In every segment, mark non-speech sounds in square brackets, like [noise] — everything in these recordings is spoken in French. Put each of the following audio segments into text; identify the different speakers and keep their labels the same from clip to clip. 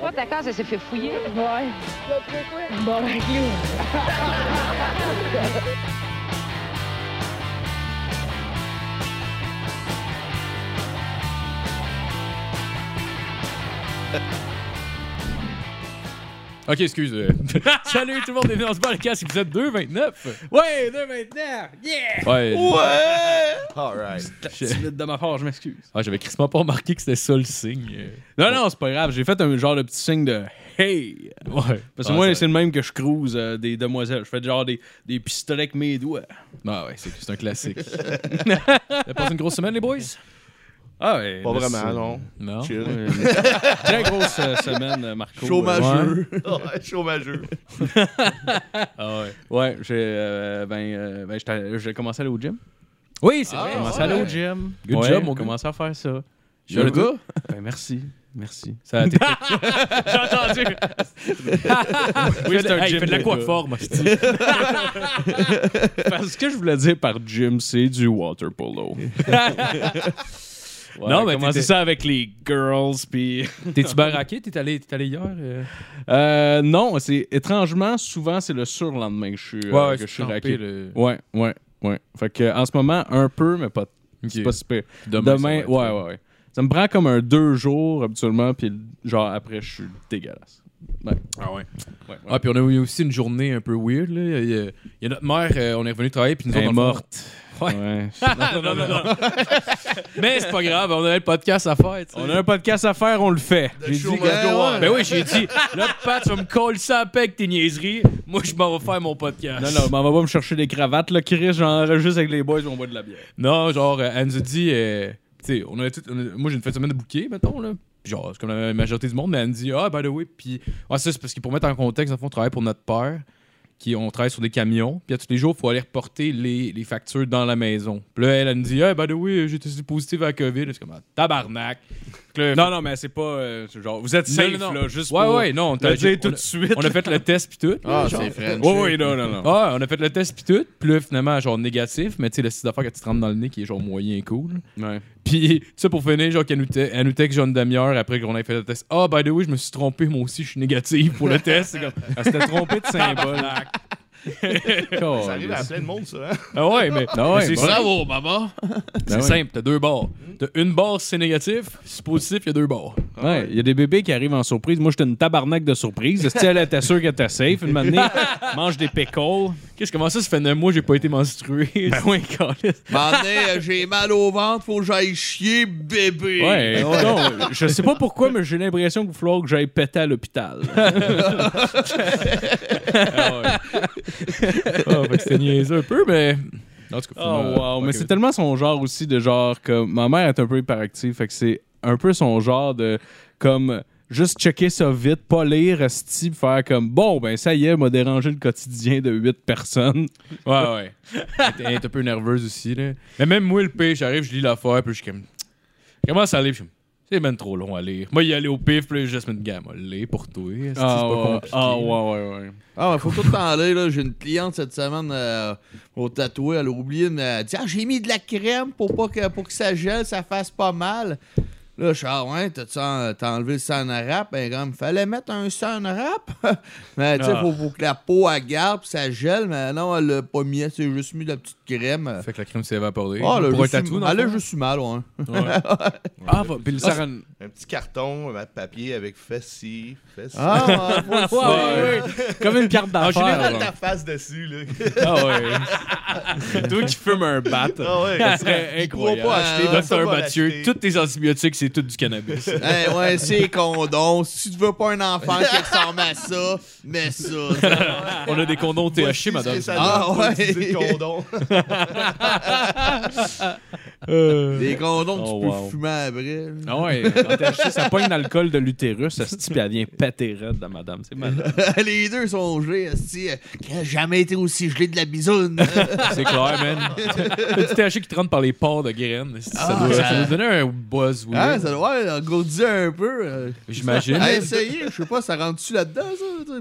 Speaker 1: Toi, ta case, elle s'est fait fouiller.
Speaker 2: Ouais. Bon, avec lui.
Speaker 3: Ok, excuse. euh. [laughs] Salut tout le monde, bienvenue dans ce podcast, épisode 229.
Speaker 4: Ouais, 2,29! Yeah!
Speaker 3: Ouais.
Speaker 4: Ouais! Alright.
Speaker 3: je-
Speaker 4: Timide de ma part, je m'excuse.
Speaker 3: Ah, J'avais crissement pas remarqué que c'était ça le signe. euh.
Speaker 4: Non, non, c'est pas grave. J'ai fait un genre de petit signe de Hey!
Speaker 3: Ouais.
Speaker 4: Parce que
Speaker 3: Ah,
Speaker 4: moi,
Speaker 3: ça-
Speaker 4: c'est le même que je cruise euh, des demoiselles. Je fais genre des, des pistolets avec mes doigts.
Speaker 3: Ah ouais, c'est c'est un [laughs] classique. T'as passé une grosse semaine, les boys?
Speaker 4: Ah ouais.
Speaker 5: Pas
Speaker 4: mais
Speaker 5: vraiment,
Speaker 4: c'est-
Speaker 5: non.
Speaker 3: Non.
Speaker 5: Chill.
Speaker 4: Ouais, mais- Très grosse euh, semaine, euh, Marco.
Speaker 5: Chômageux. [laughs] Ouais, Chômageux.
Speaker 3: Ah ouais.
Speaker 4: Euh, ouais, j'ai euh, ben, euh, ben, j'étais- j'ai commencé à aller au gym.
Speaker 3: Oui, c'est
Speaker 5: Ah,
Speaker 3: vrai.
Speaker 4: J'ai commencé
Speaker 3: ouais.
Speaker 4: à aller au gym.
Speaker 3: Good
Speaker 4: Ouais,
Speaker 3: job, mon
Speaker 4: On
Speaker 3: gars.
Speaker 4: commence à faire ça.
Speaker 3: Je le gars?
Speaker 4: Ben, merci.
Speaker 3: [laughs]
Speaker 4: Merci.
Speaker 3: Ça a été- J'ai entendu. [laughs]
Speaker 4: Oui, c'est un
Speaker 3: Hey,
Speaker 4: gym
Speaker 3: il fait de
Speaker 4: de
Speaker 3: [laughs] l'aquaforme. hostie.
Speaker 4: Parce que je voulais dire par gym, c'est du water polo.
Speaker 3: [laughs] Non, mais
Speaker 4: commencé
Speaker 3: t'étais-
Speaker 4: ça avec les girls, puis...
Speaker 3: T'es-tu baraqué? T'es allé, t'es allé hier? euh?
Speaker 4: Euh, non, c'est étrangement, souvent, c'est le surlendemain que je suis, euh, que
Speaker 3: c'est
Speaker 4: je suis
Speaker 3: trempé,
Speaker 4: raqué.
Speaker 3: le-
Speaker 4: Ouais, ouais, ouais. Fait que, en ce moment, un peu, mais pas, c'est
Speaker 3: Ok.
Speaker 4: pas si pire.
Speaker 3: Demain,
Speaker 4: Demain,
Speaker 3: ça va
Speaker 4: ouais,
Speaker 3: être-
Speaker 4: ouais, ouais. Ça me prend comme un deux jours, habituellement, puis genre, après, je suis dégueulasse. Ouais,
Speaker 3: Ah ouais.
Speaker 4: ouais, ouais.
Speaker 3: Ah, puis on a eu aussi une journée un peu weird. Là. Il, y a, il y a notre mère, euh, on est revenu travailler, puis nous
Speaker 4: Elle
Speaker 3: autres,
Speaker 4: est
Speaker 3: dans le fond-
Speaker 4: morte. [laughs]
Speaker 3: Ouais.
Speaker 4: Ouais.
Speaker 3: non, non, non, non. [laughs] Mais c'est pas grave, on avait le podcast à faire. tu sais.
Speaker 4: on a un podcast à faire, on le fait.
Speaker 5: Le
Speaker 4: J'ai dit,
Speaker 5: showman.
Speaker 4: let's go on.
Speaker 3: Ben oui, j'ai dit, là, Pat, tu vas me coller ça à paix avec tes niaiseries. Moi, je m'en vais faire mon podcast.
Speaker 4: Non, non, m'en va pas me chercher des cravates, là, Chris. J'enregistre avec les boys, on boit de la bière.
Speaker 3: Non, genre, euh, elle nous a dit, euh, tu sais, on avait tout, on a- moi j'ai une fin de semaine de bouquet, mettons, là. Puis genre, c'est comme la majorité du monde, mais elle nous dit, ah, by the way, puis, ouais, ça, c'est parce que pour mettre en contexte, en fait, on travaille pour notre père, qui, on travaille sur des camions, puis à tous les jours, il faut aller reporter les, les factures dans la maison. Puis là, elle, elle nous dit, ah, by the way, j'ai testé positif à la COVID. C'est comme, ah, tabarnak. Fait que là,
Speaker 4: Non, non, mais c'est pas. euh, c'est genre, vous êtes safe,
Speaker 3: non, non.
Speaker 4: là, juste
Speaker 3: ouais,
Speaker 4: pour.
Speaker 3: ouais, non, on,
Speaker 4: Le
Speaker 3: t'a-
Speaker 4: dire tout
Speaker 3: on
Speaker 4: de
Speaker 3: a-
Speaker 4: suite.
Speaker 3: on a fait le test, puis tout.
Speaker 5: Ah,
Speaker 3: genre.
Speaker 5: c'est French.
Speaker 4: Oh, oui, non, non, non.
Speaker 3: Ah, on a fait le test puis tout, puis là finalement genre négatif, mais tu sais le style d'affaires que tu te rentres dans le nez qui est genre moyen cool.
Speaker 4: Ouais.
Speaker 3: Puis, tu sais, pour finir, genre, qu'elle nous, te- elle nous texte genre une demi-heure après qu'on ait fait le test. Ah, by the way, je me suis trompé, moi aussi, je suis négative pour le test. C'est comme,
Speaker 4: Elle s'était trompée de symbole.
Speaker 5: Ça arrive à plein de monde, ça. Hein?
Speaker 3: ah ouais, mais,
Speaker 4: Ah ouais,
Speaker 3: mais c'est
Speaker 4: bah ouais.
Speaker 3: simple,
Speaker 5: Bravo, maman.
Speaker 3: c'est
Speaker 4: ouais.
Speaker 3: simple, t'as deux bords. Hmm. T'as une barre si c'est négatif, si c'est positif, il y a deux barres.
Speaker 4: Ouais, il y a des bébés qui arrivent en surprise. Moi, j'étais une tabarnak de surprise. Est-ce qu'elle était sûre qu'elle était safe? Une [laughs] matinée, mange des pickles.
Speaker 3: Qu'est-ce comment ça, ça fait 9 mois j'ai pas été menstrué? Ben oui,
Speaker 5: M'en euh, j'ai mal au ventre, faut que j'aille chier, bébé.
Speaker 4: Ouais, non, je sais pas pourquoi, mais j'ai l'impression qu'il va falloir que j'aille péter à l'hôpital.
Speaker 3: Ah, fait que c'était niaiseux un peu, mais. En tout cas,
Speaker 4: [laughs] Oh,
Speaker 3: finalement,
Speaker 4: wow.
Speaker 3: ok,
Speaker 4: Mais c'est tellement son genre aussi de genre comme. Ma mère est un peu hyperactive, fait que c'est un peu son genre de comme. Juste checker ça vite, pas lire, esti, puis faire comme bon, ben ça y est, elle m'a dérangé le quotidien de huit personnes.
Speaker 3: Ouais, ouais. Elle est- Elle est un peu nerveuse aussi, là. Mais même moi, le pire, j'arrive, je lis l'affaire, puis je suis comme. Je Commence à lire, puis je suis comme, c'est même trop long à lire. Moi, y aller au pif, puis là, je juste me dis, gars, moi, lire pour toi. esti, c'est pas compliqué.
Speaker 4: ah, ouais, ouais, ouais.
Speaker 5: Ah, ouais, faut tout le temps aller, là. J'ai une cliente cette semaine euh, au tatoué, elle a oublié, mais elle dit Ah, j'ai mis de la crème pour, pas que, pour que ça gèle, ça fasse pas mal. Là, je suis Ah, ouais, t'as-tu en- t'as enlevé le sun wrap? Ben, comme, fallait mettre un sun wrap. [laughs] mais, tu sais,
Speaker 3: Ah.
Speaker 5: faut, faut que la peau, elle garde, puis ça gèle. Mais non, elle l'a pas mis, elle s'est juste mis de la petite crème.
Speaker 3: Fait que la crème s'est évaporée.
Speaker 5: Ah, là,
Speaker 3: pour un
Speaker 5: juste
Speaker 3: tatou,
Speaker 5: eu-
Speaker 3: dans
Speaker 5: elle
Speaker 3: le
Speaker 5: a
Speaker 3: fond.
Speaker 5: juste eu mal, ouais.
Speaker 4: Ah, va- puis le saran.
Speaker 6: Un petit carton, un mat de papier avec fessi, fessi.
Speaker 5: Ah, ouais, ouais,
Speaker 4: Ouais, ouais. Comme une carte d'affaires.
Speaker 3: En général,
Speaker 4: genre.
Speaker 6: ta face
Speaker 3: [laughs]
Speaker 6: dessus, là.
Speaker 3: Ah, ouais.
Speaker 4: Toi qui fume un bat.
Speaker 6: Ah ouais. [laughs]
Speaker 3: Ça serait
Speaker 6: pourra
Speaker 3: incroyable.
Speaker 6: pas
Speaker 3: T'es
Speaker 6: acheter,
Speaker 3: docteur Mathieu, tous tes antibiotiques, c'est tout du cannabis.
Speaker 5: Hey, ouais, c'est condom. Si tu veux pas un enfant qui ressemble à ça, mets ça.
Speaker 3: On a des condoms THC, madame.
Speaker 5: Ah,
Speaker 6: Ah
Speaker 5: ouais.
Speaker 6: ouais. [laughs] condom.
Speaker 5: Des condoms que
Speaker 4: Oh,
Speaker 5: tu peux
Speaker 4: wow.
Speaker 5: fumer après. là. [laughs]
Speaker 4: Ah ouais, quand t'as acheté, ça pogne l'alcool de l'utérus, ça se type, elle vient péter raide dans madame. C'est malade.
Speaker 5: Les deux sont gelés, esti. euh, Qui a jamais été aussi gelé de la bisoune. hein.
Speaker 3: [laughs] C'est clair, man. Le petit THC qui te rentre par les pores de graines. Ça,
Speaker 5: Ah,
Speaker 3: doit,
Speaker 5: ça-
Speaker 3: ça doit donner un buzz, oui.
Speaker 5: hein, ça doit ouais, engourdir un peu. euh.
Speaker 3: J'imagine.
Speaker 5: Hey, essayez, je sais pas, ça rentre-tu là-dedans, ça?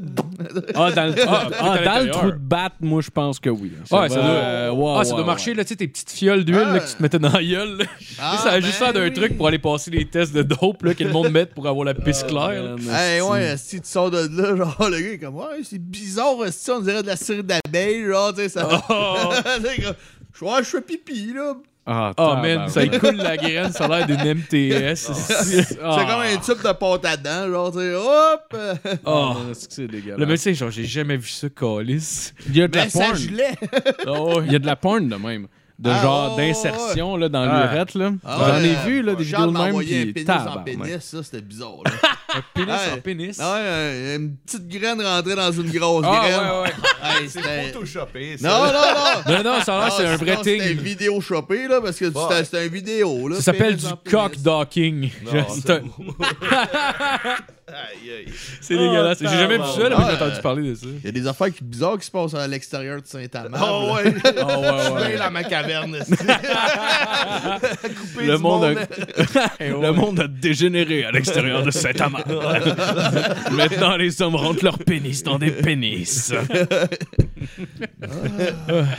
Speaker 4: Ah, dans le, ah,
Speaker 3: tout
Speaker 4: ah,
Speaker 3: à
Speaker 4: dans le
Speaker 3: l'intérieur.
Speaker 4: trou de batte, moi, je pense que oui.
Speaker 3: Ouais, ça doit-
Speaker 4: euh, ouais,
Speaker 3: Ah, ça
Speaker 4: ouais,
Speaker 3: doit
Speaker 4: ouais.
Speaker 3: marcher, là, tu sais, tes petites fioles d'huile
Speaker 5: Ah.
Speaker 3: là, que tu te mettais dans la gueule. [laughs] là.
Speaker 5: Ah,
Speaker 3: ça a
Speaker 5: ben
Speaker 3: juste fait d'un
Speaker 5: oui.
Speaker 3: truc pour aller passer les tests de dope là, que le monde met pour avoir la piste
Speaker 4: Ah,
Speaker 3: claire. là.
Speaker 5: Hey, ouais, si tu sors de là, [laughs] genre, le gars est comme, ouais, c'est bizarre, si on dirait de la cire d'abeille, genre, tu sais, ça.
Speaker 3: Ah, Oh.
Speaker 5: [laughs]
Speaker 3: [laughs]
Speaker 5: Tu sais, comme, Je crois que je fais pipi, là.
Speaker 4: [laughs] Ah,
Speaker 3: Ah, man,
Speaker 4: tabarnak.
Speaker 3: ça écoule la graine, ça a l'air d'une [laughs] MTS.
Speaker 5: C'est
Speaker 4: Ah.
Speaker 5: comme un tube de pâte à dents, genre, tu sais, hop! euh,
Speaker 3: Ah.
Speaker 4: Ah, c'est que c'est dégueulasse.
Speaker 3: Le médecin, genre, j'ai jamais vu ça, Calis.
Speaker 4: Il y a de la
Speaker 5: Mais ça
Speaker 4: porn.
Speaker 5: gelait!
Speaker 4: Il y a de la porn de même. De
Speaker 5: Ah,
Speaker 4: genre
Speaker 5: ouais, ouais,
Speaker 4: d'insertion là, dans
Speaker 3: Ah.
Speaker 4: l'urette. là.
Speaker 5: Ah,
Speaker 4: J'en
Speaker 5: ouais.
Speaker 4: ai vu là, des
Speaker 5: Charles
Speaker 4: vidéos de
Speaker 5: m'a
Speaker 4: même.
Speaker 5: envoyé un
Speaker 4: Puis
Speaker 5: pénis en
Speaker 4: tabarnak.
Speaker 5: pénis, ça, c'était bizarre, là.
Speaker 3: Un pénis
Speaker 5: Ouais.
Speaker 3: en pénis.
Speaker 5: Ah ouais, une petite graine rentrée dans une grosse graine.
Speaker 3: Ah, ouais, ouais.
Speaker 5: Hey,
Speaker 6: C'est
Speaker 5: c'était-
Speaker 6: photoshopé. ça.
Speaker 5: Non, non, non!
Speaker 3: Non, non, ça a l'air, c'est
Speaker 5: Ah,
Speaker 3: un vrai
Speaker 5: sinon, C'était
Speaker 3: thing.
Speaker 5: vidéo chopé, là, parce que
Speaker 6: Ouais.
Speaker 5: c'était c'était un vidéo, là.
Speaker 3: Ça s'appelle
Speaker 5: pénis
Speaker 3: du
Speaker 5: en pénis.
Speaker 3: cock docking.
Speaker 6: Non,
Speaker 3: [laughs] C'est
Speaker 6: c'est
Speaker 3: un-
Speaker 6: Aïe, aïe.
Speaker 3: C'est dégueulasse. J'ai jamais vu ça, là, mais j'ai
Speaker 5: Ouais.
Speaker 3: entendu parler de ça.
Speaker 5: Il y a des affaires qui- bizarres qui se passent à l'extérieur de Saint-Amand.
Speaker 6: Oh,
Speaker 5: là.
Speaker 6: ouais.
Speaker 3: Ah, ouais,
Speaker 6: Je
Speaker 3: ouais.
Speaker 6: suis dans ma [laughs] caverne.
Speaker 4: Le monde, [laughs] a... Eh le monde a dégénéré à l'extérieur de cet amant. [laughs] Maintenant, les hommes rentrent leurs pénis dans des pénis.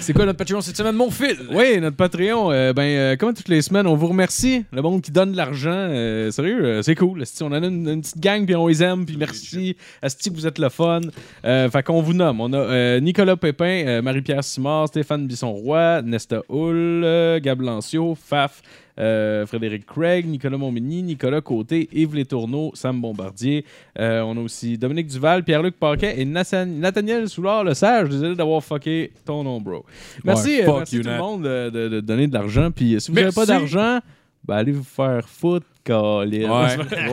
Speaker 3: C'est quoi notre Patreon cette semaine, mon fil?
Speaker 4: Oui, notre Patreon, euh, ben, euh, comme toutes les semaines, on vous remercie. Le monde qui donne de l'argent, euh, sérieux, euh, c'est cool. Esti, on en a une, une petite gang, puis on les aime, puis merci. Asti, vous êtes le fun. Euh, fait qu'on vous nomme. On a euh, Nicolas Pépin, euh, Marie-Pierre Simard, Stéphane Bisson-Roy, Nesta Hull, euh, Gab Lancio, Faf, euh, Frédéric Craig, Nicolas Montmigny, Nicolas Côté, Yves Letourneau, Sam Bombardier. Euh, on a aussi Dominique Duval, Pierre-Luc Paquet et Nathan- Nathaniel Soulard-Le Sage. Désolé d'avoir fucké ton nom, bro. Merci,
Speaker 3: Ouais,
Speaker 4: euh,
Speaker 3: fuck
Speaker 4: merci
Speaker 3: you,
Speaker 4: tout
Speaker 3: Nat.
Speaker 4: le monde euh, de, de donner de l'argent. Puis euh, si vous n'avez
Speaker 3: Merci.
Speaker 4: pas d'argent, ben, allez vous faire foutre, câlisse.
Speaker 3: Ouais.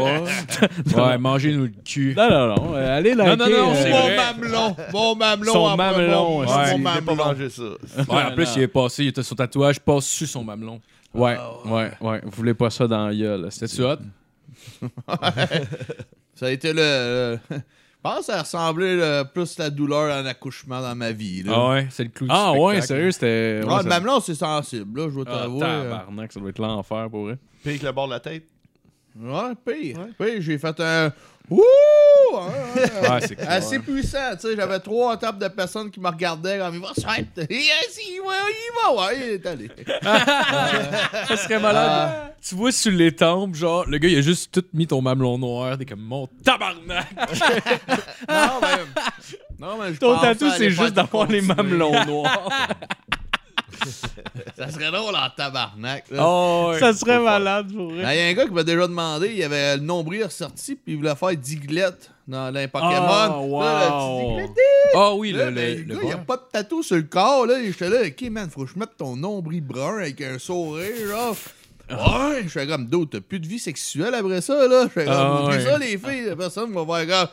Speaker 3: Ouais, ouais mangez-nous le cul.
Speaker 4: [laughs] Non, non, non. euh, allez liker.
Speaker 3: non, non, c'est
Speaker 5: [laughs] Mon
Speaker 3: vrai.
Speaker 5: mamelon! Mon mamelon!
Speaker 4: Son
Speaker 5: en
Speaker 4: mamelon,
Speaker 5: promo,
Speaker 3: ouais.
Speaker 5: Mon
Speaker 6: J'ai pas
Speaker 5: mamelon!
Speaker 6: mangé ça.
Speaker 5: Ah,
Speaker 3: Ouais, en plus, il est passé, il était son tatouage, passe sur son mamelon.
Speaker 4: Ouais, ouais, ouais. Vous voulez pas ça dans la gueule.
Speaker 3: C'était tu hot?
Speaker 5: Ça a été le... [laughs] le- Je pense que ça ressemblait le- plus la douleur en accouchement dans ma vie, là.
Speaker 3: Ah ouais, c'est le clou du
Speaker 4: Ah ouais,
Speaker 3: spectacle.
Speaker 4: sérieux, c'était...
Speaker 5: Ouais,
Speaker 4: ouais,
Speaker 5: le
Speaker 4: ça-
Speaker 5: mamelon, c'est sensible, là, je dois
Speaker 4: Ah,
Speaker 5: t'avouer.
Speaker 3: hein.
Speaker 5: euh,
Speaker 4: tabarnak, ça doit être l'enfer pour eux.
Speaker 6: Pique le bord de la tête.
Speaker 5: Ouais, pire. Pire, j'ai fait un. Ouh! Hein, hein,
Speaker 3: Ouais, c'est cool.
Speaker 5: Assez puissant, tu sais. J'avais trois tables de personnes qui me regardaient comme il va se faire. Yes, il va, il va, ouais, il est allé.
Speaker 3: Ça serait
Speaker 5: Ah.
Speaker 3: malade. Tu vois sur les tempes, genre, le gars, il a juste tout mis ton mamelon noir. T'es comme, mon tabarnak!
Speaker 5: Non, mais. Non, mais je
Speaker 4: Ton
Speaker 5: pense
Speaker 4: tatou,
Speaker 5: à
Speaker 4: c'est
Speaker 5: l'époque
Speaker 4: juste d'avoir
Speaker 5: continuer.
Speaker 4: les
Speaker 3: [laughs]
Speaker 4: mamelons noirs.
Speaker 5: Ça serait drôle en tabarnak,
Speaker 4: Ah,
Speaker 5: là.
Speaker 3: Oh, ouais.
Speaker 4: ça serait malade pour eux.
Speaker 5: Ben, Il y a un gars qui m'a déjà demandé, il avait le nombril ressorti, puis il voulait faire Diglett dans les Pokémon.
Speaker 4: Ah, wow.
Speaker 5: Là, le petit Diglett,
Speaker 3: Ah oui,
Speaker 5: Là,
Speaker 3: le.
Speaker 5: ben,
Speaker 3: le,
Speaker 5: le
Speaker 3: le
Speaker 5: gars, il a
Speaker 3: vert.
Speaker 5: pas de tatou sur le corps, là. J'étais là, OK, man, faut que je mette ton nombril brun avec un sourire, genre. Ouais, je suis comme, d'autres, t'as plus de vie sexuelle après ça, là. Je suis comme,
Speaker 3: Ah,
Speaker 5: oublie
Speaker 3: ouais.
Speaker 5: ça, les filles, la personne va faire comme,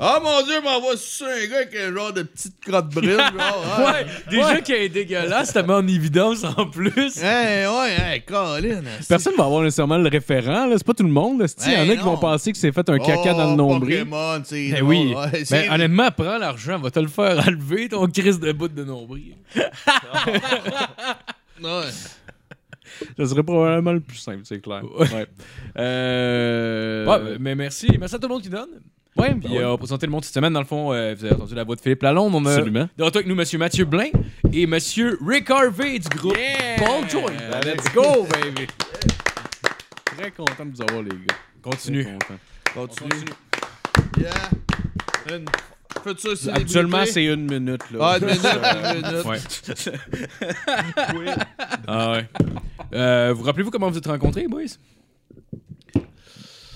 Speaker 5: ah mon dieu, m'envoie sur un gars avec un genre de petite crotte brune, genre. ah.
Speaker 3: Ouais, déjà qu'il est dégueulasse, ça met en évidence en plus.
Speaker 5: Hey, ouais, hey, Colin. asti.
Speaker 4: Personne va avoir nécessairement le référent, là. C'est pas tout le monde, esti. Il y en a
Speaker 5: Ben
Speaker 4: qui
Speaker 5: non.
Speaker 4: vont penser que c'est fait un caca dans
Speaker 5: Oh,
Speaker 4: le nombril.
Speaker 5: Pokémon, c'est.
Speaker 3: Ben oui.
Speaker 5: drôle, ouais,
Speaker 3: Mais
Speaker 5: c'est-
Speaker 3: honnêtement, prends l'argent, va te le faire enlever ton crise de bout de nombril.
Speaker 5: Ouais.
Speaker 4: Ça serait probablement le plus simple, c'est clair.
Speaker 3: Ouais.
Speaker 4: Ouais. Euh...
Speaker 3: Ouais, mais- mais merci. Merci à tout le monde qui donne.
Speaker 4: Ouais,
Speaker 3: Puis euh, on va présenter le monde cette semaine. Dans le fond, euh, vous avez entendu la voix de Philippe Lalonde. On a
Speaker 4: Absolument.
Speaker 3: de retour avec nous Monsieur Mathieu Blain et Monsieur Rick Harvey du groupe Paul Joy.
Speaker 4: Let's go, baby! Très content de vous avoir, les gars.
Speaker 3: Continue.
Speaker 4: Très content.
Speaker 5: Continue. Yeah. Une future célébrité.
Speaker 4: Habituellement, c'est une minute. Là.
Speaker 5: Ah, une minute, une
Speaker 3: [laughs]
Speaker 5: minute.
Speaker 3: Ouais. Ah ouais. Euh, vous rappelez-vous comment vous êtes rencontrés, boys?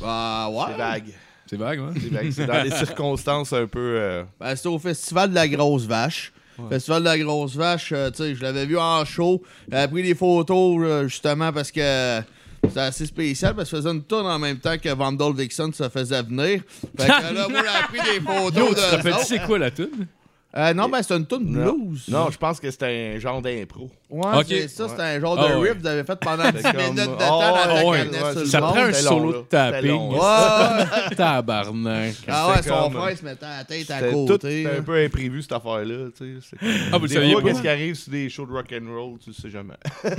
Speaker 5: Bah
Speaker 6: C'est
Speaker 5: ouais.
Speaker 6: vague.
Speaker 3: C'est vague, hein?
Speaker 6: C'est vague. C'est [laughs] dans des circonstances un peu. euh,
Speaker 5: Ben, c'était au Festival de la Grosse Vache. Festival de la Grosse Vache, euh, tu sais, je l'avais vu en show. J'avais pris des photos, euh, justement, parce que c'était assez spécial, parce que je faisais une tourne en même temps que Vandal Vixen se faisait venir. Fait que là, moi, j'avais
Speaker 3: [laughs]
Speaker 5: pris des photos
Speaker 3: Yo, tu te
Speaker 5: de...
Speaker 3: rappelles-tu c'est quoi la
Speaker 5: [laughs]
Speaker 3: tune?
Speaker 5: Euh, non, ben, c'était une tourne blues.
Speaker 6: Non, je pense que c'était un genre d'impro.
Speaker 5: Ouais,
Speaker 3: Ok.
Speaker 5: c'est ça, c'était un genre
Speaker 3: Ah
Speaker 5: de
Speaker 3: ouais.
Speaker 5: riff que vous avez fait pendant 10
Speaker 6: C'était
Speaker 5: minutes de
Speaker 6: comme-
Speaker 5: temps
Speaker 6: Ah
Speaker 5: avant
Speaker 3: ouais,
Speaker 5: qu'elle venait
Speaker 6: ouais,
Speaker 5: sur le
Speaker 3: Ça
Speaker 5: bord.
Speaker 3: prend un
Speaker 6: c'était
Speaker 3: solo
Speaker 6: long,
Speaker 3: de
Speaker 6: là. C'était
Speaker 3: tapping.
Speaker 6: long,
Speaker 5: Ouais, ouais.
Speaker 4: [laughs] [laughs] Tabarnak.
Speaker 5: Ah ouais,
Speaker 6: C'était
Speaker 5: son
Speaker 6: comme-
Speaker 5: frère se mettait la tête à
Speaker 6: C'était tout
Speaker 5: côté.
Speaker 6: un
Speaker 5: là.
Speaker 6: peu imprévu, cette affaire-là. tu sais. C'est-
Speaker 3: Ah, vous le
Speaker 6: Des
Speaker 3: saviez
Speaker 6: fois,
Speaker 3: pas?
Speaker 6: Qu'est-ce qui arrive sur des shows de rock'n'roll, tu le sais jamais.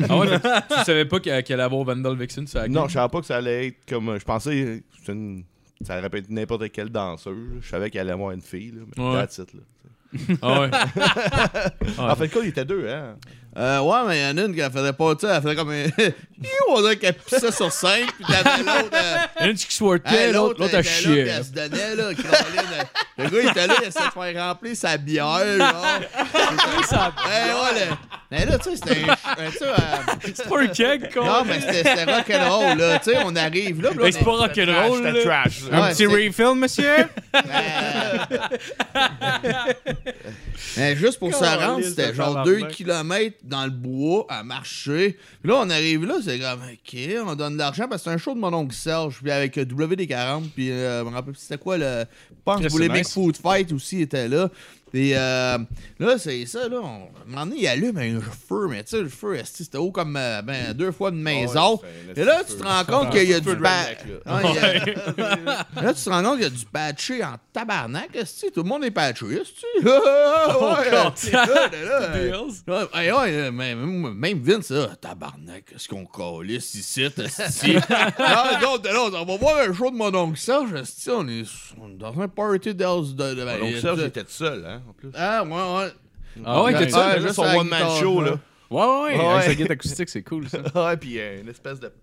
Speaker 3: Ah ouais, tu tu savais pas qu'elle qu'elle allait avoir Vandal Vixen sur la
Speaker 6: Non,
Speaker 3: gueule?
Speaker 6: je savais pas que ça allait être comme. euh, Je pensais euh, c'est une- ça aurait pu être n'importe quelle danseuse. Je savais qu'elle allait avoir une fille, là, mais
Speaker 3: Ouais.
Speaker 5: [laughs]
Speaker 6: that's it, là.
Speaker 3: Ah ouais.
Speaker 6: En fait, le cas, il était deux, hein.
Speaker 5: Euh, ouais, mais il y en a une qui elle faisait pas ça, elle faisait comme un. [laughs] Miou, on dirait qu'elle pissait sur scène, puis t'avais l'autre. euh,
Speaker 3: Il y en a une qui
Speaker 5: Hey,
Speaker 3: squirtait, l'autre l'autre
Speaker 5: elle
Speaker 3: a
Speaker 5: était là,
Speaker 3: chié.
Speaker 5: puis Elle se donnait, là. Caroline. le gars, il était là, il essayait de faire remplir sa bière, genre. Hey, ouais, le- Mais là, tu sais, c'était un. ch- euh, tu sais, euh,
Speaker 3: C'est pas un keg, quoi.
Speaker 5: Non, mais c'était c'était rock'n'roll, là. Tu sais, on arrive là. puis là,
Speaker 3: Hey, C'est
Speaker 5: on-
Speaker 3: pas rock'n'roll,
Speaker 6: C'était
Speaker 3: là.
Speaker 6: trash. là.
Speaker 4: Un
Speaker 5: Ouais,
Speaker 4: petit
Speaker 5: c'est-
Speaker 4: refill, monsieur?
Speaker 5: Euh. Mais juste pour se
Speaker 4: Caroline,
Speaker 5: rendre,
Speaker 4: ça
Speaker 5: c'était genre
Speaker 4: parle
Speaker 5: 2
Speaker 4: bien.
Speaker 5: km dans le bois à marcher. Puis là, on arrive là, c'est comme, OK, on donne de l'argent parce que c'est un show de mon oncle Serge. Puis avec euh, WD-40, puis euh, je me rappelle plus c'était quoi le. Je pense que
Speaker 4: Chris,
Speaker 5: vous les
Speaker 4: c'est
Speaker 5: Big
Speaker 4: nice.
Speaker 5: Food Fight aussi était là. Et euh, là, c'est ça, là. On, à un moment donné, il allume un feu, mais tu sais, le feu, esti, c'était haut comme euh, ben, deux fois une maison.
Speaker 6: Ah c'est un
Speaker 5: Et là,
Speaker 6: esti
Speaker 5: tu
Speaker 6: de
Speaker 5: te
Speaker 6: feu.
Speaker 5: rends compte qu'il y a
Speaker 6: Feu
Speaker 5: du
Speaker 6: de
Speaker 5: ba-
Speaker 6: redneck,
Speaker 5: Ouais, il y a- Là, tu te rends compte qu'il y a du patché en tabarnak, esti. Tout le monde est patché, esti. Ah, ah, ah, [laughs] ouais,
Speaker 3: God.
Speaker 5: esti, là, là,
Speaker 3: [laughs]
Speaker 5: là,
Speaker 3: Bills.
Speaker 5: Ouais, ouais, ouais, euh, même, même Vince, là, tabarnak, qu'est-ce qu'on calisse ici, esti? Ah, non, de là, on va voir un show de mon oncle Serge, esti, on est, on est dans un party d'house de... de-
Speaker 6: Donc, Serge était tout seul, hein, en plus.
Speaker 5: Ah, ouais, ouais.
Speaker 4: [laughs] Ah ouais,
Speaker 5: Ouais,
Speaker 4: t'es ça?
Speaker 5: ouais,
Speaker 6: là,
Speaker 5: juste
Speaker 6: son
Speaker 5: à la
Speaker 6: one-man
Speaker 5: guitare,
Speaker 6: show,
Speaker 5: ouais.
Speaker 6: là.
Speaker 4: Ouais, ouais, ouais.
Speaker 6: Ouais.
Speaker 4: Avec sa guitare acoustique, c'est cool, ça.
Speaker 6: [laughs] Ouais, pis euh, une espèce de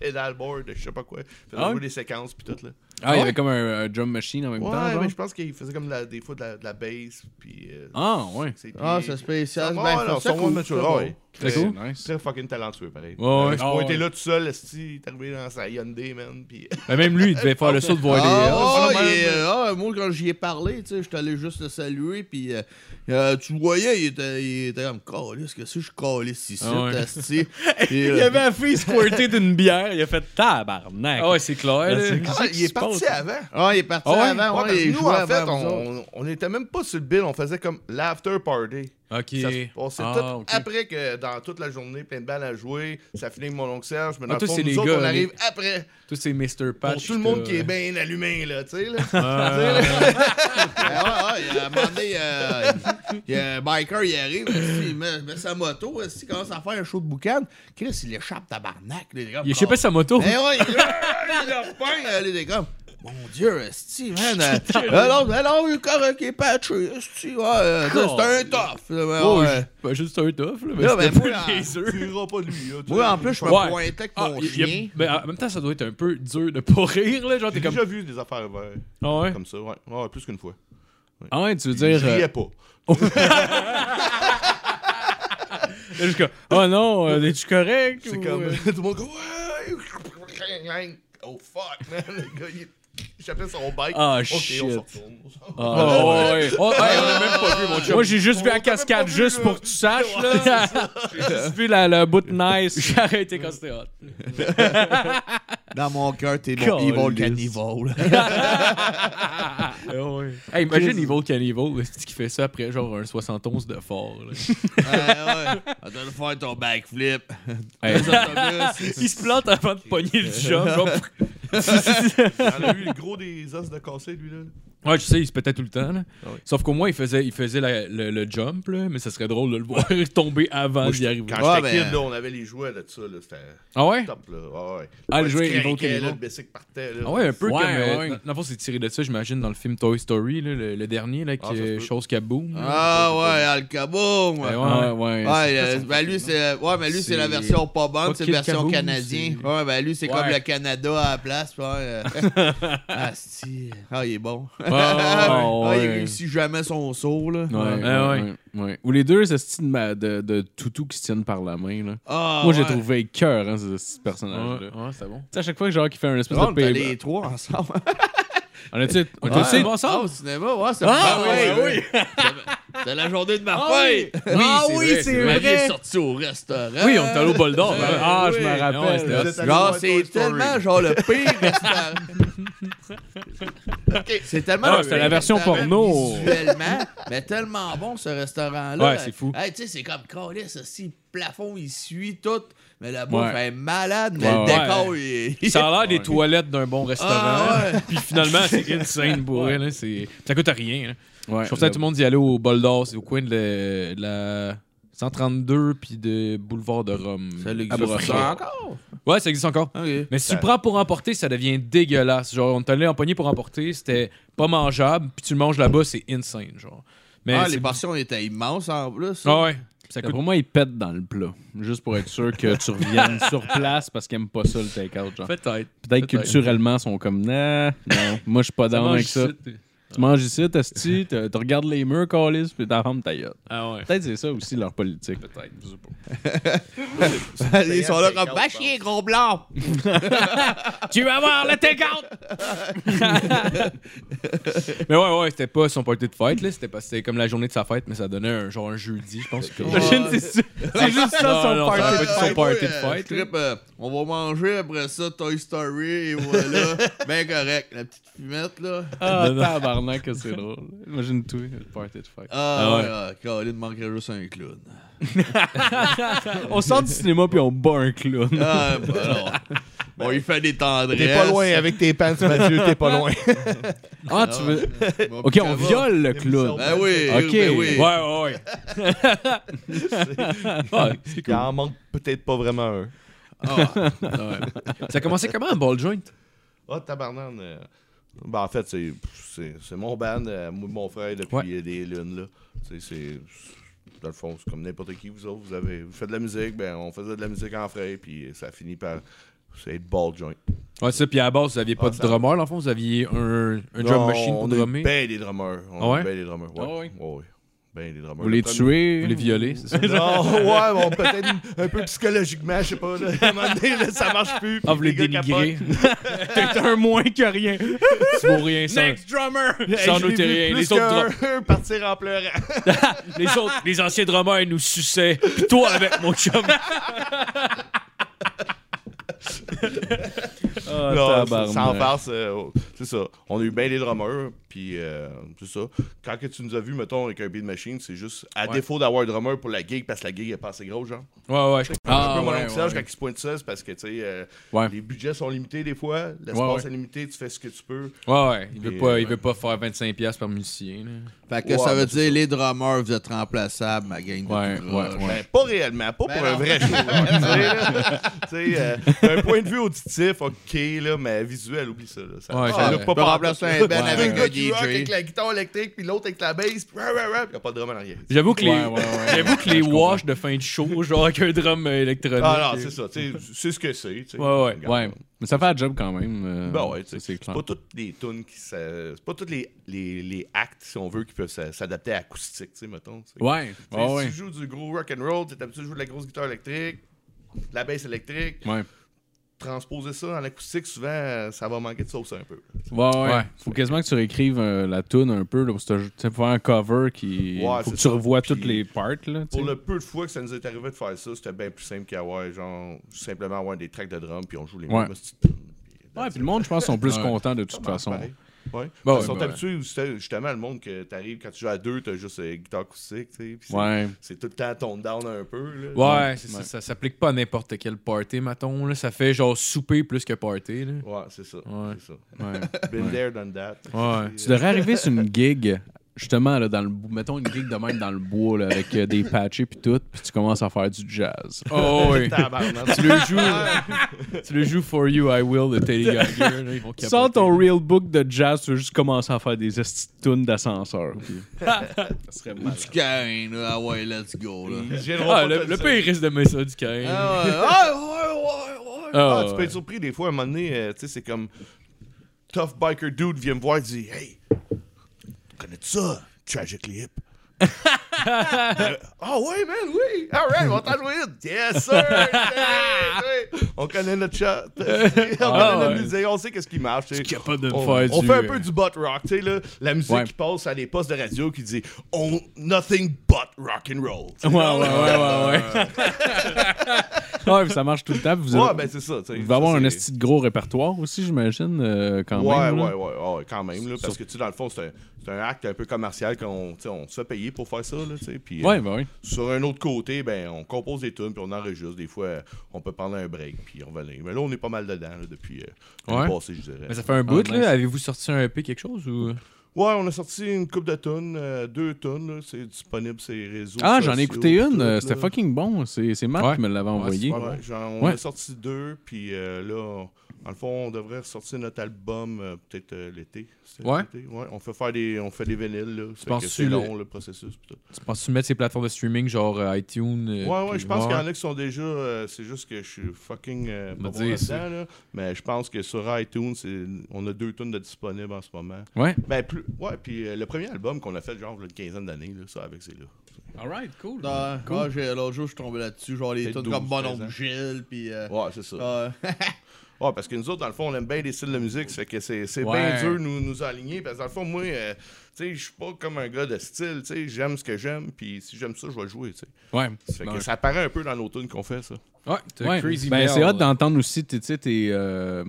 Speaker 6: pédalboard, de je sais pas quoi. Faisait
Speaker 4: Ah ouais?
Speaker 6: jouer des séquences, pis tout, là.
Speaker 4: Ah, il y avait comme un, un drum machine en même temps,
Speaker 6: Ouais,
Speaker 4: genre?
Speaker 6: mais je pense qu'il faisait comme de la- des fois de la, de la bass, pis. euh,
Speaker 4: Ah, ouais.
Speaker 6: c'est-
Speaker 5: Ah,
Speaker 6: puis-
Speaker 5: c'est spécial.
Speaker 6: Ouais,
Speaker 5: Ben,
Speaker 6: non,
Speaker 5: faut
Speaker 6: son
Speaker 5: ça cool,
Speaker 6: one-man show,
Speaker 5: ça,
Speaker 6: ouais.
Speaker 4: Très
Speaker 6: Très-
Speaker 4: cool. Nice.
Speaker 6: Très fucking talentueux, pareil.
Speaker 3: Ouais, ouais.
Speaker 6: Euh, J'ai
Speaker 4: Ah,
Speaker 6: pas
Speaker 4: ouais.
Speaker 6: été là tout seul, esti, t'es arrivé dans sa Hyundai, man, pis.
Speaker 3: Mais Même lui, Oh, il devait faire le saut de voir les.
Speaker 5: Ah,
Speaker 6: Ah,
Speaker 5: ouais,
Speaker 6: voilà,
Speaker 5: il est-
Speaker 6: même-
Speaker 5: ah, moi, quand j'y ai parlé, tu sais, j'étais allé juste le saluer, puis euh, euh, tu le voyais, il était, il était comme calisse, qu'est-ce que je calisse ici,
Speaker 3: Ah ouais.
Speaker 5: asti? Puis, euh,
Speaker 1: Il y avait la fille squirtée d'une bière, il a fait tabarnak.
Speaker 3: Ah ouais, c'est clair. là.
Speaker 1: Qu'est-ce
Speaker 6: Ah,
Speaker 1: qui
Speaker 6: il est
Speaker 1: se passe,
Speaker 6: parti
Speaker 1: là?
Speaker 6: [laughs] avant.
Speaker 5: Ah, il est parti
Speaker 3: Ah ouais?
Speaker 5: avant,
Speaker 6: Ouais,
Speaker 5: ouais,
Speaker 6: parce que
Speaker 5: il
Speaker 6: nous,
Speaker 5: jouait
Speaker 6: en fait,
Speaker 5: avant vous autres.
Speaker 6: on, on était même pas sur le bill, on faisait comme l'after party.
Speaker 3: Ok.
Speaker 6: Ça se- on s'est
Speaker 3: Ah,
Speaker 6: tout
Speaker 3: ok.
Speaker 6: après que dans toute la journée, plein de balles à jouer, ça finit avec mon oncle Serge, mais
Speaker 3: Ah,
Speaker 6: dans le
Speaker 3: toi,
Speaker 6: fond,
Speaker 3: c'est
Speaker 6: nous
Speaker 3: les
Speaker 6: autres,
Speaker 3: gars,
Speaker 6: on
Speaker 3: les- Ah,
Speaker 6: arrive après.
Speaker 3: Tous ces Mr. Patch.
Speaker 6: pour tout le monde
Speaker 3: là.
Speaker 6: qui est bien allumé, là, tu sais, là. [laughs]
Speaker 5: Ah, ouais, ouais, il a demandé, euh, [laughs] il y a un biker, il arrive, asti, il met, met sa moto, asti, il commence à faire un show de boucan. Chris, il échappe tabarnak, les gars.
Speaker 3: Il a échappé sa moto.
Speaker 5: Eh ouais, il
Speaker 3: [laughs]
Speaker 5: il leur repeint, euh, les gars. Mon Dieu, esti, man. euh, Alors, alors, le corps qui est patché, esti, ouais, euh, ça, c'est un tough. euh,
Speaker 3: Oh,
Speaker 5: ouais.
Speaker 3: je- ben, juste un tough, là. Mais
Speaker 5: Là,
Speaker 3: c'était
Speaker 5: ben,
Speaker 3: plus
Speaker 5: moi,
Speaker 3: niaiseux.
Speaker 6: tu riras pas de lui, là. tu
Speaker 5: Moi,
Speaker 6: sais.
Speaker 5: en plus, je me
Speaker 3: Ouais.
Speaker 5: pointais avec
Speaker 3: Ah,
Speaker 5: mon
Speaker 3: y- y a-
Speaker 5: chien.
Speaker 3: ben, en même temps, ça doit être un peu dur de pas rire, là. Genre, t'es
Speaker 6: J'ai
Speaker 3: comme.
Speaker 6: déjà vu des affaires ouais,
Speaker 3: Ah ouais.
Speaker 6: comme ça, ouais. Ouais, plus qu'une fois.
Speaker 4: Ah ouais, tu veux
Speaker 6: Je
Speaker 4: dire... euh,
Speaker 6: riais pas.
Speaker 4: Là, jusqu'à-
Speaker 3: ah
Speaker 4: Oh non,
Speaker 6: [laughs]
Speaker 4: euh, es-tu correct?
Speaker 6: C'est
Speaker 4: ou,
Speaker 6: comme. [laughs]
Speaker 4: euh,
Speaker 6: tout le monde go, ouais. [laughs] Oh fuck, man. Le gars, il échappait son bike.
Speaker 4: Ah,
Speaker 6: Ok,
Speaker 4: shit.
Speaker 6: on se retourne. on se retourne.
Speaker 4: Ah, ouais, ouais.
Speaker 3: Oh, hey, on a même pas vu, mon chum.
Speaker 4: Moi, j'ai juste vu
Speaker 6: On
Speaker 4: la
Speaker 6: t'a même
Speaker 4: cascade,
Speaker 6: pas vu,
Speaker 4: juste
Speaker 6: là.
Speaker 4: pour que tu saches, là. [laughs] J'ai juste vu la, la bout de nice.
Speaker 3: J'ai arrêté quand c'était hot.
Speaker 5: Dans mon cœur, t'es mon evil
Speaker 4: Calisse.
Speaker 5: cannibal.
Speaker 3: Hey, imagine Evil Cannibal, le petit [laughs] qui fait ça après genre un 71 de fort. là.
Speaker 5: ouais,
Speaker 3: [laughs]
Speaker 5: ouais. On doit faire ton backflip. [laughs]
Speaker 4: Hey.
Speaker 5: Les
Speaker 3: [laughs]
Speaker 5: autobus.
Speaker 3: Il se plante avant de pogner
Speaker 4: [laughs]
Speaker 3: le chum. genre,
Speaker 6: [laughs]
Speaker 3: pff.
Speaker 6: Il en a eu le gros des os de cassé, lui, là.
Speaker 3: Ouais, tu sais, il se pétait tout le temps. là.
Speaker 6: Ah oui.
Speaker 3: Sauf qu'au moins, il faisait, il faisait la- le, le jump, là, mais ça serait drôle de le voir [laughs] tomber avant d'y arriver.
Speaker 6: Quand
Speaker 5: Ouais,
Speaker 6: j'étais
Speaker 5: ben-
Speaker 6: kid, là, on avait les jouets là, de ça, là. C'était
Speaker 3: Ah ouais?
Speaker 6: top, là. Ouais, ouais.
Speaker 4: Ah, le
Speaker 6: Ouais,
Speaker 4: jouet
Speaker 6: tu
Speaker 4: Evil
Speaker 6: craquais, là,
Speaker 4: Cannibal.
Speaker 6: Le bicycle partait, là.
Speaker 3: Ah ouais, un peu
Speaker 4: Ouais,
Speaker 3: comme. euh,
Speaker 4: ouais.
Speaker 3: dans- Dans le fond, c'est tiré de ça, j'imagine, dans le film Toy Story, là, le, le dernier, là, qui
Speaker 6: Ah, ça se
Speaker 3: est
Speaker 6: peut.
Speaker 3: chose qui a boom. là.
Speaker 5: Ah ouais, Al Kaboom.
Speaker 3: Eh ouais.
Speaker 4: Ah, ouais.
Speaker 5: Ouais, euh, ben lui, c'est, ouais, ben lui, c'est la
Speaker 3: C'est-
Speaker 5: version pas bonne,
Speaker 3: Pas
Speaker 5: c'est
Speaker 3: Kid
Speaker 5: la version
Speaker 3: Kaboom,
Speaker 5: canadienne.
Speaker 3: c'est-
Speaker 5: Ouais, ben lui, c'est
Speaker 3: Ouais.
Speaker 5: comme le Canada à la place. Ouais, euh. ah, si. Ah, il est bon.
Speaker 4: Ah,
Speaker 5: [laughs] Ah, il
Speaker 4: ouais.
Speaker 5: réussit jamais son saut, là.
Speaker 4: Ouais, ouais,
Speaker 3: Ah, ouais.
Speaker 4: ouais, ouais. Ou les deux estis de, ma- de, de toutou qui se tiennent par la main, là.
Speaker 5: Ah,
Speaker 4: Moi, j'ai
Speaker 5: ouais.
Speaker 4: trouvé cœur, hein, ce, ce
Speaker 3: Ouais,
Speaker 4: personnage-là. Tu
Speaker 3: ouais, c'est bon.
Speaker 4: sais, à chaque fois que genre qui fait un espèce
Speaker 5: Ah, on
Speaker 4: de
Speaker 5: est allés
Speaker 4: payback.
Speaker 5: les trois ensemble.
Speaker 4: On a-tu. On
Speaker 5: Ouais.
Speaker 4: a-tu.
Speaker 5: Ah, au cinéma, ouais, c'est
Speaker 4: Ah,
Speaker 5: ouais,
Speaker 4: ouais,
Speaker 5: oui. C'est la journée de ma fête.
Speaker 4: Ah oui, c'est
Speaker 5: Ma vie est
Speaker 4: vrai.
Speaker 5: sortie au restaurant.
Speaker 3: Oui, on est allé au bol d'or. là.
Speaker 4: Ah, je
Speaker 6: Oui.
Speaker 4: me
Speaker 3: Ouais, c'était
Speaker 4: rappelle. c'était-
Speaker 6: Vous êtes allés
Speaker 5: Genre,
Speaker 6: voir
Speaker 5: c'est
Speaker 6: Toy Story.
Speaker 5: tellement genre le pire restaurant. Ok, c'est tellement.
Speaker 4: Ah,
Speaker 5: le
Speaker 4: c'était
Speaker 5: pire
Speaker 4: la version
Speaker 5: restaurant
Speaker 4: porno.
Speaker 5: Visuellement, mais tellement bon ce restaurant-là.
Speaker 4: Ouais, c'est fou.
Speaker 5: Hey, tu sais, c'est comme Carlis, aussi. Le plafond, il suit tout. Mais la bouffe,
Speaker 4: Ouais.
Speaker 5: elle est malade. Mais le
Speaker 4: Ouais,
Speaker 5: décor, il.
Speaker 3: Ça a l'air des toilettes d'un bon restaurant.
Speaker 5: Ah, ouais.
Speaker 3: Puis finalement, c'est insane pour elle. hein, c'est- Ça coûte rien. là.
Speaker 4: Ouais,
Speaker 3: Je conseille à tout le monde d'y aller au bol d'or. C'est au coin de la, de la 132 puis de boulevard de Rome.
Speaker 5: Ça
Speaker 3: À
Speaker 5: l'existe
Speaker 3: Brossard.
Speaker 5: ça encore.
Speaker 3: Ouais, ça existe encore.
Speaker 5: Ok.
Speaker 3: Mais si tu le prends pour emporter, ça devient dégueulasse. Genre, on t'allait en poignée pour emporter, c'était pas mangeable, puis tu le manges là-bas, c'est insane, genre. Mais
Speaker 5: ah,
Speaker 3: c'est-
Speaker 5: les portions étaient immenses en plus.
Speaker 3: Ah ouais. Ça coûte
Speaker 4: Pour moi, ils pètent dans le plat. Juste pour être sûr que tu reviennes [laughs] sur place parce qu'ils aiment pas ça le take-out. genre.
Speaker 3: peut-être.
Speaker 4: Peut-être
Speaker 3: peut-être.
Speaker 4: culturellement, ils sont comme, nah, non, moi je suis pas down
Speaker 3: mange
Speaker 4: avec ça.
Speaker 3: ici, t'es-
Speaker 4: Tu manges ici, t'astis, tu tu regardes les murs, calice, puis t'en ta gueule.
Speaker 3: Ah ouais.
Speaker 4: Peut-être c'est ça aussi leur politique. Peut-être.
Speaker 5: Ils sont là comme Va chier, gros blanc!
Speaker 3: Tu vas voir le take-out! [laughs] mais ouais, ouais, c'était pas son party de fête, là. C'était pas, c'était comme la journée de sa fête, mais ça donnait un genre un jeudi, je
Speaker 4: [laughs]
Speaker 3: pense. que-
Speaker 5: Imagine,
Speaker 4: c'est juste
Speaker 3: Non,
Speaker 4: ça son
Speaker 3: non, ça va
Speaker 4: party. de
Speaker 3: être
Speaker 4: fête.
Speaker 3: son party de
Speaker 5: Euh,
Speaker 3: fête,
Speaker 5: je trippe, euh, on va manger après ça Toy Story et voilà. ben correct. La petite fumette là.
Speaker 4: Ah, tabarnak, que c'est drôle. Imagine tout, le party de fête.
Speaker 5: Ah, ouais, ah, Caroline manquerait juste un clown.
Speaker 4: On sort du cinéma, puis on bat un clown.
Speaker 5: Ah, bah non. Bon, il fait des tendresses.
Speaker 6: T'es pas loin avec tes [laughs] pants, Mathieu, t'es pas loin.
Speaker 4: Ah, tu veux. Ok, on viole le clown.
Speaker 5: Ben oui,
Speaker 4: Ok.
Speaker 5: ben oui.
Speaker 3: Ouais, ouais, ouais.
Speaker 6: Il en manque peut-être pas vraiment un.
Speaker 5: Ah,
Speaker 3: Ça a commencé comment, un ball joint?
Speaker 6: Ah, tabarnane. euh, Ben, en fait, c'est, c'est, c'est mon band, euh, moi et mon frère, depuis
Speaker 3: Ouais.
Speaker 6: euh, des lunes. Là. Tu sais, c'est, dans le fond, c'est comme n'importe qui, vous autres. Vous, avez, vous faites de la musique, ben, on faisait de la musique en frère, puis ça finit par c'est être ball joint.
Speaker 3: Ouais, c'est ça. Puis à la base, vous aviez pas
Speaker 6: Ah,
Speaker 3: de
Speaker 6: ça-
Speaker 3: drummer, dans le fond. Vous aviez un, un
Speaker 6: Non,
Speaker 3: drum machine pour
Speaker 6: on a eu
Speaker 3: drummer.
Speaker 6: Ben des drummers. On
Speaker 3: Ah
Speaker 6: a
Speaker 3: ouais?
Speaker 6: eu Ben des drummers. Ouais.
Speaker 4: Ah ouais?
Speaker 6: Ouais, ouais. Ben des drummers.
Speaker 4: Vous les
Speaker 6: Le premier-
Speaker 4: tuer.
Speaker 3: Vous les violez,
Speaker 6: [laughs]
Speaker 3: c'est ça?
Speaker 6: Non,
Speaker 3: [laughs]
Speaker 6: ouais, bon, peut-être un peu psychologiquement, je sais pas. Là, à un moment donné, là, ça marche plus.
Speaker 3: Ah,
Speaker 6: puis
Speaker 3: vous les
Speaker 6: gars
Speaker 3: dénigrez.
Speaker 6: capotent.
Speaker 4: T'es un moins que
Speaker 3: [laughs]
Speaker 4: rien.
Speaker 3: Tu vaux rien, ça.
Speaker 5: drummer!
Speaker 3: Sans
Speaker 6: Je l'ai
Speaker 3: nous,
Speaker 6: vu
Speaker 3: rien.
Speaker 6: plus
Speaker 3: Les autres,
Speaker 6: qu'un
Speaker 3: drum-
Speaker 6: [laughs] partir en pleurant.
Speaker 3: les autres, les anciens drummers, ils nous [laughs] suçaient. Puis toi avec mon chum.
Speaker 4: Ah,
Speaker 6: Non,
Speaker 4: tabarnak.
Speaker 6: sans farce, euh, c'est ça. On a eu bien des drummers, puis euh, c'est ça. Quand que tu nous as vu, mettons, avec un beat machine, c'est juste à
Speaker 3: Ouais.
Speaker 6: défaut d'avoir un drummer pour la gig parce que la gig est pas assez grosse, genre.
Speaker 3: Ouais, ouais, je
Speaker 6: un
Speaker 3: Ah,
Speaker 6: peu mon
Speaker 3: ouais,
Speaker 6: oncle Serge,
Speaker 3: ouais.
Speaker 6: quand il se pointe ça, c'est parce que, tu sais, euh,
Speaker 4: Ouais.
Speaker 6: les budgets sont limités des fois, l'espace
Speaker 3: Ouais, ouais.
Speaker 6: est limité, tu fais ce que tu peux.
Speaker 3: Ouais, ouais. Il veut
Speaker 6: Et,
Speaker 3: pas,
Speaker 6: euh,
Speaker 3: il veut pas faire 25$ piastres par musicien. là.
Speaker 5: Fait que
Speaker 6: Ouais,
Speaker 5: ça veut
Speaker 6: mais
Speaker 5: dire les drummers, vous êtes remplaçables, ma gang de
Speaker 4: Ouais,
Speaker 5: tout
Speaker 4: ouais,
Speaker 5: croche.
Speaker 4: ouais.
Speaker 6: Ben, pas réellement, pas
Speaker 5: Ben
Speaker 6: pour
Speaker 5: non.
Speaker 6: un vrai show. là, tu sais, là. Tu sais, euh, d'un point de vue auditif, ok, là, mais visuel, oublie ça. Là, ça
Speaker 3: Ouais,
Speaker 6: ça
Speaker 3: ça-
Speaker 6: look
Speaker 3: je
Speaker 5: peux
Speaker 6: par-
Speaker 5: remplacer un band
Speaker 6: Tu
Speaker 5: avec
Speaker 6: sais,
Speaker 5: un
Speaker 6: gars qui
Speaker 5: DJ.
Speaker 6: rock avec la guitare électrique, puis l'autre avec la bass, puis rah, rah, rah, puis y a pas de drum en arrière.
Speaker 3: J'avoue que les,
Speaker 4: Ouais, ouais, ouais.
Speaker 3: j'avoue que les
Speaker 4: Je comprends.
Speaker 3: wash de fin de show, genre avec un drum euh, électronique.
Speaker 6: Ah non,
Speaker 3: euh,
Speaker 6: c'est ça, tu sais, c'est ce que c'est. tu sais.
Speaker 3: Ouais, ouais,
Speaker 6: Regarde.
Speaker 4: Ouais. Mais ça fait la job quand même. euh,
Speaker 6: Ben ouais, tu sais,
Speaker 4: ça,
Speaker 6: c'est
Speaker 4: clair.
Speaker 6: pas toutes les tunes qui s'a- c'est pas tous les, les, les actes si on veut qui peuvent s'a- s'adapter à acoustique, tu sais mettons. tu sais.
Speaker 4: Ouais,
Speaker 6: Tu sais,
Speaker 4: Ah ouais,
Speaker 6: Si
Speaker 4: ouais.
Speaker 6: tu joues du gros rock and roll, t'es habitué à jouer de la grosse guitare électrique, de la basse électrique,
Speaker 4: Ouais,
Speaker 6: transposer ça en acoustique, souvent euh, ça va manquer de sauce un peu. là.
Speaker 4: ouais, ouais.
Speaker 3: Ouais.
Speaker 4: Faut quasiment que tu réécrives euh, la tune un peu, là, pour ce- tu sais, pour faire un cover qui.
Speaker 6: Ouais,
Speaker 4: faut que
Speaker 6: c'est
Speaker 4: tu
Speaker 6: ça.
Speaker 4: revois
Speaker 6: Puis-
Speaker 4: toutes les parts, là. tu
Speaker 6: Pour
Speaker 4: sais.
Speaker 6: le peu de fois que ça nous est arrivé de faire ça, c'était bien plus simple qu'avoir genre simplement avoir des tracks de drum puis on joue les
Speaker 4: Ouais.
Speaker 6: mêmes petites tunes, puis that's
Speaker 4: Ouais, puis le monde, je pense, sont plus
Speaker 3: Ouais.
Speaker 4: contents de toute façon.
Speaker 6: Pareil. Ouais.
Speaker 3: Bah ouais,
Speaker 6: Ils sont
Speaker 3: bah
Speaker 6: habitués justement- justement le monde que t'arrives quand tu joues à deux, t'as juste euh, guitare acoustique, tu sais. puis c'est-
Speaker 4: Ouais.
Speaker 6: C'est tout le temps ton down un peu. Là.
Speaker 3: Ouais, c'est ça,
Speaker 4: Ouais.
Speaker 3: ça s'applique pas à n'importe quel party, mettons. Là. Ça fait genre souper plus que party. Là.
Speaker 6: Ouais, c'est ça.
Speaker 3: Ouais.
Speaker 6: C'est ça.
Speaker 4: ouais.
Speaker 6: [laughs] Been there, done that.
Speaker 3: Ouais.
Speaker 4: Tu devrais
Speaker 6: euh,
Speaker 4: arriver sur une gig, justement, là, dans le bou- mettons une gig de même dans le bois, là, avec euh, des patchés puis tout, puis tu commences à faire du jazz. [laughs]
Speaker 6: Ah.
Speaker 3: Oh
Speaker 6: [laughs]
Speaker 3: oui.
Speaker 6: [laughs] Tabarnak.
Speaker 3: tu le joues. tu le joues For You, I Will de
Speaker 6: [laughs]
Speaker 3: Teddy Geiger. là, ils vont
Speaker 4: Tu
Speaker 3: capoter.
Speaker 4: sors ton real book de jazz, tu veux juste commencer à faire des esti de tunes d'ascenseur. puis-
Speaker 5: Du caïn, là. Ah ouais, let's go, là.
Speaker 6: Ils viendront
Speaker 3: Ah,
Speaker 6: pas
Speaker 3: le,
Speaker 6: te
Speaker 3: le
Speaker 6: dire.
Speaker 3: pire risque de mettre ça du carré.
Speaker 5: Ah ouais, ouais, ouais, ouais, ouais.
Speaker 6: Ah,
Speaker 3: Ah,
Speaker 6: tu peux
Speaker 3: ouais.
Speaker 6: être surpris des fois, à un moment donné, euh, tu sais, c'est comme Tough Biker Dude vient me voir et dit Hey, connais-tu ça? Tragic Hip.
Speaker 3: [laughs]
Speaker 6: Euh, Ah ouais, man, oui! Alright, on t'en jouer une. Yes,
Speaker 3: [laughs]
Speaker 6: sir! Hey, hey. On connaît notre chat. [laughs] on connaît
Speaker 3: Ah,
Speaker 6: notre
Speaker 3: ouais.
Speaker 6: musique, on sait qu'est-ce qui marche. tu sais.
Speaker 3: capable de me
Speaker 6: on,
Speaker 3: faire
Speaker 6: on
Speaker 3: du,
Speaker 6: fait un
Speaker 3: euh,
Speaker 6: peu du butt rock, tu sais, là, la musique
Speaker 4: Ouais.
Speaker 6: qui passe à des postes de radio qui dit on, Nothing but rock and roll. tu sais.
Speaker 4: Ouais, ouais, ouais, ouais,
Speaker 6: [laughs]
Speaker 4: ouais. ouais, puis ça marche tout le temps. puis Vous,
Speaker 6: Ouais,
Speaker 4: avez-
Speaker 6: ben c'est ça. tu sais.
Speaker 4: vous
Speaker 6: Ça,
Speaker 4: va avoir un
Speaker 6: c'est-
Speaker 4: esti de gros répertoire aussi, j'imagine, euh, quand
Speaker 6: Ouais,
Speaker 4: même. là.
Speaker 6: ouais, Ah ouais, ouais, quand même. Là, parce que, tu sais, dans le fond, c'est un, c'est un acte un peu commercial qu'on tu sais, on se fait payer pour faire ça. Là, tu sais, puis, euh,
Speaker 4: Ouais, ben oui.
Speaker 6: sur un autre côté, ben, on compose des tunes, puis on enregistre. Des fois, euh, on peut prendre un break, puis revenir. Mais là, on est pas mal dedans là, depuis euh, l'année
Speaker 3: Ouais.
Speaker 6: passée, je dirais.
Speaker 3: Mais ça fait un bout,
Speaker 4: Ah,
Speaker 3: là.
Speaker 4: nice.
Speaker 3: Avez-vous sorti un EP quelque chose ou. euh,
Speaker 6: Ouais, on a sorti une coupe de tonnes, deux tonnes, là. c'est disponible sur les réseaux.
Speaker 4: Ah, j'en ai
Speaker 6: sociaux,
Speaker 4: écouté
Speaker 6: tout,
Speaker 4: une. euh,
Speaker 6: là.
Speaker 4: C'était fucking bon. C'est c'est Marc
Speaker 3: Ouais.
Speaker 4: qui me l'avait envoyé.
Speaker 6: Ouais, genre, on
Speaker 4: Ouais.
Speaker 6: a sorti deux, puis euh, là, on- dans le fond, on devrait ressortir notre album euh, peut-être euh, l'été. C'était
Speaker 3: Ouais.
Speaker 6: l'été, ouais. On fait faire des, on fait des vinyles, là. Fait que
Speaker 3: penses-tu
Speaker 6: C'est
Speaker 3: le-
Speaker 6: long, le processus. pis tout.
Speaker 3: Tu penses-tu mettre ces plateformes de streaming, genre euh, iTunes euh,
Speaker 6: Ouais, ouais,
Speaker 3: puis-
Speaker 6: je pense qu'il y en a qui sont déjà. euh, c'est juste que je suis fucking euh,
Speaker 3: Me
Speaker 6: pas bon
Speaker 3: dire,
Speaker 6: là-dedans,
Speaker 3: c'est-
Speaker 6: là. Mais je pense que sur iTunes, c'est- on a deux tonnes de disponibles en ce moment.
Speaker 4: Ouais.
Speaker 6: Ben, plus. Ouais, puis euh, le premier album qu'on a fait, genre, il y a une quinzaine d'années, là, ça, avec c'est là.
Speaker 4: Alright, cool.
Speaker 5: Ouais, ouais, Ah, j'ai- L'autre jour, je suis tombé là-dessus, genre les
Speaker 6: Peut-être
Speaker 5: tunes comme
Speaker 6: 12,
Speaker 5: Bon
Speaker 6: 13 ans.
Speaker 5: Oncle Gilles, puis. euh,
Speaker 6: Ouais, c'est ça.
Speaker 5: ouais.
Speaker 6: Ouais, parce que nous autres, dans le fond, on aime bien les styles de musique. C'est que c'est c'est
Speaker 3: Ouais.
Speaker 6: bien dur de nous, nous aligner. Parce que dans le fond, moi, euh, tu sais, je suis pas comme un gars de style. Tu sais, j'aime ce que j'aime. Puis si j'aime ça, je vais le jouer. Tu sais.
Speaker 4: Ouais.
Speaker 6: Ça fait
Speaker 3: Ouais.
Speaker 6: que ça paraît un peu dans l'automne qu'on fait ça.
Speaker 3: Ouais, t'as
Speaker 4: Ouais.
Speaker 3: Crazy
Speaker 4: Ben,
Speaker 3: Mail,
Speaker 4: c'est hot
Speaker 3: là.
Speaker 4: d'entendre aussi tes, tu sais, tes, euh,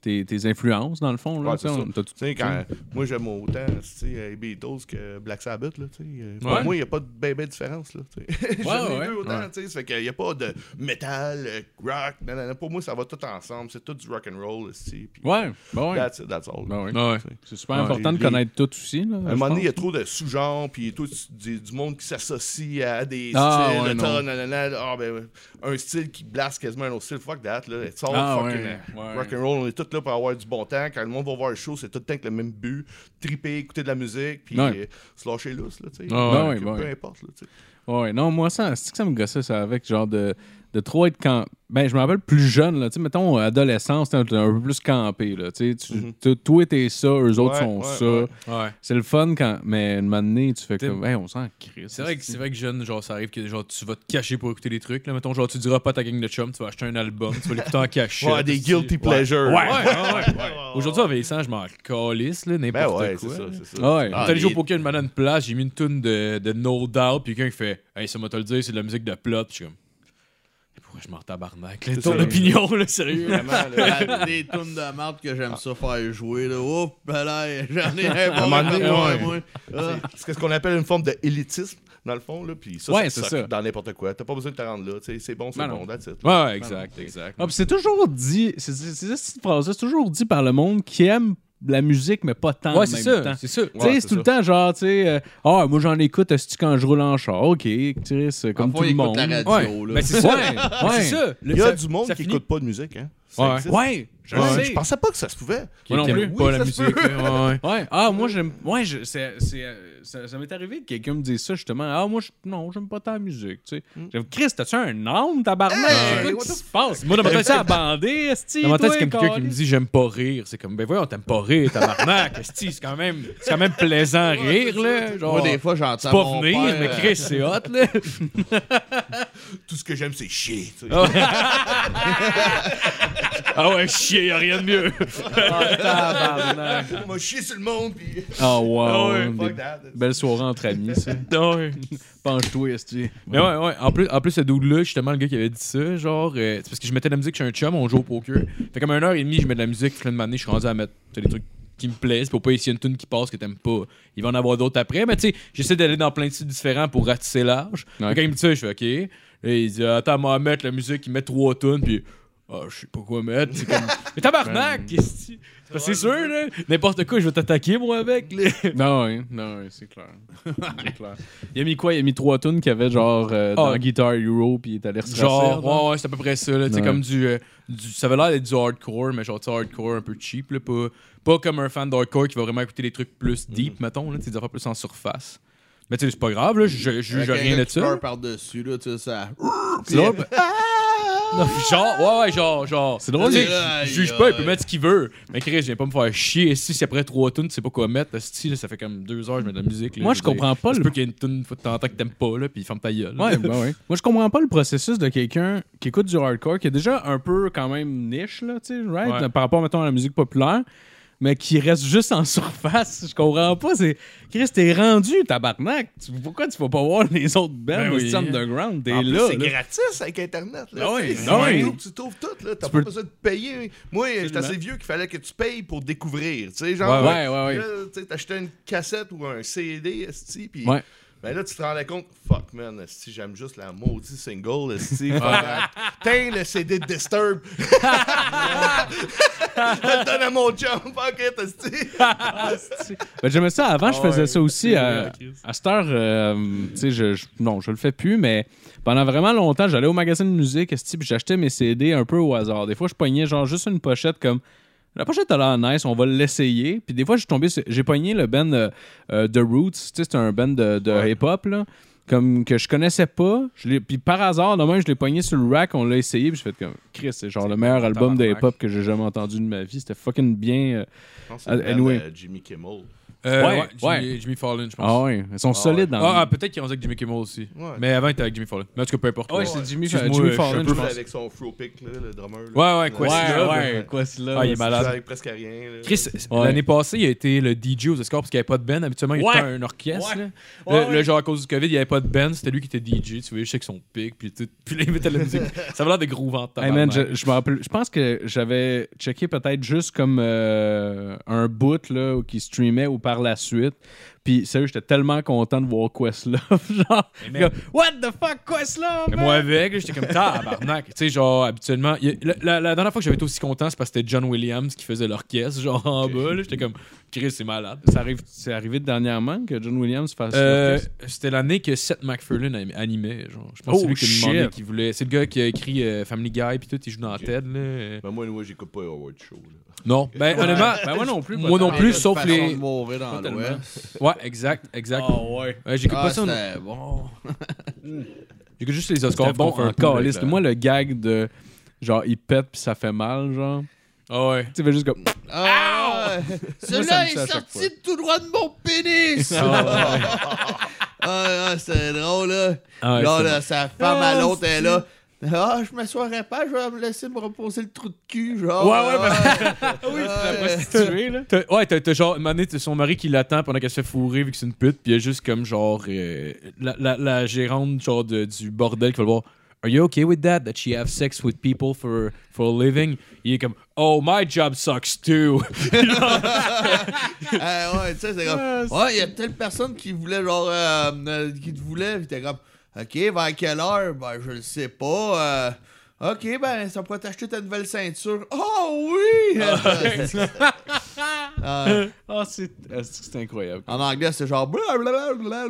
Speaker 4: tes, tes influences, dans le fond. Là,
Speaker 6: Ouais,
Speaker 4: tu sais,
Speaker 6: c'est
Speaker 4: on-
Speaker 6: ça.
Speaker 4: t'as tout-
Speaker 6: Tu sais, quand moi, j'aime autant tu sais, euh, les Beatles que Black Sabbath. Là, tu sais. Euh, Pour
Speaker 3: Ouais.
Speaker 6: moi, il n'y a pas de bébé différence. Là, tu sais. [laughs] j'aime les
Speaker 4: ouais.
Speaker 6: deux autant.
Speaker 3: Ouais.
Speaker 6: tu sais. Ça fait qu'il n'y a pas de métal, euh, rock. nanana. Pour moi, ça va tout ensemble. C'est tout du rock and roll. Puis,
Speaker 4: Ouais, ben ouais.
Speaker 6: That's it, that's all.
Speaker 4: Ben ouais.
Speaker 3: Ouais.
Speaker 4: C'est super
Speaker 3: Ouais.
Speaker 4: important de
Speaker 6: Les-
Speaker 4: connaître tout aussi. Là,
Speaker 6: À un moment donné, il y a trop de sous-genres, puis tout du, du monde qui s'associe à des
Speaker 4: Ah,
Speaker 6: styles,
Speaker 4: ouais,
Speaker 6: de
Speaker 4: non.
Speaker 6: tas, nanana, ah, ben, un style qui blasse quasiment un autre style. Fuck that, là. It's all
Speaker 4: Ah,
Speaker 6: fucking
Speaker 4: ouais, ouais.
Speaker 6: euh, rock'n'roll. On est tous là pour avoir du bon temps. Quand le monde va voir le show, c'est tout le temps avec le même but. Triper, écouter de la musique, puis
Speaker 4: Ouais.
Speaker 6: euh, se lâcher lousse, là, tu sais.
Speaker 3: Ah,
Speaker 6: Donc,
Speaker 4: ouais,
Speaker 6: peu
Speaker 4: ouais, ouais.
Speaker 6: importe, là, tu sais.
Speaker 4: Ouais, non, moi, ça, c'est que ça me gossait, ça, avec, genre, de, de trop être camp... Ben, je me rappelle plus jeune, là, tu sais, mettons, adolescence, t'es un, t'es un peu plus campé, là, tu sais, tu- tu- toi, t'es ça, eux autres
Speaker 6: Mm-hmm. Ouais,
Speaker 4: sont
Speaker 6: ouais,
Speaker 4: ça.
Speaker 6: ouais.
Speaker 3: Ouais.
Speaker 4: C'est le fun quand... Mais, un moment donné, tu fais
Speaker 3: T'es-
Speaker 4: comme, hey, on s'en crisse.
Speaker 3: C'est vrai que c'est vrai que jeune, genre ça arrive que genre tu vas te cacher pour écouter des trucs. Là, mettons genre tu diras pas à ta gang de chum, tu vas acheter un album, tu vas l'écouter en cachet.
Speaker 6: Ouais, des guilty pleasures.
Speaker 3: Ouais, ouais, ouais. ouais.
Speaker 6: [laughs]
Speaker 3: Aujourd'hui en vieillissant, je m'en calisse, là,
Speaker 6: Ben
Speaker 3: n'importe
Speaker 6: ouais, c'est
Speaker 3: quoi.
Speaker 6: ça, c'est ça.
Speaker 4: Ah ouais.
Speaker 3: T'as
Speaker 6: Ah,
Speaker 3: les jours
Speaker 6: les-
Speaker 3: pour qu'il y ait une madame de place, j'ai mis une toune de, de No Doubt, puis quelqu'un qui fait Hey, ça m'a te le dire, c'est de la musique de plot. Puis je suis comme Pourquoi je m'en tabarnak là,
Speaker 6: C'est
Speaker 3: Ton
Speaker 6: ça.
Speaker 3: opinion, là, sérieux.
Speaker 6: [laughs] Vraiment, là.
Speaker 5: Y'a ah, [laughs] des tunes de marde que
Speaker 3: Ah.
Speaker 5: j'aime ça faire jouer, là. Oups, là, j'en ai un bon.
Speaker 6: moment donné,
Speaker 5: moi,
Speaker 6: ouais.
Speaker 5: moi. Ah.
Speaker 6: C'est ce qu'on appelle une forme de élitisme, dans le fond, là. Puis ça,
Speaker 4: Ouais,
Speaker 6: ça
Speaker 4: c'est
Speaker 6: suck
Speaker 4: ça.
Speaker 6: dans n'importe quoi. T'as pas besoin de te rendre là, tu sais. C'est bon, c'est
Speaker 4: Ben
Speaker 6: bon,
Speaker 4: non.
Speaker 6: that's it.
Speaker 3: Ouais, ouais, exact, exact.
Speaker 4: Ah, puis c'est toujours dit... C'est c'est- c'est cette phrase-là, c'est toujours dit par le monde qui aime la musique, mais pas tant
Speaker 3: ouais,
Speaker 4: en
Speaker 3: c'est
Speaker 4: même temps.
Speaker 3: ça, c'est ça.
Speaker 4: Tu sais,
Speaker 6: Ouais,
Speaker 4: c'est
Speaker 6: c'est
Speaker 4: tout le temps genre, tu sais, euh, ah, moi j'en écoute esti, quand je roule en char. Ok, Chris, euh, comme
Speaker 5: Parfois,
Speaker 4: tout
Speaker 5: il
Speaker 4: le
Speaker 5: écoute
Speaker 4: monde.
Speaker 5: la radio.
Speaker 3: Ouais,
Speaker 5: là.
Speaker 3: mais c'est ça.
Speaker 4: Ouais,
Speaker 3: [laughs] Mais
Speaker 4: ouais.
Speaker 3: C'est ça. Le-
Speaker 6: Il y a
Speaker 3: ça-
Speaker 6: du monde
Speaker 3: ça
Speaker 6: qui
Speaker 3: finit-
Speaker 6: écoute pas de musique, hein. Ça
Speaker 3: Ouais.
Speaker 6: existe.
Speaker 4: Ouais, je
Speaker 6: Je
Speaker 4: le
Speaker 6: sais,
Speaker 4: sais.
Speaker 6: Je pensais pas que ça se pouvait.
Speaker 3: Moi non
Speaker 4: Qui
Speaker 3: plus.
Speaker 4: aime
Speaker 3: Pas la musique. là,
Speaker 4: [laughs]
Speaker 3: ouais.
Speaker 4: Ouais. Ah, moi, j'aime. Ouais, je- c'est- c'est, euh, ça, ça m'est arrivé que quelqu'un me dise ça, justement. Ah, moi, je- non, j'aime pas ta musique, tu sais.
Speaker 3: Mm.
Speaker 4: J'aime, Chris, t'as-tu un âme, tabarnak?
Speaker 5: Hey,
Speaker 4: C'est quoi
Speaker 5: what
Speaker 4: qui
Speaker 5: the
Speaker 4: se passe?
Speaker 3: Moi, dans ma
Speaker 4: T'as
Speaker 3: tête,
Speaker 4: ça
Speaker 3: c'est-
Speaker 4: abandé, esti?
Speaker 3: dans ma tête, c'est
Speaker 4: toi,
Speaker 3: comme quelqu'un qui me
Speaker 4: câlisse?
Speaker 3: dit j'aime pas rire. C'est comme, ben voyons, t'aimes pas rire, tabarnak. Esti, c'est quand même, c'est quand même plaisant rire, là. Genre,
Speaker 5: Moi, des fois, j'entends.
Speaker 3: pas
Speaker 5: mon
Speaker 3: venir,
Speaker 5: père,
Speaker 3: mais
Speaker 5: euh,
Speaker 3: Chris, c'est hot, là.
Speaker 6: Tout ce que j'aime, c'est chier. tu sais.
Speaker 3: Ah ouais, chier, y'a rien de mieux.
Speaker 4: Tabarnak.
Speaker 6: On m'a chié sur le monde, puis.
Speaker 4: Ah, wow.
Speaker 3: ouais,
Speaker 4: des
Speaker 6: [laughs] Fuck that.
Speaker 4: Belle soirée entre amis, ça.
Speaker 3: [laughs] Ouais.
Speaker 4: Penche-toi, esti.
Speaker 3: Mais ouais, ouais. En plus, en plus ce dude-là, justement, le gars qui avait dit ça, genre, euh, c'est parce que je mettais de la musique chez un chum, on joue au poker. Fait comme une heure et demie, je mets de la musique, puis là, une matinée, je suis rendu à mettre tu sais, des trucs qui me plaisent pour pas essayer une tune qui passe que t'aimes pas. Il va en avoir d'autres après, mais tu sais, j'essaie d'aller dans plein de styles différents pour ratisser large. Fait
Speaker 4: Ouais.
Speaker 3: quand il me dit ça, je fais OK. Là, il dit Attends, moi, à mettre la musique, il met trois tunes, puis. Ah, je sais pas quoi mettre. C'est comme. Mais tabarnak, qu'est-ce que tu- C'est sûr, là. N'importe quoi, je vais t'attaquer, moi, avec. là.
Speaker 4: Non, ouais, non, ouais, c'est clair. C'est clair. Il a mis quoi? Il a mis trois tunes qu'il y avait genre euh, dans
Speaker 3: Ah.
Speaker 4: Guitar Hero, puis il est allé se rasseoir,
Speaker 3: Genre,
Speaker 4: là.
Speaker 3: ouais, ouais, c'est à peu près ça. là, tu sais,
Speaker 4: Ouais.
Speaker 3: Comme du, euh, du- Ça avait l'air d'être du hardcore, mais genre, tu sais, hardcore un peu cheap. Là, pas, pas comme un fan d'hardcore qui va vraiment écouter des trucs plus
Speaker 4: Mm.
Speaker 3: deep, mettons. Là, tu sais, des affaires plus en surface. Mais tu sais, c'est pas grave, là, je je juge
Speaker 5: quelqu'un
Speaker 3: rien de
Speaker 5: qui
Speaker 3: ça.
Speaker 5: pleure par-dessus, là, tu sais, ça.
Speaker 4: C'est drôle,
Speaker 3: Non, genre, ouais, ouais, genre, genre. C'est
Speaker 4: drôle,
Speaker 5: les-
Speaker 3: Je juge pas, il peut mettre ce qu'il veut. Mais Chris, je viens pas me faire chier. Si, si après trois tunes, tu sais pas quoi mettre, là, si, là, ça fait comme deux heures, je mets de la musique. là,
Speaker 4: Moi,
Speaker 3: veux
Speaker 4: je comprends
Speaker 3: dire,
Speaker 4: pas
Speaker 3: ça se
Speaker 4: le-
Speaker 3: peut qu'il y ait une tune de temps en temps que t'aimes pas, là, puis ferme ta gueule.
Speaker 4: Ouais, ben ouais. Moi, je comprends pas le processus de quelqu'un qui écoute du hardcore, qui est déjà un peu quand même niche, là, tu sais, right?
Speaker 3: Ouais.
Speaker 4: Par rapport, mettons, à la musique populaire, mais qui reste juste en [laughs] surface. Je comprends pas. C'est. Chris, t'es rendu, tabarnak. Tu- Pourquoi tu vas pas voir les autres bands
Speaker 3: Ben
Speaker 4: de
Speaker 3: oui.
Speaker 4: Stand underground? T'es
Speaker 6: En plus,
Speaker 4: là.
Speaker 6: c'est
Speaker 4: là.
Speaker 6: gratis avec Internet. Là.
Speaker 4: Ah oui,
Speaker 6: Tu sais,
Speaker 4: ah
Speaker 6: sur
Speaker 4: oui.
Speaker 6: YouTube, Tu trouves tout. là. T'as
Speaker 4: Tu
Speaker 6: pas
Speaker 4: peux-
Speaker 6: besoin de payer. Moi, j'étais assez vieux qu'il fallait que tu payes pour découvrir. Tu sais, genre,
Speaker 4: Ouais, ouais, ouais, ouais.
Speaker 6: là, tu sais, t'achetais une cassette ou un CD, esti, puis
Speaker 4: Ouais.
Speaker 6: Mais là, tu te rendais compte, fuck man, si j'aime juste la maudite single, si. Tiens, le CD de
Speaker 4: [laughs]
Speaker 6: Disturb. [laughs] Je le donne à mon chum, fuck it, esti.
Speaker 4: [laughs] Ben, J'aimais ça avant, je
Speaker 1: Ah ouais,
Speaker 4: faisais ça aussi.
Speaker 1: c'est
Speaker 4: À,
Speaker 1: vrai, Chris.
Speaker 4: à cette heure, euh, tu sais, je, je- non, je le fais plus, mais pendant vraiment longtemps, j'allais au magasin de musique, esti, puis j'achetais mes CD un peu au hasard. Des fois, je pognais genre juste une pochette comme. La pochette a l'air nice, on va l'essayer. Puis des fois, je suis tombé sur- J'ai pogné le band euh, euh, The Roots, tu sais, c'est un band de, de hip-hop, là. Comme que je connaissais pas, je l'ai- puis par hasard, demain, je l'ai pogné sur le rack, on l'a essayé, puis j'ai fait comme Chris, c'est genre le meilleur album de
Speaker 3: tabarnak.
Speaker 4: hip-hop que j'ai jamais entendu de ma vie. C'était fucking bien. euh,
Speaker 6: Non, c'est le
Speaker 3: Ah,
Speaker 6: band
Speaker 4: Anyway.
Speaker 6: de Jimmy Kimmel.
Speaker 3: Euh,
Speaker 4: Ouais,
Speaker 3: ouais, Jimmy, Jimmy Fallon, je pense.
Speaker 4: Ah ouais, ils sont solides dans
Speaker 3: Ah, ah, peut-être qu'il est rendu avec Jimmy Kimmel aussi.
Speaker 6: Ouais.
Speaker 3: Mais avant, il était avec Jimmy Fallon. Mais en tout cas, peu importe.
Speaker 4: Ah ouais, c'est Jimmy,
Speaker 3: Excuse-moi,
Speaker 4: Jimmy
Speaker 3: euh, je suis un
Speaker 4: Fallon,
Speaker 3: peu
Speaker 4: je pense.
Speaker 6: Avec son fro pick, là, le drummer.
Speaker 3: Ouais, ouais,
Speaker 6: quoi
Speaker 3: quoi, c'est là,
Speaker 4: ouais, quoi cela?
Speaker 3: Ah, il est
Speaker 6: Il
Speaker 3: malade.
Speaker 6: avec presque à rien. là.
Speaker 3: Chris,
Speaker 4: Ouais.
Speaker 3: l'année passée, il a été le DJ aux Oscars parce qu'il n'y avait pas de band. Habituellement, il y a
Speaker 1: Ouais.
Speaker 3: tout le temps un orchestre.
Speaker 1: Ouais.
Speaker 3: là.
Speaker 1: Ouais,
Speaker 3: le,
Speaker 1: ouais.
Speaker 3: le genre, à cause du COVID, il n'y avait pas de band. C'était lui qui était DJ. Tu vois, je sais que son pic. Puis, tout- [laughs] puis là, il mettait la musique. Ça avait l'air de groove en
Speaker 4: Hey man, je, je me rappelle- je pense que j'avais checké peut-être juste comme euh, un bout là, qui streamait ou par la suite. Puis sérieux, j'étais tellement content de voir Questlove. [laughs] genre,
Speaker 3: man.
Speaker 4: comme, What the fuck, Questlove?
Speaker 3: Mais
Speaker 4: man?
Speaker 3: moi avec, là, j'étais comme tabarnak. tu sais, genre, habituellement, il y a- la, la- la dernière fois que j'avais été aussi content, c'est parce que c'était John Williams qui faisait l'orchestre, genre en bas. là. J'étais comme, Chris, c'est malade.
Speaker 4: Ça arrive, c'est arrivé dernièrement que John Williams fasse.
Speaker 3: Euh,
Speaker 4: l'orchestre.
Speaker 3: c'était l'année que Seth MacFarlane anim- animait. Genre. Je pense que c'est
Speaker 4: Oh,
Speaker 3: lui qui a demandé
Speaker 4: shit.
Speaker 3: qu'il voulait. C'est le gars qui a écrit euh, Family Guy puis tout, il joue dans la tête. Là.
Speaker 6: Ben, moi, moi j'écoute pas Howard Show. là.
Speaker 3: Non, ben honnêtement,
Speaker 4: Ben, moi non plus.
Speaker 3: moi non
Speaker 5: Ah,
Speaker 3: plus,
Speaker 5: de toute
Speaker 3: sauf
Speaker 5: façon
Speaker 3: les-
Speaker 5: de mourir dans l'Ouest.
Speaker 3: ouais, exact, exact.
Speaker 4: ouais.
Speaker 3: Ouais, J'écoute
Speaker 5: Ah,
Speaker 3: pas ça. non.
Speaker 5: c'était bon.
Speaker 3: J'écoute juste les
Speaker 4: C'était
Speaker 3: Oscars.
Speaker 4: bon
Speaker 3: qu'on fait un peu
Speaker 4: encore.
Speaker 3: avec,
Speaker 4: liste.
Speaker 3: là.
Speaker 4: Moi, le gag de genre, il pète puis ça fait mal, genre.
Speaker 3: Ah ouais.
Speaker 4: Tu fais juste [laughs] comme.
Speaker 5: Ah,
Speaker 4: ça
Speaker 5: Celui-là
Speaker 4: me tue à
Speaker 5: est
Speaker 4: chaque fois.
Speaker 5: sorti de tout droit de mon pénis!
Speaker 3: Ah,
Speaker 5: [laughs] Ah, ah, c'est drôle, là.
Speaker 3: Ah ouais,
Speaker 5: là,
Speaker 3: c'est
Speaker 5: [laughs] là, sa femme à l'autre elle est là. Ah, je m'assoirais pas, je vais me laisser me reposer le trou de cul, genre. Ah,
Speaker 3: Ouais, ouais,
Speaker 5: oui,
Speaker 4: Tué, là.
Speaker 3: T'as- Ouais, t'as, t'as genre, une année, t'as son mari qui l'attend pendant qu'elle se fait fourrer vu que c'est une pute, puis il y a juste comme genre euh, la, la- la gérante genre de- du bordel qui va le voir. Are you okay with that? That she have sex with people for, for a living? Il est comme Oh, my job sucks too! [laughs]
Speaker 5: Ah, ouais, tu sais, c'est comme. Ouais, il y a telle personne qui voulait, genre, euh, euh, qui te voulait, pis t'es comme, ok, vers quelle heure? Ben, je le sais pas. euh, ok, ben, ça pourrait t'acheter ta nouvelle ceinture. Oh, oui! [laughs] Ah,
Speaker 4: Ah, c'est ah, c'est c'est incroyable.
Speaker 5: en anglais, c'est genre. blablabla.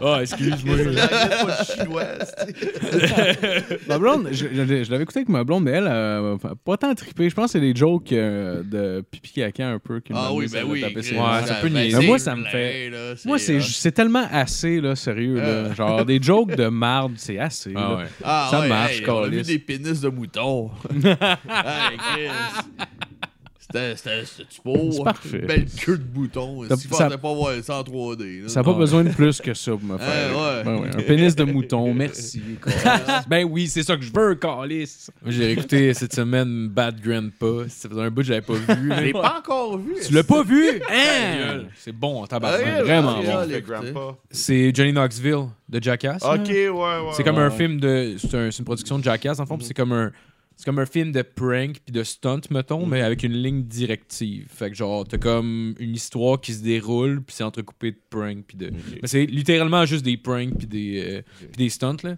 Speaker 3: Ah, excuse-moi.
Speaker 5: J'arrive pas de chinois, tu sais.
Speaker 4: [laughs] Ma blonde, je, je- je l'avais écouté avec ma blonde, mais elle, euh, pas tant trippé. Je pense que c'est des jokes euh, de pipi caca un peu. qui m'ont
Speaker 5: Ah oui,
Speaker 4: amené
Speaker 5: ben
Speaker 4: à
Speaker 5: oui.
Speaker 4: taper
Speaker 5: Chris,
Speaker 4: sur-
Speaker 3: Ouais,
Speaker 4: ça
Speaker 3: ça
Speaker 4: peut
Speaker 5: ben,
Speaker 4: niaiser.
Speaker 5: c'est
Speaker 4: Moi, ça me
Speaker 5: plein,
Speaker 4: fait.
Speaker 5: là, c'est, Ah.
Speaker 4: Moi, c'est
Speaker 5: euh,
Speaker 4: c'est tellement assez, là, sérieux. Là. Genre, des jokes de marde, c'est assez.
Speaker 3: Ah
Speaker 4: là.
Speaker 3: ouais.
Speaker 5: Ah,
Speaker 4: ça
Speaker 5: ouais,
Speaker 4: marche,
Speaker 5: hey, On a vu
Speaker 4: câlisse.
Speaker 5: des pénis de
Speaker 4: [laughs]
Speaker 5: moutons. hey, Chris. C'était- C'était c'était-tu beau?
Speaker 4: C'est parfait.
Speaker 5: Belle queue de mouton.
Speaker 4: Ça-
Speaker 5: Si tu
Speaker 4: ça-
Speaker 5: pensais pas voir ça en 3D. là.
Speaker 4: Ça n'a pas
Speaker 3: Ah ouais.
Speaker 4: besoin de plus que ça pour me faire.
Speaker 5: Ah ouais.
Speaker 4: Ben un pénis de mouton,
Speaker 5: [laughs]
Speaker 4: merci. câlisse. ben oui, c'est ça que je veux, Calis.
Speaker 3: Moi, J'ai écouté cette semaine Bad Grandpa. Ça faisait un bout que j'avais pas vu.
Speaker 5: Je l'ai pas encore vu.
Speaker 3: Tu l'as pas vu? Hein? C'est bon en tabarnak.
Speaker 5: Ouais,
Speaker 4: vraiment
Speaker 5: ouais,
Speaker 4: bon.
Speaker 5: ouais,
Speaker 6: Le
Speaker 5: l'écouter.
Speaker 6: Ah, grandpa.
Speaker 3: C'est Johnny Knoxville de Jackass. là.
Speaker 6: Ok, ouais, ouais.
Speaker 3: C'est comme
Speaker 6: ouais. Mhm.
Speaker 3: un film de. C'est un- c'est une production de Jackass, en fond, puis c'est comme un. C'est comme un film de prank puis de stunt, mettons,
Speaker 6: Mhm.
Speaker 3: mais avec une ligne directive. Fait que genre, t'as comme une histoire qui se déroule, puis c'est entrecoupé de pranks puis de. Mais c'est littéralement juste des pranks puis des, euh, puis des stunts, là.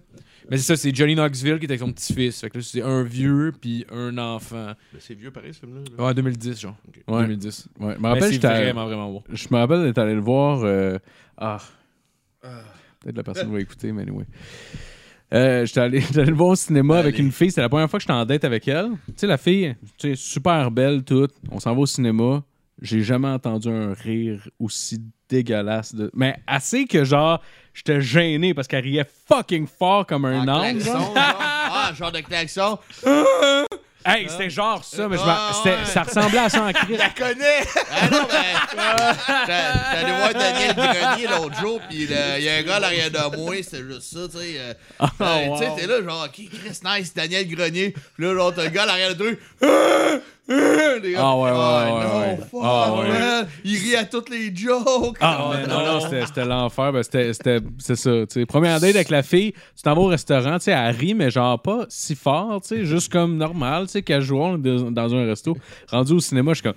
Speaker 3: Mais c'est ça, c'est Johnny Knoxville qui est avec son petit-fils. Fait que là, c'est un vieux puis un enfant.
Speaker 6: Ben, C'est vieux pareil, ce film-là. là.
Speaker 3: Ouais, 2010, genre.
Speaker 4: Ouais.
Speaker 3: 2010.
Speaker 4: Ouais, je me
Speaker 3: Mais
Speaker 4: rappelle,
Speaker 3: Ben, c'est
Speaker 4: j'étais à-
Speaker 3: vraiment, vraiment bon.
Speaker 4: Je me rappelle d'être allé le voir. euh, Ah. Peut-être la personne va écouter, mais anyway. Euh, j'étais allé, [laughs] j'étais allé le voir au cinéma avec
Speaker 5: Allez.
Speaker 4: une fille. C'était la première fois que j'étais en date avec elle. Tu sais, la fille, tu sais, super belle, toute. On s'en va au cinéma. J'ai jamais entendu un rire aussi dégueulasse. De... Mais assez que, genre, j'étais gêné parce qu'elle riait fucking fort comme
Speaker 5: En
Speaker 4: un ange.
Speaker 5: klaxon, genre. Ah, genre de klaxon.
Speaker 4: Hey, c'était genre ça, mais je m'en-
Speaker 5: Ah,
Speaker 4: c'était-
Speaker 5: ouais.
Speaker 4: ça ressemblait
Speaker 5: [laughs]
Speaker 4: à ça en cri.
Speaker 5: la connais! Ah non, ben. J'étais allé voir Daniel Grenier l'autre jour, pis le- il y a un gars à l'arrière de moi, c'était juste ça, tu sais. euh,
Speaker 4: Oh,
Speaker 5: euh, Tu sais, t'es là, genre, OK, Chris, nice, Daniel Grenier. Pis là, genre, t'as le gars à l'arrière de toi. Les gars,
Speaker 4: Ah ouais, ouais, ouais,
Speaker 5: non,
Speaker 4: ouais.
Speaker 5: fuck,
Speaker 4: Ah ouais.
Speaker 5: man. Il rit à toutes les jokes.
Speaker 4: Ah, ouais, non, non, c'était- c'était l'enfer. Ben, c'était- c'était- c'est ça. tu sais. Première date avec la fille, tu t'en vas au restaurant, tu sais, elle rit, mais genre pas si fort, tu sais, juste comme normal, tu sais, casual dans, dans un resto. Rendu au cinéma, je suis comme.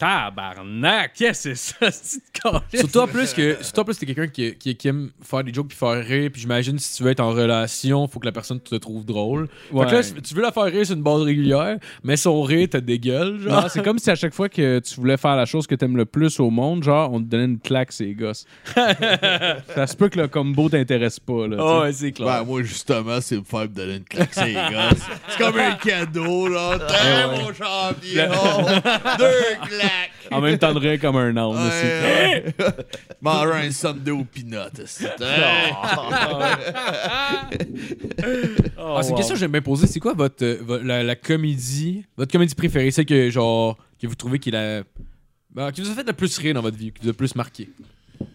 Speaker 1: Tabarnak, qu'est-ce que
Speaker 4: [laughs]
Speaker 1: c'est ça, ce petit calice?
Speaker 3: Surtout en plus que surtout en plus t'es quelqu'un qui, qui- qui aime faire des jokes puis faire rire puis j'imagine si tu veux être en relation faut que la personne te trouve drôle. Fait que là,
Speaker 4: Ouais.
Speaker 3: si tu veux la faire rire sur une base régulière mais son rire te dégueule genre.
Speaker 4: Non, c'est comme si à chaque fois que tu voulais faire la chose que t'aimes le plus au monde, genre, on te donnait une claque, ces
Speaker 3: [laughs]
Speaker 4: gosses. ça se peut que le combo t'intéresse pas, là. tu sais.
Speaker 3: Ah ouais, c'est
Speaker 5: Ben, moi, justement, c'est me faire me donner une claque, c'est gosse. [laughs] C'est comme un cadeau, là. Tiens,
Speaker 4: Ah,
Speaker 5: mon champion! Deux claques!
Speaker 4: En même temps, de rire comme un âne aussi. [laughs]
Speaker 5: Ouais. [laughs] Manger un sundae au peanut. c'est- Hey.
Speaker 3: [laughs] Ah, c'est une question que j'aime bien poser. C'est quoi votre, euh, vo- la, la comédie, votre comédie préférée, celle que genre que vous trouvez qui la, ben, qui vous a fait le plus rire dans votre vie, qui vous a le plus marqué.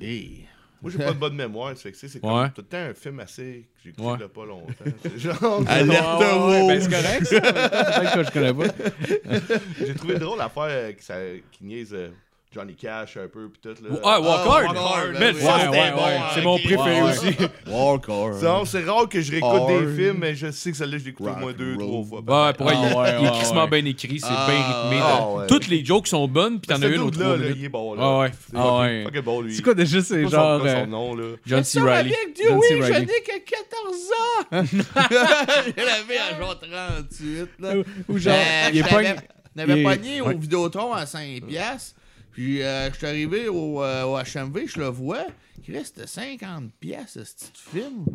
Speaker 5: Hey.
Speaker 6: Moi, j'ai pas de bonne mémoire. fait que, tu sais, c'est comme
Speaker 3: Ouais.
Speaker 6: tout le temps un film assez. que j'ai écouté
Speaker 3: Ouais.
Speaker 6: il y a pas longtemps. C'est genre.
Speaker 4: Oh,
Speaker 5: Alerte
Speaker 4: ben,
Speaker 5: rouge.
Speaker 4: correct, ça. Peut-être que je connais pas.
Speaker 6: J'ai trouvé drôle l'affaire euh, qui, ça- qui niaise euh, Johnny Cash un peu. Puis tout. Là.
Speaker 3: Ah,
Speaker 5: Ah,
Speaker 3: Walk Hard!
Speaker 5: Walk Hard,
Speaker 3: Mais
Speaker 5: ben
Speaker 3: ça,
Speaker 5: oui.
Speaker 3: c'était
Speaker 5: Ouais, ouais,
Speaker 3: bon,
Speaker 5: ouais,
Speaker 3: hein. c'est
Speaker 5: ok.
Speaker 3: mon préféré
Speaker 5: Ouais,
Speaker 3: aussi.
Speaker 4: [laughs]
Speaker 5: Walk hard.
Speaker 6: C'est rare- C'est rare que je réécoute
Speaker 5: Hard.
Speaker 6: des films, mais je sais que celle-là, je l'ai écouté au moins
Speaker 5: Rock
Speaker 6: deux,
Speaker 5: and
Speaker 6: trois
Speaker 5: roll.
Speaker 6: fois.
Speaker 3: Ouais, ouais, pour vrai,
Speaker 4: Ah,
Speaker 3: il,
Speaker 4: ouais,
Speaker 3: il est
Speaker 4: ouais,
Speaker 3: crissement
Speaker 4: ouais.
Speaker 3: bien écrit, c'est
Speaker 5: Ah,
Speaker 3: bien rythmé.
Speaker 6: ah,
Speaker 3: là.
Speaker 6: ouais.
Speaker 3: Toutes les jokes sont bonnes, puis t'en as
Speaker 6: Ce
Speaker 3: une au
Speaker 6: dude-là,
Speaker 3: trois
Speaker 6: là,
Speaker 3: minutes.
Speaker 6: il est bon. Là.
Speaker 3: Ah ouais.
Speaker 6: C'est
Speaker 3: Ah
Speaker 6: fucking-
Speaker 3: ouais.
Speaker 6: fucking bon, lui.
Speaker 4: C'est quoi, déjà, c'est
Speaker 6: Pas son-
Speaker 4: genre.
Speaker 6: pas
Speaker 4: euh,
Speaker 6: son nom, là.
Speaker 3: John C. Reilly.
Speaker 4: John C. Reilly.
Speaker 5: qu'à 14 ans!
Speaker 4: [laughs]
Speaker 5: [laughs] je l'avais à genre 38, là.
Speaker 4: Ou genre,
Speaker 5: Euh,
Speaker 4: il est
Speaker 5: je
Speaker 4: pas.
Speaker 5: l'avais- je l'avais
Speaker 4: il est-
Speaker 5: pogné
Speaker 4: ouais.
Speaker 5: au Vidéotron à 5 piastres. Puis euh, je suis arrivé au, euh, au HMV, je le vois. Il reste 50 piastres, ce petit film.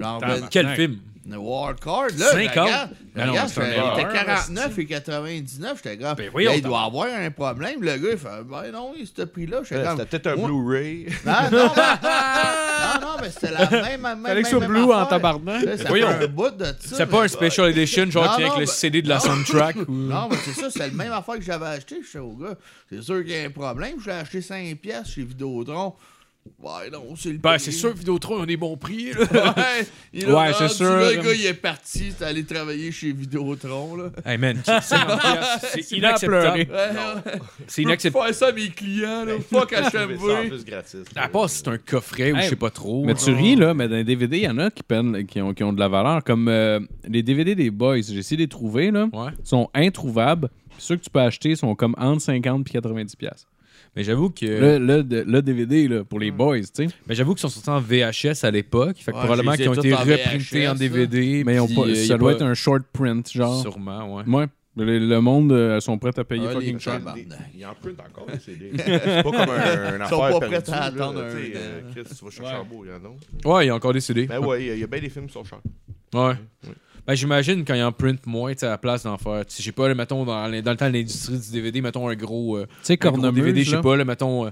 Speaker 5: Genre, ben,
Speaker 3: Ah, Quel film?
Speaker 5: le War Card, là, 50?
Speaker 3: 50?
Speaker 5: regarde, je
Speaker 3: Ben non,
Speaker 5: regarde,
Speaker 3: c'est
Speaker 5: je-
Speaker 3: une
Speaker 5: il
Speaker 3: erreur,
Speaker 5: était 49 et 99, j'étais gars,
Speaker 3: Ben oui,
Speaker 5: là,
Speaker 3: on
Speaker 5: il
Speaker 3: t'a-
Speaker 5: doit avoir un problème, le gars, il fait, ben non, il ce prix-là, j'étais
Speaker 3: euh,
Speaker 6: C'était
Speaker 5: comme,
Speaker 6: peut-être un
Speaker 5: Ouais.
Speaker 6: Blu-ray.
Speaker 5: non, non, mais- [laughs] non, non, mais c'était la même, même,
Speaker 4: Fallait
Speaker 5: même,
Speaker 4: que ce soit
Speaker 5: même
Speaker 4: bleu en
Speaker 5: affaire.
Speaker 4: tabarnak.
Speaker 5: Là, Ça
Speaker 3: Voyons.
Speaker 5: fait un bout de ça.
Speaker 3: C'est
Speaker 5: mais-
Speaker 3: pas un special edition, genre
Speaker 5: Non,
Speaker 3: qui est avec
Speaker 5: non,
Speaker 3: le
Speaker 5: ben-
Speaker 3: CD de la
Speaker 5: non. [laughs]
Speaker 3: soundtrack? ou-
Speaker 5: Non, mais c'est ça, c'est le même affaire que j'avais acheté. Je suis au gars, c'est sûr qu'il y a un problème. Je l'ai acheté 5$ piastres chez Vidéotron. Ouais, non, c'est le
Speaker 3: Ben,
Speaker 5: prix.
Speaker 3: c'est sûr, Vidéotron, ils ont des bons prix. là.
Speaker 5: [laughs] Ouais, il a
Speaker 4: Ouais, c'est
Speaker 5: rendu
Speaker 4: sûr.
Speaker 5: là, Le gars, il est parti, c'est allé travailler chez Vidéotron. Là.
Speaker 3: Hey [laughs] man, 50 piastres, c'est
Speaker 4: Il a pleuré.
Speaker 3: inacceptable.
Speaker 5: Ouais, ouais.
Speaker 3: C'est
Speaker 5: Je peux
Speaker 3: inacceptable.
Speaker 5: plus faire ça à mes clients. Là. Fuck
Speaker 6: [laughs] J'avais Ben, Ah, ça en
Speaker 5: HMV.
Speaker 6: plus gratis.
Speaker 3: À part si c'est un coffret ou
Speaker 1: Hey,
Speaker 3: je sais pas trop.
Speaker 4: Mais tu ris, là, mais dans les DVD, il y en a qui, peinent- qui, ont, qui ont de la valeur. Comme euh, les DVD des Boys, j'ai essayé de les trouver, là.
Speaker 3: Ouais.
Speaker 4: Ils sont introuvables. Puis ceux que tu peux acheter sont comme entre 50 et 90 pièces.
Speaker 3: Mais j'avoue que.
Speaker 4: Le, le, de- le DVD, là, pour les Boys, tu sais.
Speaker 3: Mais j'avoue qu'ils sont sortis en VHS à l'époque. Fait que
Speaker 5: Ouais,
Speaker 3: probablement
Speaker 5: je les ai
Speaker 3: qu'ils ont
Speaker 5: tous
Speaker 3: été
Speaker 5: en
Speaker 3: reprintés
Speaker 5: VHS,
Speaker 3: en DVD.
Speaker 4: Mais ils ont
Speaker 3: puis,
Speaker 4: pas-
Speaker 3: euh, y
Speaker 4: ça
Speaker 3: a
Speaker 4: doit
Speaker 3: pas-
Speaker 4: être un short print, genre.
Speaker 3: Sûrement, ouais.
Speaker 4: Ouais. Le, le monde, euh, sont prêts à payer
Speaker 5: Ah,
Speaker 4: fucking
Speaker 5: les
Speaker 4: cher.
Speaker 5: tabarnak.
Speaker 6: Il en print encore les CD. C'est pas comme un, un
Speaker 5: Ils
Speaker 6: affaire
Speaker 5: sont pas prêts à
Speaker 6: perdue, là,
Speaker 5: attendre
Speaker 6: tu sais,
Speaker 5: un-
Speaker 6: euh, Chris, tu vas chercher un beau, il y en a.
Speaker 3: Ouais, il y a encore des CD.
Speaker 6: Ben ouais, il y a- il y a bien des films qui sont chers.
Speaker 3: Ouais. Ben, j'imagine quand ils en print moins, tu sais, à la place d'en faire. Tu sais, je sais pas, là, mettons, dans, dans le temps de l'industrie du DVD, mettons un gros. euh,
Speaker 4: Tu sais,
Speaker 3: un gros
Speaker 4: Cornemuse,
Speaker 3: DVD, je
Speaker 4: là.
Speaker 3: sais pas, là, mettons, euh,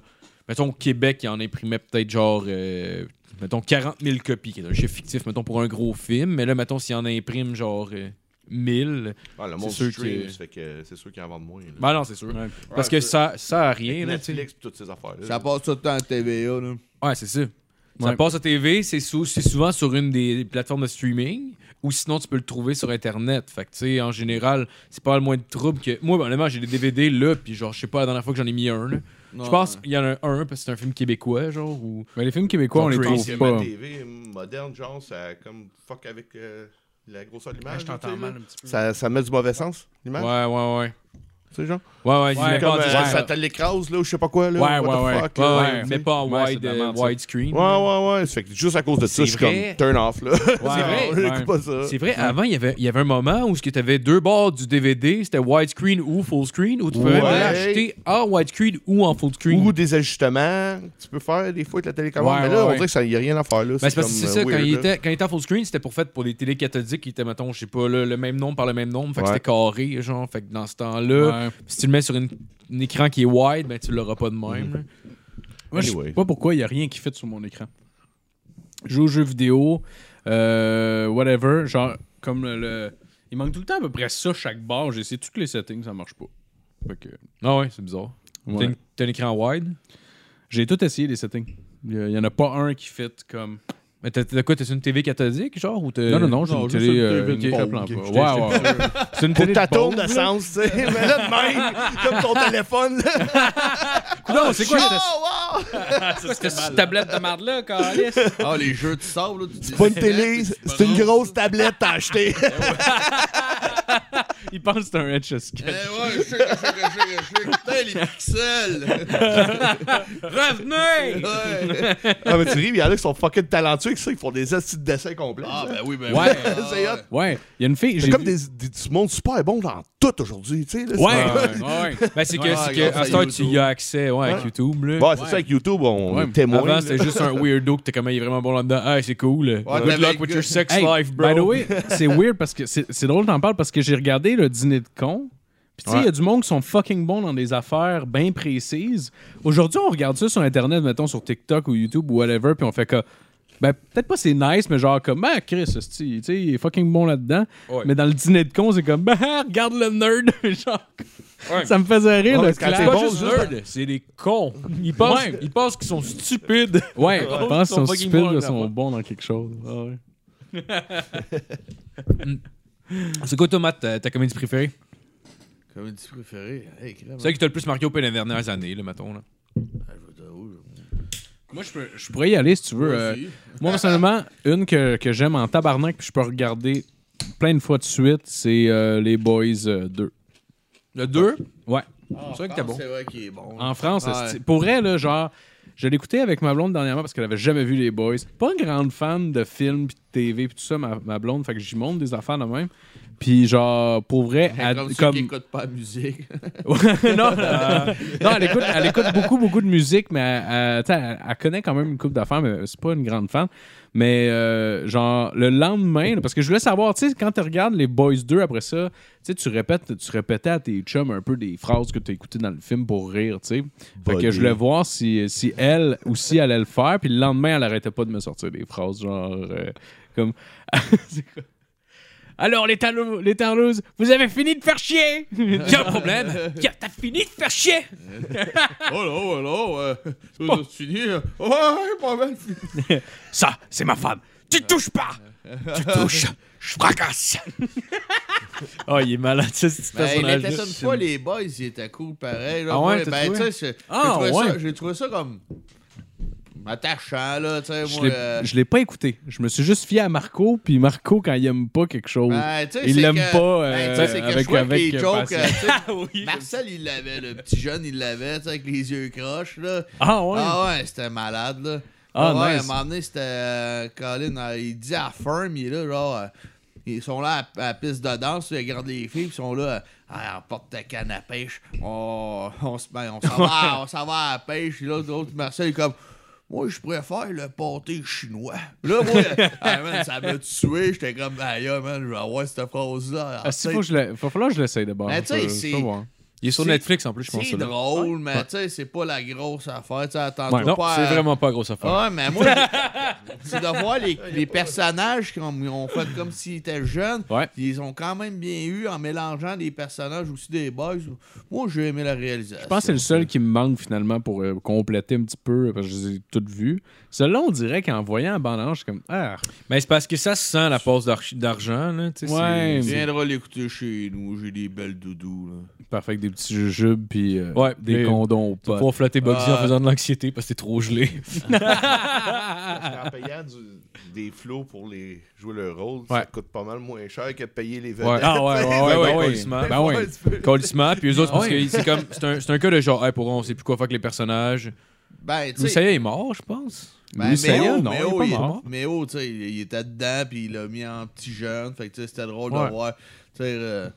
Speaker 3: mettons au Québec, ils en imprimaient peut-être genre. euh, mettons 40 000 copies, qui est un chiffre fictif, mettons, pour un gros film. Mais là, mettons, s'ils en impriment genre euh, 1000.
Speaker 6: Ah, le monde
Speaker 3: sûr
Speaker 6: stream,
Speaker 3: que-
Speaker 6: fait que c'est sûr qu'ils en vendent moins. là.
Speaker 3: Ben non, c'est sûr. Parce que
Speaker 6: Ouais,
Speaker 3: ça, ça a rien, là, tu sais.
Speaker 6: Netflix pis toutes ces affaires-là.
Speaker 5: Ça passe tout le temps à TVA. Là.
Speaker 3: Ouais, c'est ça. Ça
Speaker 4: Ouais.
Speaker 3: passe à TV, c'est sou- c'est souvent sur une des plateformes de streaming, ou sinon tu peux le trouver sur Internet. Fait que, tu sais, en général, c'est pas le moins de trouble que. Moi, ben, honnêtement, j'ai des DVD là, puis genre, je sais pas, la dernière fois que j'en ai mis un, là. Je pense qu'il y en a un, parce que c'est un film québécois, genre, ou.
Speaker 4: Mais les films québécois, on les
Speaker 3: Crazy.
Speaker 4: trouve
Speaker 6: Parce que
Speaker 4: pas.
Speaker 6: ma TV moderne, genre, ça comme fuck avec euh, la grosseur de l'image. tu sais, là.
Speaker 1: petit
Speaker 6: Ça, ça met du mauvais sens,
Speaker 3: Ouais,
Speaker 6: l'image.
Speaker 3: ouais, ouais.
Speaker 6: Tu sais, genre.
Speaker 3: Ouais, ouais,
Speaker 4: Ouais,
Speaker 3: ouais,
Speaker 6: Comme, euh,
Speaker 4: ouais.
Speaker 6: ça te l'écrase, là, ou je sais pas quoi, là.
Speaker 4: Ouais,
Speaker 6: what the
Speaker 4: ouais, ouais.
Speaker 6: fuck,
Speaker 3: ouais,
Speaker 6: là,
Speaker 3: ouais,
Speaker 6: tu sais.
Speaker 3: mais pas en
Speaker 4: Ouais, c'est
Speaker 3: wide,
Speaker 4: de la
Speaker 3: euh,
Speaker 4: merde, ça.
Speaker 3: widescreen.
Speaker 6: Ouais, ouais, ouais. Ça fait que juste à cause de ça,
Speaker 3: C'est
Speaker 6: je suis comme
Speaker 3: vrai.
Speaker 6: turn off, là. [laughs]
Speaker 3: vrai.
Speaker 6: Je l'écoute pas ça.
Speaker 3: C'est vrai, avant, il y avait- il y avait un moment où tu avais deux bords du DVD, c'était widescreen ou full screen, ou tu pouvais même
Speaker 6: Ouais.
Speaker 3: l'acheter en widescreen ou en full screen.
Speaker 6: Ou des ajustements. Tu peux faire des fois avec la télécommande.
Speaker 4: Ouais,
Speaker 6: mais là,
Speaker 4: ouais,
Speaker 6: on dirait que ça n'y a rien à faire, là.
Speaker 3: Ben, c'est parce que
Speaker 6: comme,
Speaker 3: c'est
Speaker 6: euh,
Speaker 3: ça, quand
Speaker 6: weird,
Speaker 3: il,
Speaker 6: là.
Speaker 3: était, quand il était en full screen, c'était pour fait pour les télés cathodiques qui étaient, mettons, je sais pas, là, le même nombre par le même nombre. Fait que
Speaker 6: Ouais.
Speaker 3: c'était carré, genre. Fait que dans ce temps-là,
Speaker 4: Ouais.
Speaker 3: si tu le mets sur une- un écran qui est wide, ben tu l'auras pas de même.
Speaker 6: Mm-hmm.
Speaker 3: là.
Speaker 4: Moi, je
Speaker 6: Anyway.
Speaker 4: sais pas pourquoi il n'y a rien qui fit sur mon écran. Je joue aux jeux vidéo, euh, whatever, genre, comme le, le- Il manque tout le temps à peu près ça chaque barre. J'ai essayé toutes les settings, ça marche pas. Fait que,
Speaker 3: Ah ouais, c'est bizarre.
Speaker 4: ouais.
Speaker 3: T'as, une- t'as un écran wide.
Speaker 4: J'ai tout essayé, les settings. Il y, en a pas un qui fit comme...
Speaker 3: Mais t'as, t'as quoi, t'as une TV cathodique, genre, ou t'as-
Speaker 4: Non, non, non, j'ai
Speaker 5: non,
Speaker 4: une
Speaker 5: juste
Speaker 4: télé...
Speaker 5: une télé
Speaker 4: euh, une
Speaker 5: de
Speaker 4: télé
Speaker 5: pôle
Speaker 4: plan
Speaker 5: que
Speaker 4: plat.
Speaker 5: j'étais
Speaker 4: Ouais, ouais, ouais. C'est une
Speaker 6: Pour
Speaker 4: télé
Speaker 6: ta
Speaker 4: de pôle.
Speaker 6: tourne de sens, tu sais. Mais là, de même, comme ton téléphone, là.
Speaker 3: Non, c'est quoi cette,
Speaker 6: Oh, wow!
Speaker 1: cette tablette de marde-là, Carlis?
Speaker 5: Ah, les jeux de sable, là, tu dis.
Speaker 6: Pas une télé, c'est une grosse tablette t'as achetée.
Speaker 4: Il pense que c'est un HSK.
Speaker 5: Eh ouais, je sais, je sais, je sais, je sais. Hey, les pixels!
Speaker 3: Revenez! Ben,
Speaker 5: Ouais.
Speaker 6: Ah, mais tu ris, mais il y en a qui sont fucking talentueux avec ça, ils font des astuces de dessin complets.
Speaker 5: Ah, ben oui, ben
Speaker 3: Ouais.
Speaker 5: oui. Ah,
Speaker 6: C'est hot.
Speaker 4: Ouais, il y a une fille. ben,
Speaker 6: C'est
Speaker 4: J'ai
Speaker 6: comme
Speaker 4: vu-
Speaker 6: des, des, du monde super bon dans tout aujourd'hui, tu sais. là,
Speaker 3: Ouais,
Speaker 6: c'est-
Speaker 3: ouais,
Speaker 4: [laughs]
Speaker 3: ouais. Ben, c'est que,
Speaker 5: Ouais,
Speaker 3: c'est que,
Speaker 5: grâce
Speaker 3: à
Speaker 5: à
Speaker 3: cette heure, tu
Speaker 5: YouTube.
Speaker 3: y as accès ouais, à
Speaker 6: Ouais.
Speaker 3: YouTube. Là.
Speaker 6: Bon, c'est ça avec YouTube, on
Speaker 4: Ouais,
Speaker 6: est témoin.
Speaker 3: Avant,
Speaker 6: là.
Speaker 3: c'était juste un weirdo que t'es comme, il est vraiment bon là-dedans. Ah, c'est cool. Good
Speaker 5: t'avais-
Speaker 3: luck with your sex
Speaker 4: Hey,
Speaker 3: life, bro.
Speaker 4: By the way, c'est weird parce que c'est c'est drôle, j'en parle parce que j'ai regardé le dîner de con. Puis tu sais, il y a du monde qui sont fucking bons dans des affaires bien précises. Aujourd'hui, on regarde ça sur Internet, mettons sur TikTok ou YouTube ou whatever, puis on fait que. Ben, peut-être pas c'est nice, mais genre comme, ah, Chris, esti, tu sais, il est fucking bon là-dedans.
Speaker 3: Ouais.
Speaker 4: Mais dans le dîner de con, c'est comme, [laughs] ben, regarde le nerd. [laughs] genre,
Speaker 3: Ouais.
Speaker 4: ça me faisait rire,
Speaker 6: Ouais,
Speaker 4: le
Speaker 6: parce que quand
Speaker 3: C'est
Speaker 4: clash.
Speaker 3: pas
Speaker 6: bon,
Speaker 3: juste
Speaker 6: juste-
Speaker 3: nerd, c'est des cons. Ils pensent, ils pensent qu'ils sont stupides.
Speaker 4: Ouais, je pense
Speaker 3: Ils
Speaker 4: qu'ils
Speaker 3: sont
Speaker 4: sont
Speaker 3: fucking
Speaker 4: stupides,
Speaker 3: bons
Speaker 4: ils
Speaker 3: là-dedans.
Speaker 4: sont bons dans quelque chose. Ah ouais.
Speaker 3: C'est quoi, toi, Matt, ta, ta comédie préférée?
Speaker 5: Comédie préférée. Hey, crème.
Speaker 3: Celle qui t'a le plus marqué au cours des dernières années, là, mettons. Là.
Speaker 5: Ah, je vais te- oh,
Speaker 4: Moi, je, peux- je pourrais y aller si tu veux.
Speaker 5: je-
Speaker 4: euh,
Speaker 5: Vas-y.
Speaker 4: Moi, personnellement, une que, que j'aime en tabarnak puis je peux regarder plein de fois de suite, c'est euh, Les Boys euh, 2.
Speaker 3: Le 2,
Speaker 4: Ouais.
Speaker 5: Ah,
Speaker 3: c'est vrai que t'es bon.
Speaker 5: C'est vrai qu'il est bon.
Speaker 4: En France,
Speaker 5: Ouais.
Speaker 4: esti- pour vrai, là, genre, je l'écoutais avec ma blonde dernièrement parce qu'elle avait jamais vu Les Boys. Pas une grande fan de films puis de TV puis tout ça, ma, ma blonde. Fait que j'y montre des affaires de même. Puis genre, pour vrai, elle-
Speaker 5: comme ceux
Speaker 4: comme...
Speaker 5: qui n'écoutent pas la musique.
Speaker 4: Ouais, non, euh, non, elle écoute, elle écoute beaucoup, beaucoup de musique, mais elle, elle- tu sais, elle- elle connaît quand même une coupe d'affaires, mais c'est pas une grande fan. Mais euh, genre le lendemain, là, parce que je voulais savoir, tu sais, quand tu regardes les Boys 2 après ça, tu sais, tu répètes, tu répétais à tes chums un peu des phrases que tu as écoutées dans le film pour rire, tu sais. Fait que
Speaker 6: Buddy.
Speaker 4: je voulais voir si, si elle aussi allait le faire, puis le lendemain, elle arrêtait pas de me sortir des phrases genre euh, comme. [laughs] C'est quoi? Alors, les, talou- les Tarlouses, vous avez fini de faire [laughs] chier!
Speaker 3: Y'a un problème. Y'a- T'as fini de faire chier.
Speaker 5: Oh là, là, euh, tu dis, euh, ouais, pas mal.
Speaker 3: Ça, c'est ma femme. Tu touches pas. Tu touches. Je
Speaker 4: [laughs]
Speaker 3: fracasse. oh, il est malade, ce petit
Speaker 5: Ben, il était
Speaker 3: personnage-là.
Speaker 5: ça une fois, les boys, ils étaient cool pareil. Là.
Speaker 3: Ah ouais,
Speaker 5: Moi,
Speaker 3: t'as
Speaker 5: ben,
Speaker 3: trouvé?
Speaker 5: tu sais, j'ai-
Speaker 3: Ah,
Speaker 5: j'ai trouvé ça-
Speaker 3: ouais.
Speaker 5: j'ai trouvé ça comme attachant, là, tu sais,
Speaker 4: Je
Speaker 5: moi.
Speaker 4: l'ai-
Speaker 5: euh,
Speaker 4: Je l'ai pas écouté. Je me suis juste fié à Marco, puis Marco, quand il aime pas quelque chose,
Speaker 5: ben, tu sais,
Speaker 4: il
Speaker 5: c'est
Speaker 4: l'aime
Speaker 5: que-
Speaker 4: pas
Speaker 5: ben,
Speaker 4: euh,
Speaker 5: tu sais, c'est que je
Speaker 4: avec,
Speaker 5: vois que
Speaker 4: avec
Speaker 5: les
Speaker 4: euh,
Speaker 5: jokes,
Speaker 4: passion.
Speaker 5: euh, tu sais,
Speaker 3: oui.
Speaker 5: Marcel, il l'avait, le petit jeune, il l'avait, tu sais, avec les yeux croches, là.
Speaker 4: Ah ouais?
Speaker 5: Ah ouais, c'était malade, là.
Speaker 4: Ah,
Speaker 5: ouais,
Speaker 4: nice.
Speaker 5: à un moment donné, c'était euh, Colin, euh, il dit à Firm, il est là, genre, euh, ils sont là à, à la piste de danse, ils regardent les filles, puis ils sont là, euh, Ah, on porte ta canne à pêche, on, on, se- ben, on
Speaker 3: [laughs]
Speaker 5: s'en va, on s'en va à la pêche, et là, l'autre, Marcel, il est comme, moi, je préfère le pâté chinois. Là,
Speaker 3: [laughs]
Speaker 5: moi, ah, man, ça m'a tué, j'étais comme, ah, yo, man, je vais avoir cette phrase-là.
Speaker 4: Ah, si, faut que je le- faut falloir que je l'essaye d'abord.
Speaker 5: Ben, tu sais,
Speaker 4: Je- je
Speaker 5: c'est-
Speaker 4: peux voir.
Speaker 3: Il est sur
Speaker 5: C'est-
Speaker 3: Netflix en plus, je pense.
Speaker 5: c'est
Speaker 3: celui-là.
Speaker 5: drôle, mais tu sais, c'est pas la grosse affaire. Tu sais, attends-toi
Speaker 3: Ouais, non,
Speaker 5: pas
Speaker 3: c'est
Speaker 5: à-
Speaker 3: vraiment pas grosse affaire.
Speaker 5: Ah, Ouais, mais moi, c'est de voir les, les personnages qu'on ont fait comme s'ils étaient jeunes.
Speaker 4: Ouais.
Speaker 5: Ils ont quand même bien eu en mélangeant des personnages aussi des boys. Moi, j'ai aimé la réalisation.
Speaker 4: Je pense que c'est le seul qui me manque finalement pour euh, compléter un petit peu, euh, parce que je les ai toutes vues. Celui-là, on dirait qu'en voyant la bande-annonce, je suis comme Ah,
Speaker 3: Mais c'est parce que ça sent la passe d'arch- d'argent. là, tu sais,
Speaker 4: Ouais.
Speaker 5: Tu
Speaker 3: c'est-
Speaker 5: viendras l'écouter chez nous. J'ai des belles doudous. Là.
Speaker 4: parfait avec des petits jujubes, puis euh,
Speaker 3: Ouais,
Speaker 4: des
Speaker 3: mais-
Speaker 4: condoms au pot.
Speaker 3: Pour flotter Bugsy en
Speaker 5: Ah.
Speaker 3: faisant de l'anxiété parce que t'es trop gelé.
Speaker 6: En payant du- des flots pour les, jouer le rôle,
Speaker 3: Ouais.
Speaker 6: ça coûte pas mal moins cher que de payer les vedettes.
Speaker 3: Ouais. Ah ouais,
Speaker 6: [laughs]
Speaker 3: ouais, ouais, ouais,
Speaker 6: Des
Speaker 3: ouais.
Speaker 6: fois,
Speaker 4: Ben ouais.
Speaker 6: tu peux-
Speaker 3: Colissement, puis eux autres, parce
Speaker 4: Ah ouais.
Speaker 3: que c'est comme. C'est un, c'est un cas de genre, hey, pour eux, on sait plus quoi faire avec les personnages.
Speaker 5: Ben, tu
Speaker 3: Louis
Speaker 5: sais.
Speaker 3: Saya est mort, je pense.
Speaker 5: Ben,
Speaker 4: Louis Sayet,
Speaker 5: Méo,
Speaker 4: non, il est
Speaker 5: Méo,
Speaker 4: pas
Speaker 5: il est-
Speaker 4: mort.
Speaker 5: Méo, tu sais, il, il était dedans, puis il l'a mis en petit jeune. Fait que, tu sais, c'était drôle
Speaker 4: Ouais.
Speaker 5: de voir. Tu sais, euh,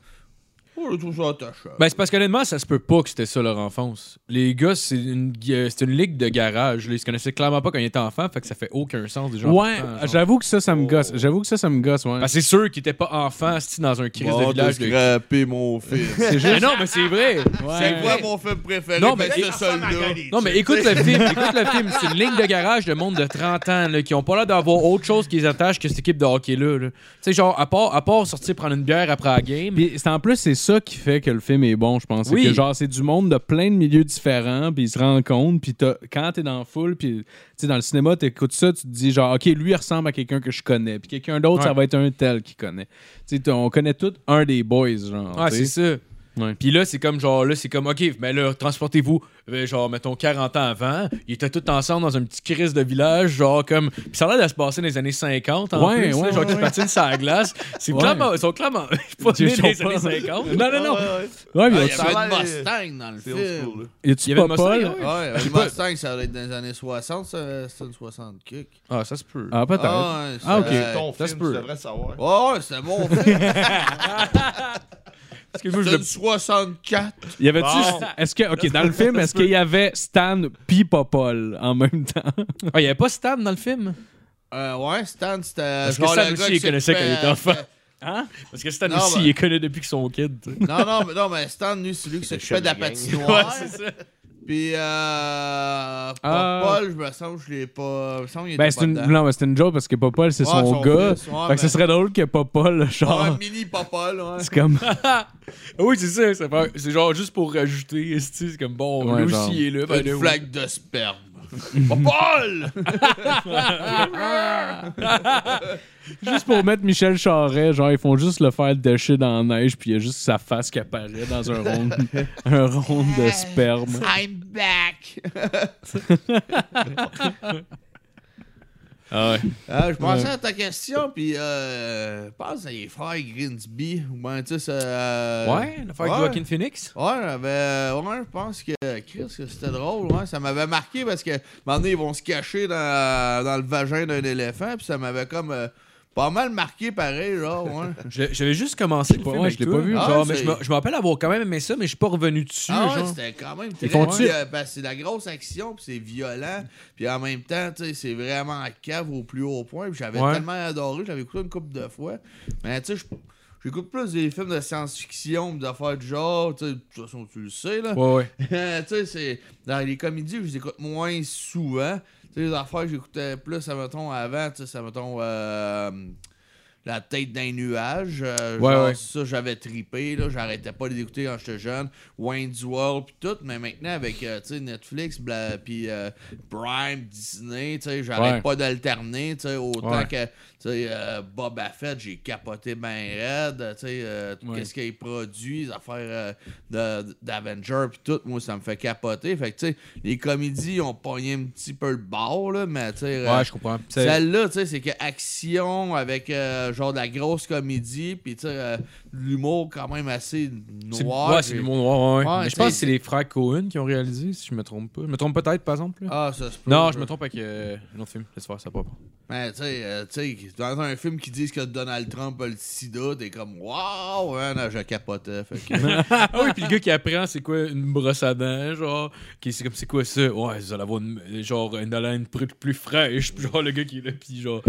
Speaker 5: oh, je trouve ça attachant.
Speaker 3: Ben, c'est parce qu'honnêtement, ça se peut pas que c'était ça leur enfance. Les gars, c'est une, euh, c'est une ligue de garage. là. Ils se connaissaient clairement pas quand ils étaient enfants, fait que ça fait aucun sens déjà.
Speaker 4: Ouais,
Speaker 5: Ah,
Speaker 4: j'avoue que ça,
Speaker 5: Oh.
Speaker 4: ça me gosse. J'avoue que ça, ça me gosse, ouais.
Speaker 3: Parce que c'est sûr qu'ils étaient pas enfants, c'est-tu, dans un crise de
Speaker 5: Bon, t'as
Speaker 3: village. de-
Speaker 5: scrappé mon fils.
Speaker 3: Mais non, mais c'est vrai.
Speaker 5: [laughs] C'est quoi mon film préféré?
Speaker 3: Non,
Speaker 5: Ben,
Speaker 3: mais-
Speaker 5: c'est celui-là.
Speaker 3: Non, mais écoute le film, écoute le film. C'est une ligne de garage de monde de 30 ans là, qui ont pas l'air d'avoir autre chose qui les attache que cette équipe de hockey-là. là. Tu sais, genre, à part, à part sortir prendre une bière après la game.
Speaker 4: Puis c'est- en plus, c'est ça qui fait que le film est bon, je pense. C'est
Speaker 3: Oui.
Speaker 4: que genre, c'est du monde de plein de milieux différents, puis ils se rencontrent, puis t'as- quand t'es dans la foule, puis tu sais, dans le cinéma, t'écoutes ça, tu te dis genre, OK, lui, il ressemble à quelqu'un que je connais, puis quelqu'un d'autre,
Speaker 3: Ouais.
Speaker 4: ça va être un tel qui connaît. Tu sais, t'as- on connaît tous un des boys, genre.
Speaker 3: Ah,
Speaker 4: tu
Speaker 3: c'est
Speaker 4: sais.
Speaker 3: ça.
Speaker 4: Ouais.
Speaker 3: Puis là, c'est comme genre, là, c'est comme, OK, mais là, transportez-vous, euh, genre, mettons, 40 ans avant. Ils étaient tous ensemble dans un petit crise de village, genre, comme. Puis ça a l'air de se passer dans les années 50, en
Speaker 4: Ouais,
Speaker 3: plus, là,
Speaker 4: ouais,
Speaker 3: genre,
Speaker 4: ouais,
Speaker 3: qui
Speaker 4: ouais.
Speaker 3: patinent sur la glace. C'est
Speaker 4: Ouais.
Speaker 3: clairement, ils sont clairement. [laughs] ils sont pas
Speaker 4: Ils
Speaker 3: nés
Speaker 4: sont
Speaker 3: dans les
Speaker 4: pas-
Speaker 3: années 50.
Speaker 4: Non, non, non.
Speaker 6: Ah, ouais,
Speaker 4: Ouais, mais
Speaker 5: Ah, il y
Speaker 4: y'a-tu-
Speaker 6: ça a
Speaker 5: avait une
Speaker 6: l'air-
Speaker 5: Mustang dans le
Speaker 6: C'est old
Speaker 5: film.
Speaker 6: school, là.
Speaker 3: Il y
Speaker 4: y'a-tu
Speaker 3: avait
Speaker 4: pas
Speaker 3: le Mustang,
Speaker 4: Paul?
Speaker 3: ouais.
Speaker 5: Ouais,
Speaker 4: Je sais
Speaker 5: une
Speaker 4: pas.
Speaker 5: Mustang, ça doit être dans les années 60, ça- c'est une 60 kick.
Speaker 3: Ah, ça se peut.
Speaker 4: Ah, peut-être.
Speaker 5: Ah, ouais,
Speaker 4: Ah, ok.
Speaker 5: c'est-
Speaker 6: C'est Euh, ton
Speaker 3: ça se
Speaker 6: film,
Speaker 3: peut.
Speaker 6: tu devrais savoir.
Speaker 5: Ouais, ouais, c'est mon film.
Speaker 3: Parce que moi, je
Speaker 5: C'est
Speaker 3: le-
Speaker 5: une 64.
Speaker 4: Y avait-tu.
Speaker 6: Bon.
Speaker 4: Est-ce que. Ok, dans le film, est-ce qu'il y avait Stan pis Popol en même temps?
Speaker 3: Ah, il n'y avait pas Stan dans le film?
Speaker 5: Euh, ouais, Stan, c'était.
Speaker 3: Parce que
Speaker 5: genre
Speaker 3: Stan
Speaker 5: le
Speaker 3: aussi,
Speaker 5: gars
Speaker 3: il
Speaker 5: qui s'est
Speaker 3: connaissait
Speaker 5: fait-
Speaker 3: quand il était enfant.
Speaker 5: fait-
Speaker 3: Hein? Parce que Stan
Speaker 5: Non,
Speaker 3: aussi,
Speaker 5: ben-
Speaker 3: il est connu depuis que son kid. tu sais.
Speaker 5: Non, non, mais, non, mais Stan, lui, c'est lui qui s'occupait
Speaker 6: chef
Speaker 5: de la
Speaker 6: de la gang.
Speaker 5: patinoire.
Speaker 3: [laughs] Ouais, c'est ça.
Speaker 5: Puis, euh.
Speaker 4: Ah.
Speaker 5: Paul, je me sens que je l'ai pas. Il me semble qu'il
Speaker 4: Ben,
Speaker 5: était
Speaker 4: c'est
Speaker 5: pas
Speaker 4: une.
Speaker 5: dedans.
Speaker 4: Non, mais c'est une joke parce que Popol, c'est
Speaker 5: Ouais,
Speaker 4: son,
Speaker 5: son
Speaker 4: gars.
Speaker 5: fils, ouais,
Speaker 4: fait
Speaker 5: mais-
Speaker 4: que ce serait drôle que Popol, genre.
Speaker 5: Ouais, mini Popol, ouais.
Speaker 4: [laughs] C'est comme.
Speaker 3: Oui, c'est ça. ça fait- C'est genre juste pour rajouter. esti, C'est comme bon,
Speaker 4: Ouais,
Speaker 3: lui
Speaker 4: genre.
Speaker 3: aussi il est là. ben,
Speaker 5: Une
Speaker 3: là, oui.
Speaker 5: flaque de sperme. [laughs] Popol!
Speaker 4: juste pour mettre Michel Charret, genre, ils font juste le faire décher dans la neige, puis il y a juste sa face qui apparaît dans un rond, un rond de sperme.
Speaker 5: I'm back!
Speaker 3: Ah ouais.
Speaker 5: Euh, je pensais à ta question, puis euh, je pense à les frères Grinsby, ou ben, tu sais, euh,
Speaker 3: Ah Ouais, l'affaire
Speaker 5: ouais.
Speaker 3: de Joaquin Phoenix.
Speaker 5: Ouais, ben, ouais, je pense que Chris, que c'était drôle, ouais, ça m'avait marqué parce que maintenant ils vont se cacher dans, dans le vagin d'un éléphant, puis ça m'avait comme euh, pas mal marqué pareil, genre, ouais.
Speaker 3: Je- J'avais juste commencé le
Speaker 4: pas-
Speaker 3: film.
Speaker 4: ouais,
Speaker 3: avec
Speaker 4: je l'ai
Speaker 3: toi.
Speaker 4: pas vu.
Speaker 5: Ah,
Speaker 3: Genre, mais
Speaker 5: c'est-
Speaker 3: je me- je me rappelle avoir quand même aimé ça, mais je suis pas revenu dessus.
Speaker 5: Ah ouais,
Speaker 3: genre.
Speaker 5: c'était quand même très
Speaker 4: font-tu-
Speaker 5: Puis, euh, ben, c'est de la grosse action, puis c'est violent, puis en même temps, tu sais, c'est vraiment en cave au plus haut point, puis j'avais
Speaker 3: Ouais.
Speaker 5: tellement adoré, j'avais écouté une couple de fois. Mais tu sais, je- j'écoute plus des films de science-fiction, pis d'affaires du genre, tu sais, de toute façon, tu le sais, là.
Speaker 3: Ouais, ouais.
Speaker 5: [laughs] tu sais, c'est dans les comédies, je les écoute moins souvent. Tu sais, les affaires que j'écoutais plus, ça mettons avant, tu sais, ça mettons euh, la tête d'un nuage. euh,
Speaker 3: Ouais,
Speaker 5: genre,
Speaker 3: ouais.
Speaker 5: Ça, j'avais tripé, là, j'arrêtais pas de les écouter quand j'étais jeune. Wayne's World puis tout, mais maintenant avec euh, tu sais, Netflix, bla- puis euh, Prime, Disney, tu sais, j'arrête
Speaker 4: Ouais.
Speaker 5: pas d'alterner, tu sais, autant
Speaker 3: Ouais.
Speaker 5: que tu sais, euh, Boba Fett, j'ai capoté ben raide, tu sais, euh,
Speaker 3: Ouais.
Speaker 5: qu'est-ce qu'il produit, les affaires euh, de- d'Avenger puis tout, moi ça me fait capoter. Fait que tu sais, les comédies ont pogné un petit peu le bord là, mais tu sais euh,
Speaker 3: Ouais, je comprends. C'est-
Speaker 5: celle-là, tu sais, c'est que action avec euh, genre de la grosse comédie, puis tu sais, euh, l'humour quand même assez
Speaker 3: c'est-
Speaker 5: noir.
Speaker 3: Ouais, c'est
Speaker 5: j'ai-
Speaker 3: l'humour noir. ouais,
Speaker 5: Ouais,
Speaker 3: ouais. Mais je
Speaker 5: t'sais,
Speaker 3: pense que c'est les frères Cohen qui ont réalisé, si je me trompe pas. Je me trompe peut-être, par exemple. là.
Speaker 5: Ah, ça se peut.
Speaker 3: Non, je me trompe avec euh, un autre film. Laisse faire, ça va pas.
Speaker 5: Mais tu sais, euh, tu sais, dans un film qui disent que Donald Trump a le sida, t'es comme waouh, hein, non, je capotais. Fait
Speaker 3: [laughs]
Speaker 5: que- hein,
Speaker 3: Ah oui, puis le gars qui apprend c'est quoi une brosse à dents, genre, qui c'est comme c'est quoi ça? Ouais, vous allez avoir une, genre une haleine plus, plus fraîche, [laughs] puis genre le gars qui est là, puis
Speaker 4: [laughs]
Speaker 3: genre.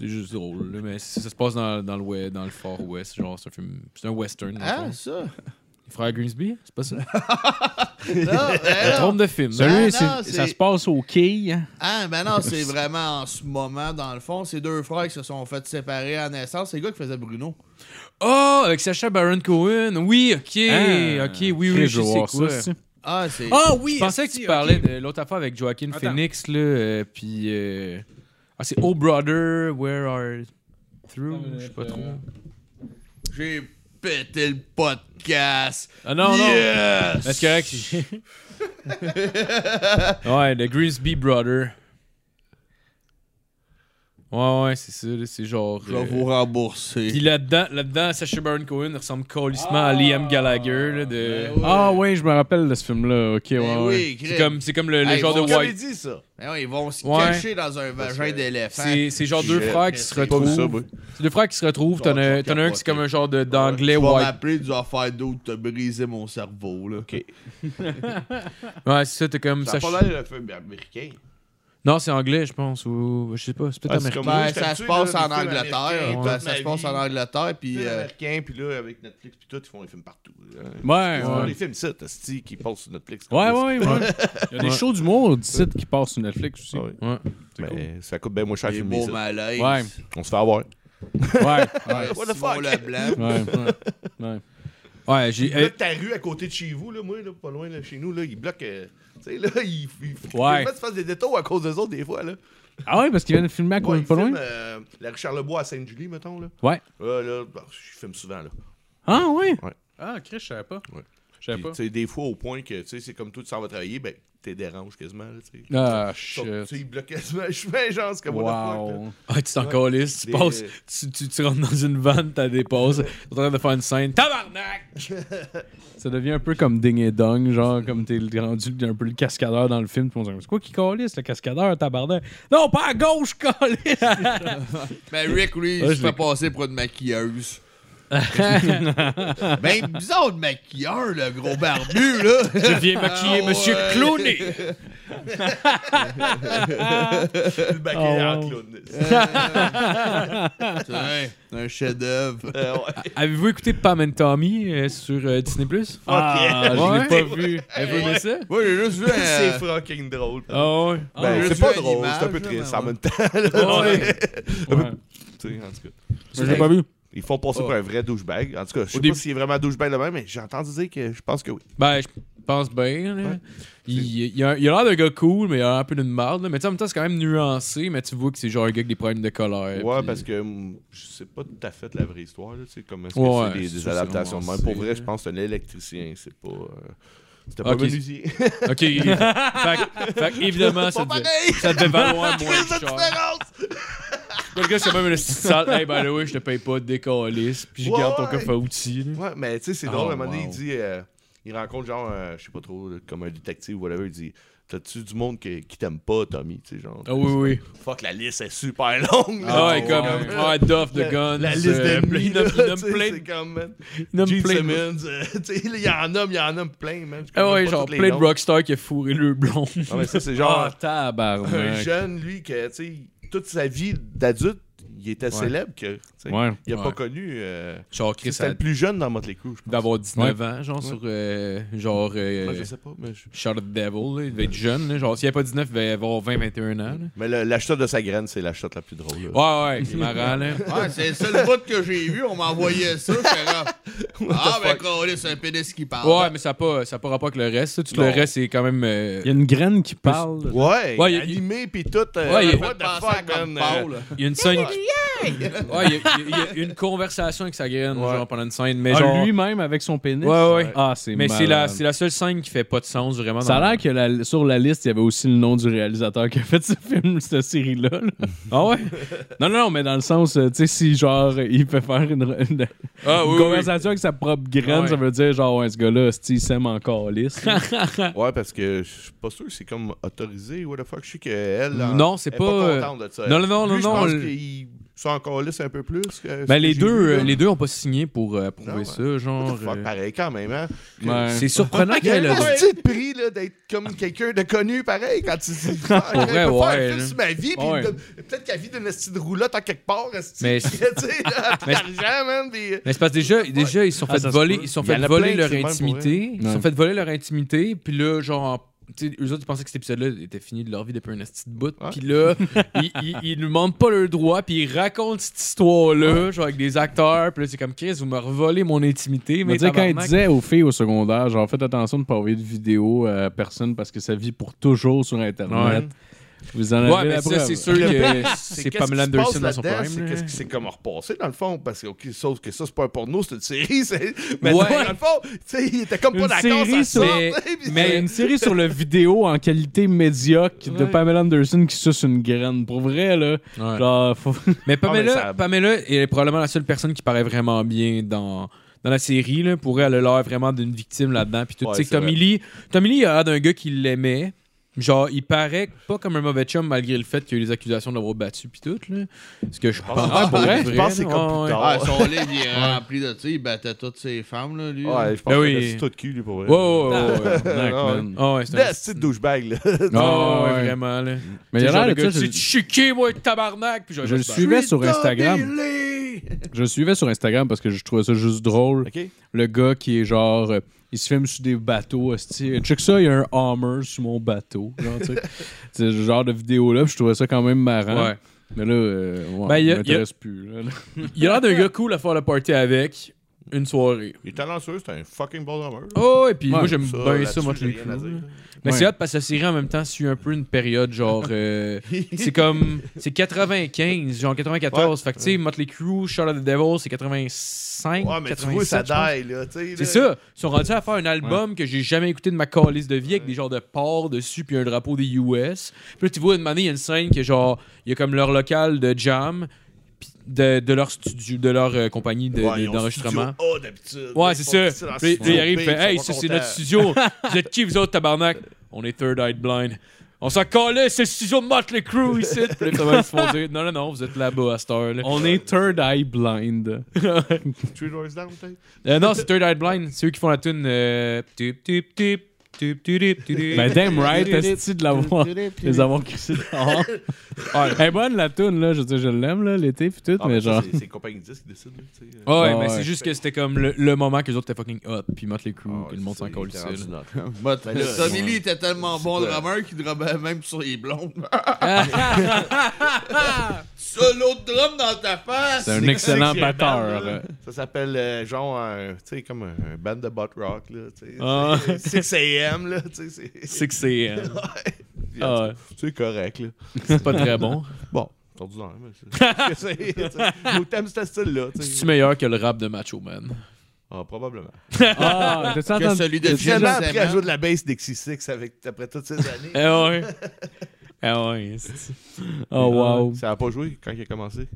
Speaker 3: c'est juste drôle, là, mais ça, ça se passe dans, dans, le, ouest- dans le Far West, genre, c'est un film. C'est un western. dans le
Speaker 5: ah,
Speaker 3: fond.
Speaker 5: ça.
Speaker 3: [laughs] Les frères Grimsby, c'est pas ça?
Speaker 5: Non,
Speaker 3: Un
Speaker 5: ben non.
Speaker 3: trompe de film. hein?
Speaker 5: Ben non,
Speaker 4: Celui, c'est-
Speaker 5: c'est-
Speaker 4: ça se passe au quai. hein.
Speaker 5: Ah, ben
Speaker 3: [laughs]
Speaker 5: non, c'est vraiment en ce moment, dans le fond. C'est deux frères qui se sont fait séparer à naissance. C'est le gars qui faisait Bruno.
Speaker 3: Oh, avec Sacha Baron Cohen. Oui, ok,
Speaker 4: Ah,
Speaker 3: ok, oui,
Speaker 4: Chris,
Speaker 3: oui, je
Speaker 4: veux
Speaker 3: sais
Speaker 4: voir
Speaker 3: quoi.
Speaker 4: ça, c'est-
Speaker 5: Ah, c'est.
Speaker 3: Ah oui, je pensais que
Speaker 1: esti,
Speaker 3: tu parlais de l'autre affaire avec Joaquin
Speaker 1: Attends.
Speaker 3: Phoenix, là, euh, puis... euh, Ah, c'est Oh Brother, Where Are Through, je sais pas trop.
Speaker 5: J'ai pété le podcast.
Speaker 3: Ah non,
Speaker 5: Yes!
Speaker 3: non, c'est correct. [laughs] ouais, The Grimsby Brother. Ouais, ouais, c'est ça, là, c'est genre...
Speaker 5: Je vais
Speaker 3: euh,
Speaker 5: vous
Speaker 3: Puis
Speaker 5: rembourser.
Speaker 3: là-dedans, là-dedans, Sacha Baron Cohen ressemble colissement à Liam Gallagher, là, de...
Speaker 5: Ben oui.
Speaker 4: Ah ouais, je me rappelle de ce film-là. Ok, ouais.
Speaker 5: Ben
Speaker 4: ouais.
Speaker 5: oui, Chris.
Speaker 3: C'est comme, c'est comme le, le
Speaker 5: Hey,
Speaker 3: genre de
Speaker 5: bon,
Speaker 6: C'est une
Speaker 3: white...
Speaker 6: comédie, ça.
Speaker 5: Ben oui, ils vont se
Speaker 3: Ouais.
Speaker 5: cacher dans un vagin d'éléphant.
Speaker 3: C'est c'est genre deux
Speaker 6: Shit.
Speaker 3: frères qui se
Speaker 5: Pas vu
Speaker 6: Pas vu ça,
Speaker 3: retrouvent.
Speaker 6: boy.
Speaker 3: C'est deux frères qui se retrouvent. T'en as t'en as un qui c'est comme un genre de- d'anglais
Speaker 5: tu vas
Speaker 3: white.
Speaker 5: m'appeler, tu vas faire d'autres, t'as brisé mon cerveau, là. OK.
Speaker 3: Ouais, c'est ça, t'es comme.
Speaker 6: Ça a
Speaker 3: ça-
Speaker 6: pas l'air d'un film américain.
Speaker 3: Non, c'est anglais, je pense. Ou je sais pas, c'est peut-être
Speaker 6: Ah, c'est
Speaker 3: américain.
Speaker 6: comme- Moi, je suis
Speaker 5: Ben, ça se
Speaker 6: habitué,
Speaker 5: passe
Speaker 6: là,
Speaker 5: en
Speaker 6: des films
Speaker 5: Angleterre.
Speaker 6: américains,
Speaker 5: ben,
Speaker 6: toute
Speaker 5: ça
Speaker 6: ma
Speaker 5: se passe
Speaker 6: vie.
Speaker 5: en Angleterre, puis...
Speaker 6: Puis
Speaker 5: euh,
Speaker 6: américain, puis là, avec Netflix, puis tout, ils font des films partout. là.
Speaker 4: Ouais,
Speaker 6: Ils font
Speaker 4: ouais.
Speaker 6: des films, ça, Tasty, qui passent sur Netflix.
Speaker 4: Ouais, ouais, ouais. Il y a des
Speaker 3: Ouais.
Speaker 4: shows d'humour du site qui passent sur Netflix aussi.
Speaker 6: Ah ouais.
Speaker 3: Ouais.
Speaker 6: Mais ça coûte bien moins cher à
Speaker 5: les
Speaker 6: filmer
Speaker 5: beaux
Speaker 6: ça.
Speaker 5: malaises.
Speaker 4: Ouais.
Speaker 6: On se fait avoir.
Speaker 4: Ouais.
Speaker 5: Ouais,
Speaker 6: What
Speaker 5: Simon
Speaker 6: the fuck?
Speaker 5: Leblanc.
Speaker 4: Ouais. Ouais.
Speaker 3: Ouais, j'ai.
Speaker 4: Euh,
Speaker 6: Là,
Speaker 3: eh,
Speaker 6: ta rue à côté de chez vous, là, moi, là, pas loin, là, chez nous, là, ils bloquent. euh, tu sais, là, [laughs] ils,
Speaker 4: Ouais.
Speaker 6: ils, ils mettent- ils font des détours à cause des autres, des fois, là.
Speaker 4: [laughs] Ah ouais, parce qu'ils viennent filmer à
Speaker 6: Ouais,
Speaker 4: côté
Speaker 6: ils
Speaker 4: pas loin.
Speaker 6: filment, euh, la Richard Lebois à Sainte-Julie, mettons, là.
Speaker 4: Ouais.
Speaker 6: Là, là, bah, je filme souvent, là.
Speaker 4: Ah ouais.
Speaker 6: Ouais.
Speaker 4: Ah, Chris, je savais pas.
Speaker 6: Ouais.
Speaker 4: Je savais
Speaker 6: Puis,
Speaker 4: pas.
Speaker 6: tu sais, des fois, au point que, tu sais, c'est comme tout, tu s'en vas travailler, ben, t'es dérange quasiment, là,
Speaker 4: [laughs]
Speaker 6: tu sais.
Speaker 4: Ah,
Speaker 6: Sauf que,
Speaker 4: shit.
Speaker 6: Tu sais, ils bloquent quasiment le chemin, genre, c'est comme what the fuck, là.
Speaker 4: Wow.
Speaker 3: Ah, tu t'en
Speaker 6: Ouais.
Speaker 3: calisses, tu
Speaker 6: Des-
Speaker 3: passes, tu, tu, tu rentres dans une vanne, t'as des pauses, t'es en train de faire une scène. Tabarnak!
Speaker 4: Ça devient un peu comme Ding et Dong, genre comme t'es le- rendu un peu le cascadeur dans le film. Tout le monde dit, c'est quoi qui calisse, le cascadeur, tabarnak? Non, pas
Speaker 3: [laughs]
Speaker 4: à gauche, calisse!
Speaker 5: Mais Rick, lui,
Speaker 3: Ouais,
Speaker 5: il
Speaker 3: je
Speaker 5: se fait
Speaker 3: l'ai-
Speaker 5: passer pour une [laughs] maquilleuse. ben, bizarre de maquilleur, le gros barbu, [laughs] là.
Speaker 3: Je viens maquiller
Speaker 5: Ah,
Speaker 3: Monsieur
Speaker 5: ouais.
Speaker 3: Clooney!
Speaker 6: Le
Speaker 4: Ah,
Speaker 6: maquillage en clown.
Speaker 5: Putain, un chef-d'œuvre.
Speaker 6: Euh,
Speaker 4: [laughs]
Speaker 6: ouais.
Speaker 3: Avez-vous écouté Pam and Tommy euh, sur euh, Disney Plus?
Speaker 4: Ah, je l'ai pas vu.
Speaker 3: Avez-vous aimé ça?
Speaker 5: Moi, j'ai [laughs] juste vu un.
Speaker 6: C'est fucking drôle.
Speaker 3: Ah ouais.
Speaker 6: euh, Ben,
Speaker 5: j'ai
Speaker 6: c'est
Speaker 5: vu
Speaker 6: pas
Speaker 5: une
Speaker 6: drôle, c'est un
Speaker 5: image, là,
Speaker 6: peu triste
Speaker 5: mais
Speaker 6: en même temps.
Speaker 3: Ouais.
Speaker 6: Tu sais, en tout cas.
Speaker 4: Je l'ai pas vu.
Speaker 6: Ils font passer pour un vrai douchebag. En tout cas, je sais
Speaker 3: début-
Speaker 6: pas s'il est vraiment douchebag le même, mais j'ai entendu dire que je pense que oui.
Speaker 3: Ben, je pense bien. là. Il, il a il a l'air d'un gars cool, mais il a l'air un peu d'une marde. là. Mais tu sais, en même temps, c'est quand même nuancé, mais tu vois que c'est genre un gars avec des problèmes de colère.
Speaker 6: ouais,
Speaker 3: puis-
Speaker 6: parce que mm, je sais pas tout à fait la vraie histoire. là, tu sais, Comment est-ce que
Speaker 3: Ouais,
Speaker 6: c'est des,
Speaker 3: c'est
Speaker 6: des
Speaker 3: sûr,
Speaker 6: adaptations
Speaker 3: c'est
Speaker 6: de même. Pour
Speaker 3: romancé,
Speaker 6: vrai,
Speaker 3: là.
Speaker 6: je pense que c'est un électricien. C'est pas. euh, C'était pas
Speaker 3: Ok,
Speaker 6: un
Speaker 3: [laughs]
Speaker 6: menuisier.
Speaker 3: Ok.
Speaker 6: [laughs]
Speaker 3: fait, que- fait que évidemment, ça
Speaker 6: pas
Speaker 3: devait,
Speaker 6: pareil!
Speaker 3: ça devait [laughs] valoir moins
Speaker 6: Crise de
Speaker 3: cher.
Speaker 6: différence!
Speaker 3: Le gars, c'est même une petite salle. Hey, by the way, je te paye pas, décalisse. Puis je
Speaker 6: Ouais,
Speaker 3: garde ton
Speaker 6: ouais.
Speaker 3: coffre à outils. là.
Speaker 6: Ouais, mais tu sais, c'est
Speaker 3: Oh,
Speaker 6: drôle. À un moment donné,
Speaker 3: wow.
Speaker 6: il dit. euh, il rencontre, genre, euh, je sais pas trop, là, comme un détective ou whatever. Il dit T'as-tu du monde que- qui t'aime pas, Tommy Tu sais, genre.
Speaker 3: Ah oui, oui.
Speaker 6: Fuck, la liste est super longue. là.
Speaker 3: Ah ouais, comme.
Speaker 6: ouais.
Speaker 3: Ouais, Duff de
Speaker 6: La-
Speaker 3: Guns.
Speaker 6: La liste
Speaker 3: euh,
Speaker 6: d'ennemis,
Speaker 3: il nomme- il
Speaker 6: là,
Speaker 3: nomme
Speaker 6: tu sais,
Speaker 3: plein-
Speaker 6: c'est comme, man.
Speaker 3: il nomme
Speaker 6: Gene
Speaker 3: plein de-
Speaker 6: Simmons, euh, [laughs] tu sais, il y en a, il y en a plein, man. Je
Speaker 3: Ah
Speaker 6: connais
Speaker 3: ouais,
Speaker 6: pas
Speaker 3: genre
Speaker 6: tous les
Speaker 3: plein de
Speaker 6: noms.
Speaker 3: rockstar qui a fourré le blond.
Speaker 6: Ah, mais ça, c'est genre
Speaker 3: [laughs] Ah, tabarnak.
Speaker 6: un [laughs] jeune, lui, que, tu sais, toute sa vie d'adulte, il était célèbre, que, tu sais,
Speaker 4: Ouais.
Speaker 6: il a
Speaker 3: Ouais.
Speaker 6: pas connu... euh,
Speaker 3: Genre Chris
Speaker 6: C'était le plus jeune dans Motley Crue, je pense.
Speaker 3: d'avoir 19 ans, genre sur euh, genre
Speaker 6: Moi,
Speaker 3: euh,
Speaker 6: je sais pas, mais... je-
Speaker 3: Charlotte Devil, là, il devait être jeune, là, genre s'il n'y avait pas 19, il devait avoir 20 21 ans. là.
Speaker 6: Mais le- la chute de sa graine, c'est la chute la plus drôle. là.
Speaker 3: Ouais ouais, c'est marrant
Speaker 6: [laughs]
Speaker 3: là.
Speaker 5: euh, Ouais, c'est le seul bout que j'ai vu, on m'envoyait ça, je fais comme, Ah, ben, Colin, c'est un pénis qui parle.
Speaker 3: Ouais, mais ça n'a pas ça a pas rapport avec le reste, ça. tout le
Speaker 6: Non.
Speaker 3: reste c'est quand même euh,
Speaker 4: Il y a une graine qui parle.
Speaker 6: Ouais,
Speaker 3: Ouais, il-
Speaker 6: animé pis tout. euh,
Speaker 3: Ouais, il-
Speaker 6: what
Speaker 5: What
Speaker 6: the fuck,
Speaker 5: comme
Speaker 6: man.
Speaker 5: Paul.
Speaker 6: euh,
Speaker 3: il y a une
Speaker 6: [laughs]
Speaker 3: scène Ouais, il y a- il y, a- il y a une conversation avec sa graine
Speaker 6: Ouais.
Speaker 3: genre pendant une scène, mais
Speaker 4: Ah,
Speaker 3: genre
Speaker 4: Lui-même avec son pénis.
Speaker 3: Ouais, ouais.
Speaker 4: Ah, c'est Ah,
Speaker 3: mais c'est la
Speaker 4: malade.
Speaker 3: c'est la seule scène qui fait pas de sens vraiment
Speaker 4: Ça
Speaker 3: dans-
Speaker 4: a l'air que la- sur la liste, il y avait aussi le nom du réalisateur qui a fait [laughs] ce film, cette série-là. là.
Speaker 3: Ah [laughs] ouais.
Speaker 4: Non, non, non, mais dans le sens, euh, tu sais, si genre il peut faire une, une-
Speaker 3: Ah
Speaker 4: une
Speaker 3: oui. oui.
Speaker 4: conversation avec sa propre graine,
Speaker 3: Ah ouais.
Speaker 4: ça veut dire genre, ouais, ce gars-là, hostie, il s'aime encore
Speaker 3: [laughs]
Speaker 4: lisse.
Speaker 6: Ouais, parce que je suis pas sûr que c'est comme autorisé. What the fuck, je sais qu'elle.
Speaker 3: Non, c'est
Speaker 6: pas.
Speaker 3: pas, euh,
Speaker 6: contente de ça.
Speaker 3: Non non non non
Speaker 6: Lui, je pense
Speaker 3: non.
Speaker 6: qu'ils sont encore lisses un peu plus. que
Speaker 3: Ben
Speaker 6: ce que
Speaker 3: les
Speaker 6: j'ai
Speaker 3: deux
Speaker 6: vu,
Speaker 3: euh,
Speaker 6: là.
Speaker 3: les deux ont pas signé pour euh, prouver
Speaker 6: Ah ouais.
Speaker 3: ça
Speaker 6: What
Speaker 3: genre
Speaker 6: the fuck,
Speaker 3: euh,
Speaker 6: pareil quand même, hein?
Speaker 4: Ouais.
Speaker 3: C'est surprenant
Speaker 6: Il y a
Speaker 3: qu'elle
Speaker 6: un
Speaker 3: a
Speaker 6: petit prix là, d'être comme quelqu'un de connu, pareil, quand
Speaker 3: [laughs]
Speaker 6: tu dis Fuck, je peux
Speaker 3: vrai,
Speaker 6: faire un
Speaker 3: ouais,
Speaker 6: film
Speaker 3: là.
Speaker 6: sur ma vie, puis
Speaker 4: Ouais.
Speaker 6: de- peut-être qu'elle vit d'une petite roulotte à quelque part, esti, [laughs]
Speaker 3: Mais-
Speaker 6: tu sais, là, plus
Speaker 3: Mais-
Speaker 6: d'argent, man, puis- euh,
Speaker 3: Mais c'est parce que déjà, déjà ils se sont
Speaker 4: Ah,
Speaker 3: fait
Speaker 4: ça se
Speaker 3: voler,
Speaker 4: peut.
Speaker 3: ils se sont
Speaker 6: Il y
Speaker 3: fait
Speaker 6: en a
Speaker 3: voler
Speaker 6: plein
Speaker 3: leur
Speaker 6: qui sont même
Speaker 3: intimité. Ils se sont
Speaker 4: Ouais.
Speaker 3: fait voler leur intimité. Puis là, genre, en- tu sais, eux autres, ils pensaient que cet épisode-là était fini de leur vie depuis un esti de bout.
Speaker 6: Ouais.
Speaker 3: Puis là, [laughs] ils, ils, ils nous montrent pas leur droit. Puis ils racontent cette histoire-là, genre avec des acteurs. Puis là, c'est comme Chris, vous me revolez mon intimité.
Speaker 4: Mais
Speaker 3: Mais
Speaker 4: tu sais, quand il
Speaker 3: tabarnak.
Speaker 4: disait aux filles au secondaire, genre, faites attention de ne pas envoyer de vidéos à personne parce que ça vit pour toujours sur Internet. Vous en avez
Speaker 3: Ouais, mais
Speaker 4: la
Speaker 3: ça,
Speaker 4: preuve.
Speaker 3: c'est sûr que c'est
Speaker 6: qu'est-ce
Speaker 3: Pamela
Speaker 6: qui se passe
Speaker 3: Anderson dans son
Speaker 6: là-dedans,
Speaker 3: prime.
Speaker 6: C'est
Speaker 3: là.
Speaker 6: qu'est-ce qui s'est comme repassé dans le fond, parce que ok, sauf que ça c'est pas un porno, c'est une série. [laughs] c'est- Mais non,
Speaker 3: Ouais.
Speaker 6: dans le fond, tu sais, il était comme
Speaker 4: Une
Speaker 6: pas d'accord.
Speaker 4: série
Speaker 6: ça sort,
Speaker 3: sur-
Speaker 6: [laughs] tu sais, puis
Speaker 4: Mais
Speaker 3: Mais-
Speaker 4: une série sur le vidéo en qualité médiocre de
Speaker 6: Ouais.
Speaker 4: Pamela Anderson qui suce une graine. Pour vrai, là.
Speaker 3: Ouais.
Speaker 4: Genre,
Speaker 3: [laughs]
Speaker 4: faut...
Speaker 3: Mais Pamela,
Speaker 6: Ah, ça-
Speaker 3: Pamela est probablement la seule personne qui paraît vraiment bien dans, dans la série. Là. Pour elle, elle a l'air vraiment d'une victime là-dedans. Puis tout,
Speaker 6: Ouais,
Speaker 3: tu sais, que
Speaker 6: c'est
Speaker 3: Tommy
Speaker 6: vrai.
Speaker 3: Lee, Tommy Lee a l'air d'un gars qui l'aimait. Genre, il paraît pas comme un mauvais chum malgré le fait qu'il y a eu des accusations de l'avoir battu puis tout, là. Ce que je pense.
Speaker 6: Ah, pour vrai? Je pense que c'est
Speaker 3: là,
Speaker 6: comme plus tard.
Speaker 5: Ah, son livre, il est rempli de ça. Il battait toutes ses femmes, là, lui.
Speaker 6: Ouais, je pense
Speaker 3: Ben
Speaker 6: que
Speaker 3: oui.
Speaker 6: c'est tout de cul, lui, pour vrai.
Speaker 3: Ouais, ouais, ouais, ouais, ouais.
Speaker 4: Tabarnak,
Speaker 6: Ah ouais.
Speaker 4: man.
Speaker 3: [laughs] Ah ouais, c'est un-
Speaker 6: Là, c'est une douchebag, là.
Speaker 3: Ah ouais,
Speaker 4: Ouais.
Speaker 3: vraiment, là.
Speaker 4: Mais il y a
Speaker 3: C'est
Speaker 4: l'air
Speaker 3: le
Speaker 4: de
Speaker 3: gars
Speaker 4: ça,
Speaker 3: qui dit, Chiqué, moi, tabarnak! Puis genre,
Speaker 4: Je le
Speaker 3: bah,
Speaker 4: suivais sur Instagram.
Speaker 6: Donnez-les!
Speaker 4: Je le suivais sur Instagram parce que je trouvais ça juste drôle.
Speaker 6: Ok?
Speaker 4: Le gars qui est genre. euh, il se filme sur des bateaux. hostie. Check ça, il y a un Hammer sur mon bateau. Genre,
Speaker 3: [laughs]
Speaker 4: tu sais. C'est ce genre de vidéo-là. puis je trouvais ça quand même marrant.
Speaker 3: Ouais.
Speaker 4: Mais là, euh, ouais,
Speaker 3: Ben, il y a-
Speaker 4: ça m'intéresse plus. là.
Speaker 3: Il a l'air d'un gars cool à faire le party avec. une soirée.
Speaker 6: Il est talentueux, c'est un fucking ball drummer. là.
Speaker 3: Oh, et puis moi, j'aime
Speaker 6: Ça,
Speaker 3: bien
Speaker 6: là-dessus,
Speaker 3: ça,
Speaker 6: j'ai
Speaker 3: Motley
Speaker 6: rien
Speaker 3: Crue,
Speaker 6: à dire,
Speaker 3: là.
Speaker 6: là.
Speaker 3: Mais
Speaker 4: Ouais.
Speaker 3: c'est hot parce que ça série en même temps suit un peu une période genre.
Speaker 6: [laughs]
Speaker 3: euh, c'est comme. C'est 95, genre 94. Fait que tu sais, Motley Crue, Charlotte the Devil, c'est 85.
Speaker 6: Ouais, mais tu vois, ça
Speaker 3: 87, je pense.
Speaker 6: die, là. tu sais,
Speaker 3: C'est
Speaker 6: là.
Speaker 3: ça. Ils sont rendus à faire un album que j'ai jamais écouté de ma calice de vie avec des genres de porcs dessus puis un drapeau des US. Puis là, tu vois, une année, il y a une scène que genre, il y a comme leur local de jam puis de, de leur studio, de leur euh, compagnie de-
Speaker 6: Ouais, ils ont
Speaker 3: d'enregistrement.
Speaker 6: studio A d'habitude.
Speaker 3: ouais,
Speaker 6: Ils
Speaker 3: c'est
Speaker 6: font
Speaker 3: ça.
Speaker 6: dans
Speaker 3: Puis
Speaker 6: studio
Speaker 3: puis il arrive,
Speaker 6: B,
Speaker 3: fait,
Speaker 6: ils
Speaker 3: hey,
Speaker 6: sont
Speaker 3: ça
Speaker 6: pas
Speaker 3: c'est notre
Speaker 6: contents.
Speaker 3: [laughs] studio. vous êtes qui, vous autres, tabarnak? On est Third Eye Blind. On s'en calait, c'est le studio de Motley Crue ici. [laughs] Puis là, finalement, ils se font dire, non, non, non, vous êtes là-bas à cette heure-là.
Speaker 4: On est third eye blind.
Speaker 6: Three Doors Down, peut-être.
Speaker 3: Euh, non, c'est Third Eye Blind. C'est eux qui font la tune. Euh... tup, tup, tup, tup, tup, tup, tup.
Speaker 4: Ben damn right, est de l'avoir, Ah, les avoir crissés dehors.
Speaker 3: [laughs]
Speaker 4: Elle est bonne la toune là, je veux dire, je l'aime là, l'été puis tout,
Speaker 6: Ah,
Speaker 4: mais
Speaker 6: ça,
Speaker 4: genre.
Speaker 6: c'est- C'est compagnie de disques qui décide, là, tu sais. Ah,
Speaker 3: Ouais,
Speaker 4: Ouais,
Speaker 3: mais
Speaker 4: ouais.
Speaker 3: c'est juste que c'était comme le, le moment que les autres étaient fucking hot, puis Motley Crue,
Speaker 6: Ah,
Speaker 3: puis le monde
Speaker 6: c'est
Speaker 3: s'en colle
Speaker 6: ça,
Speaker 3: ici,
Speaker 6: il
Speaker 3: là.
Speaker 6: était rendu
Speaker 5: But,
Speaker 6: là,
Speaker 5: euh, Tommy Lee était tellement bon
Speaker 6: Ouais.
Speaker 5: drummer qu'il drummait même sur les blondes. [laughs]
Speaker 3: [laughs]
Speaker 5: Solo de drum dans ta face!
Speaker 4: C'est un excellent
Speaker 6: C'est que c'est
Speaker 4: batteur.
Speaker 6: band, là.
Speaker 4: là.
Speaker 6: Ça s'appelle euh, genre, un- tu sais, comme un band de butt rock, là, tu sais.
Speaker 3: Ah.
Speaker 6: C'est- 6 AM, là, tu sais. c'est-
Speaker 3: C'est que c'est. euh,
Speaker 6: Puis,
Speaker 4: Ah
Speaker 6: en tout cas, C'est correct, là.
Speaker 3: c'est pas très [laughs] bon.
Speaker 6: Bon, t'as du temps,
Speaker 3: [laughs]
Speaker 6: mais c'est- c'est. tu sais, Nous, t'aimes ce style-là, tu
Speaker 3: C'est-tu
Speaker 6: sais.
Speaker 3: meilleur que le rap de Macho Man?
Speaker 6: Ah, probablement.
Speaker 4: Ah, t'as-tu
Speaker 5: Que
Speaker 4: entendu?
Speaker 5: celui de
Speaker 6: Finalement,
Speaker 5: Finalement,
Speaker 6: après, elle joue de la bass d'Exy 6 avec, après toutes ces
Speaker 3: [laughs]
Speaker 6: années.
Speaker 3: Eh ouais. Eh ouais. c'est-
Speaker 4: Oh wow.
Speaker 6: Ça a pas joué quand il a commencé.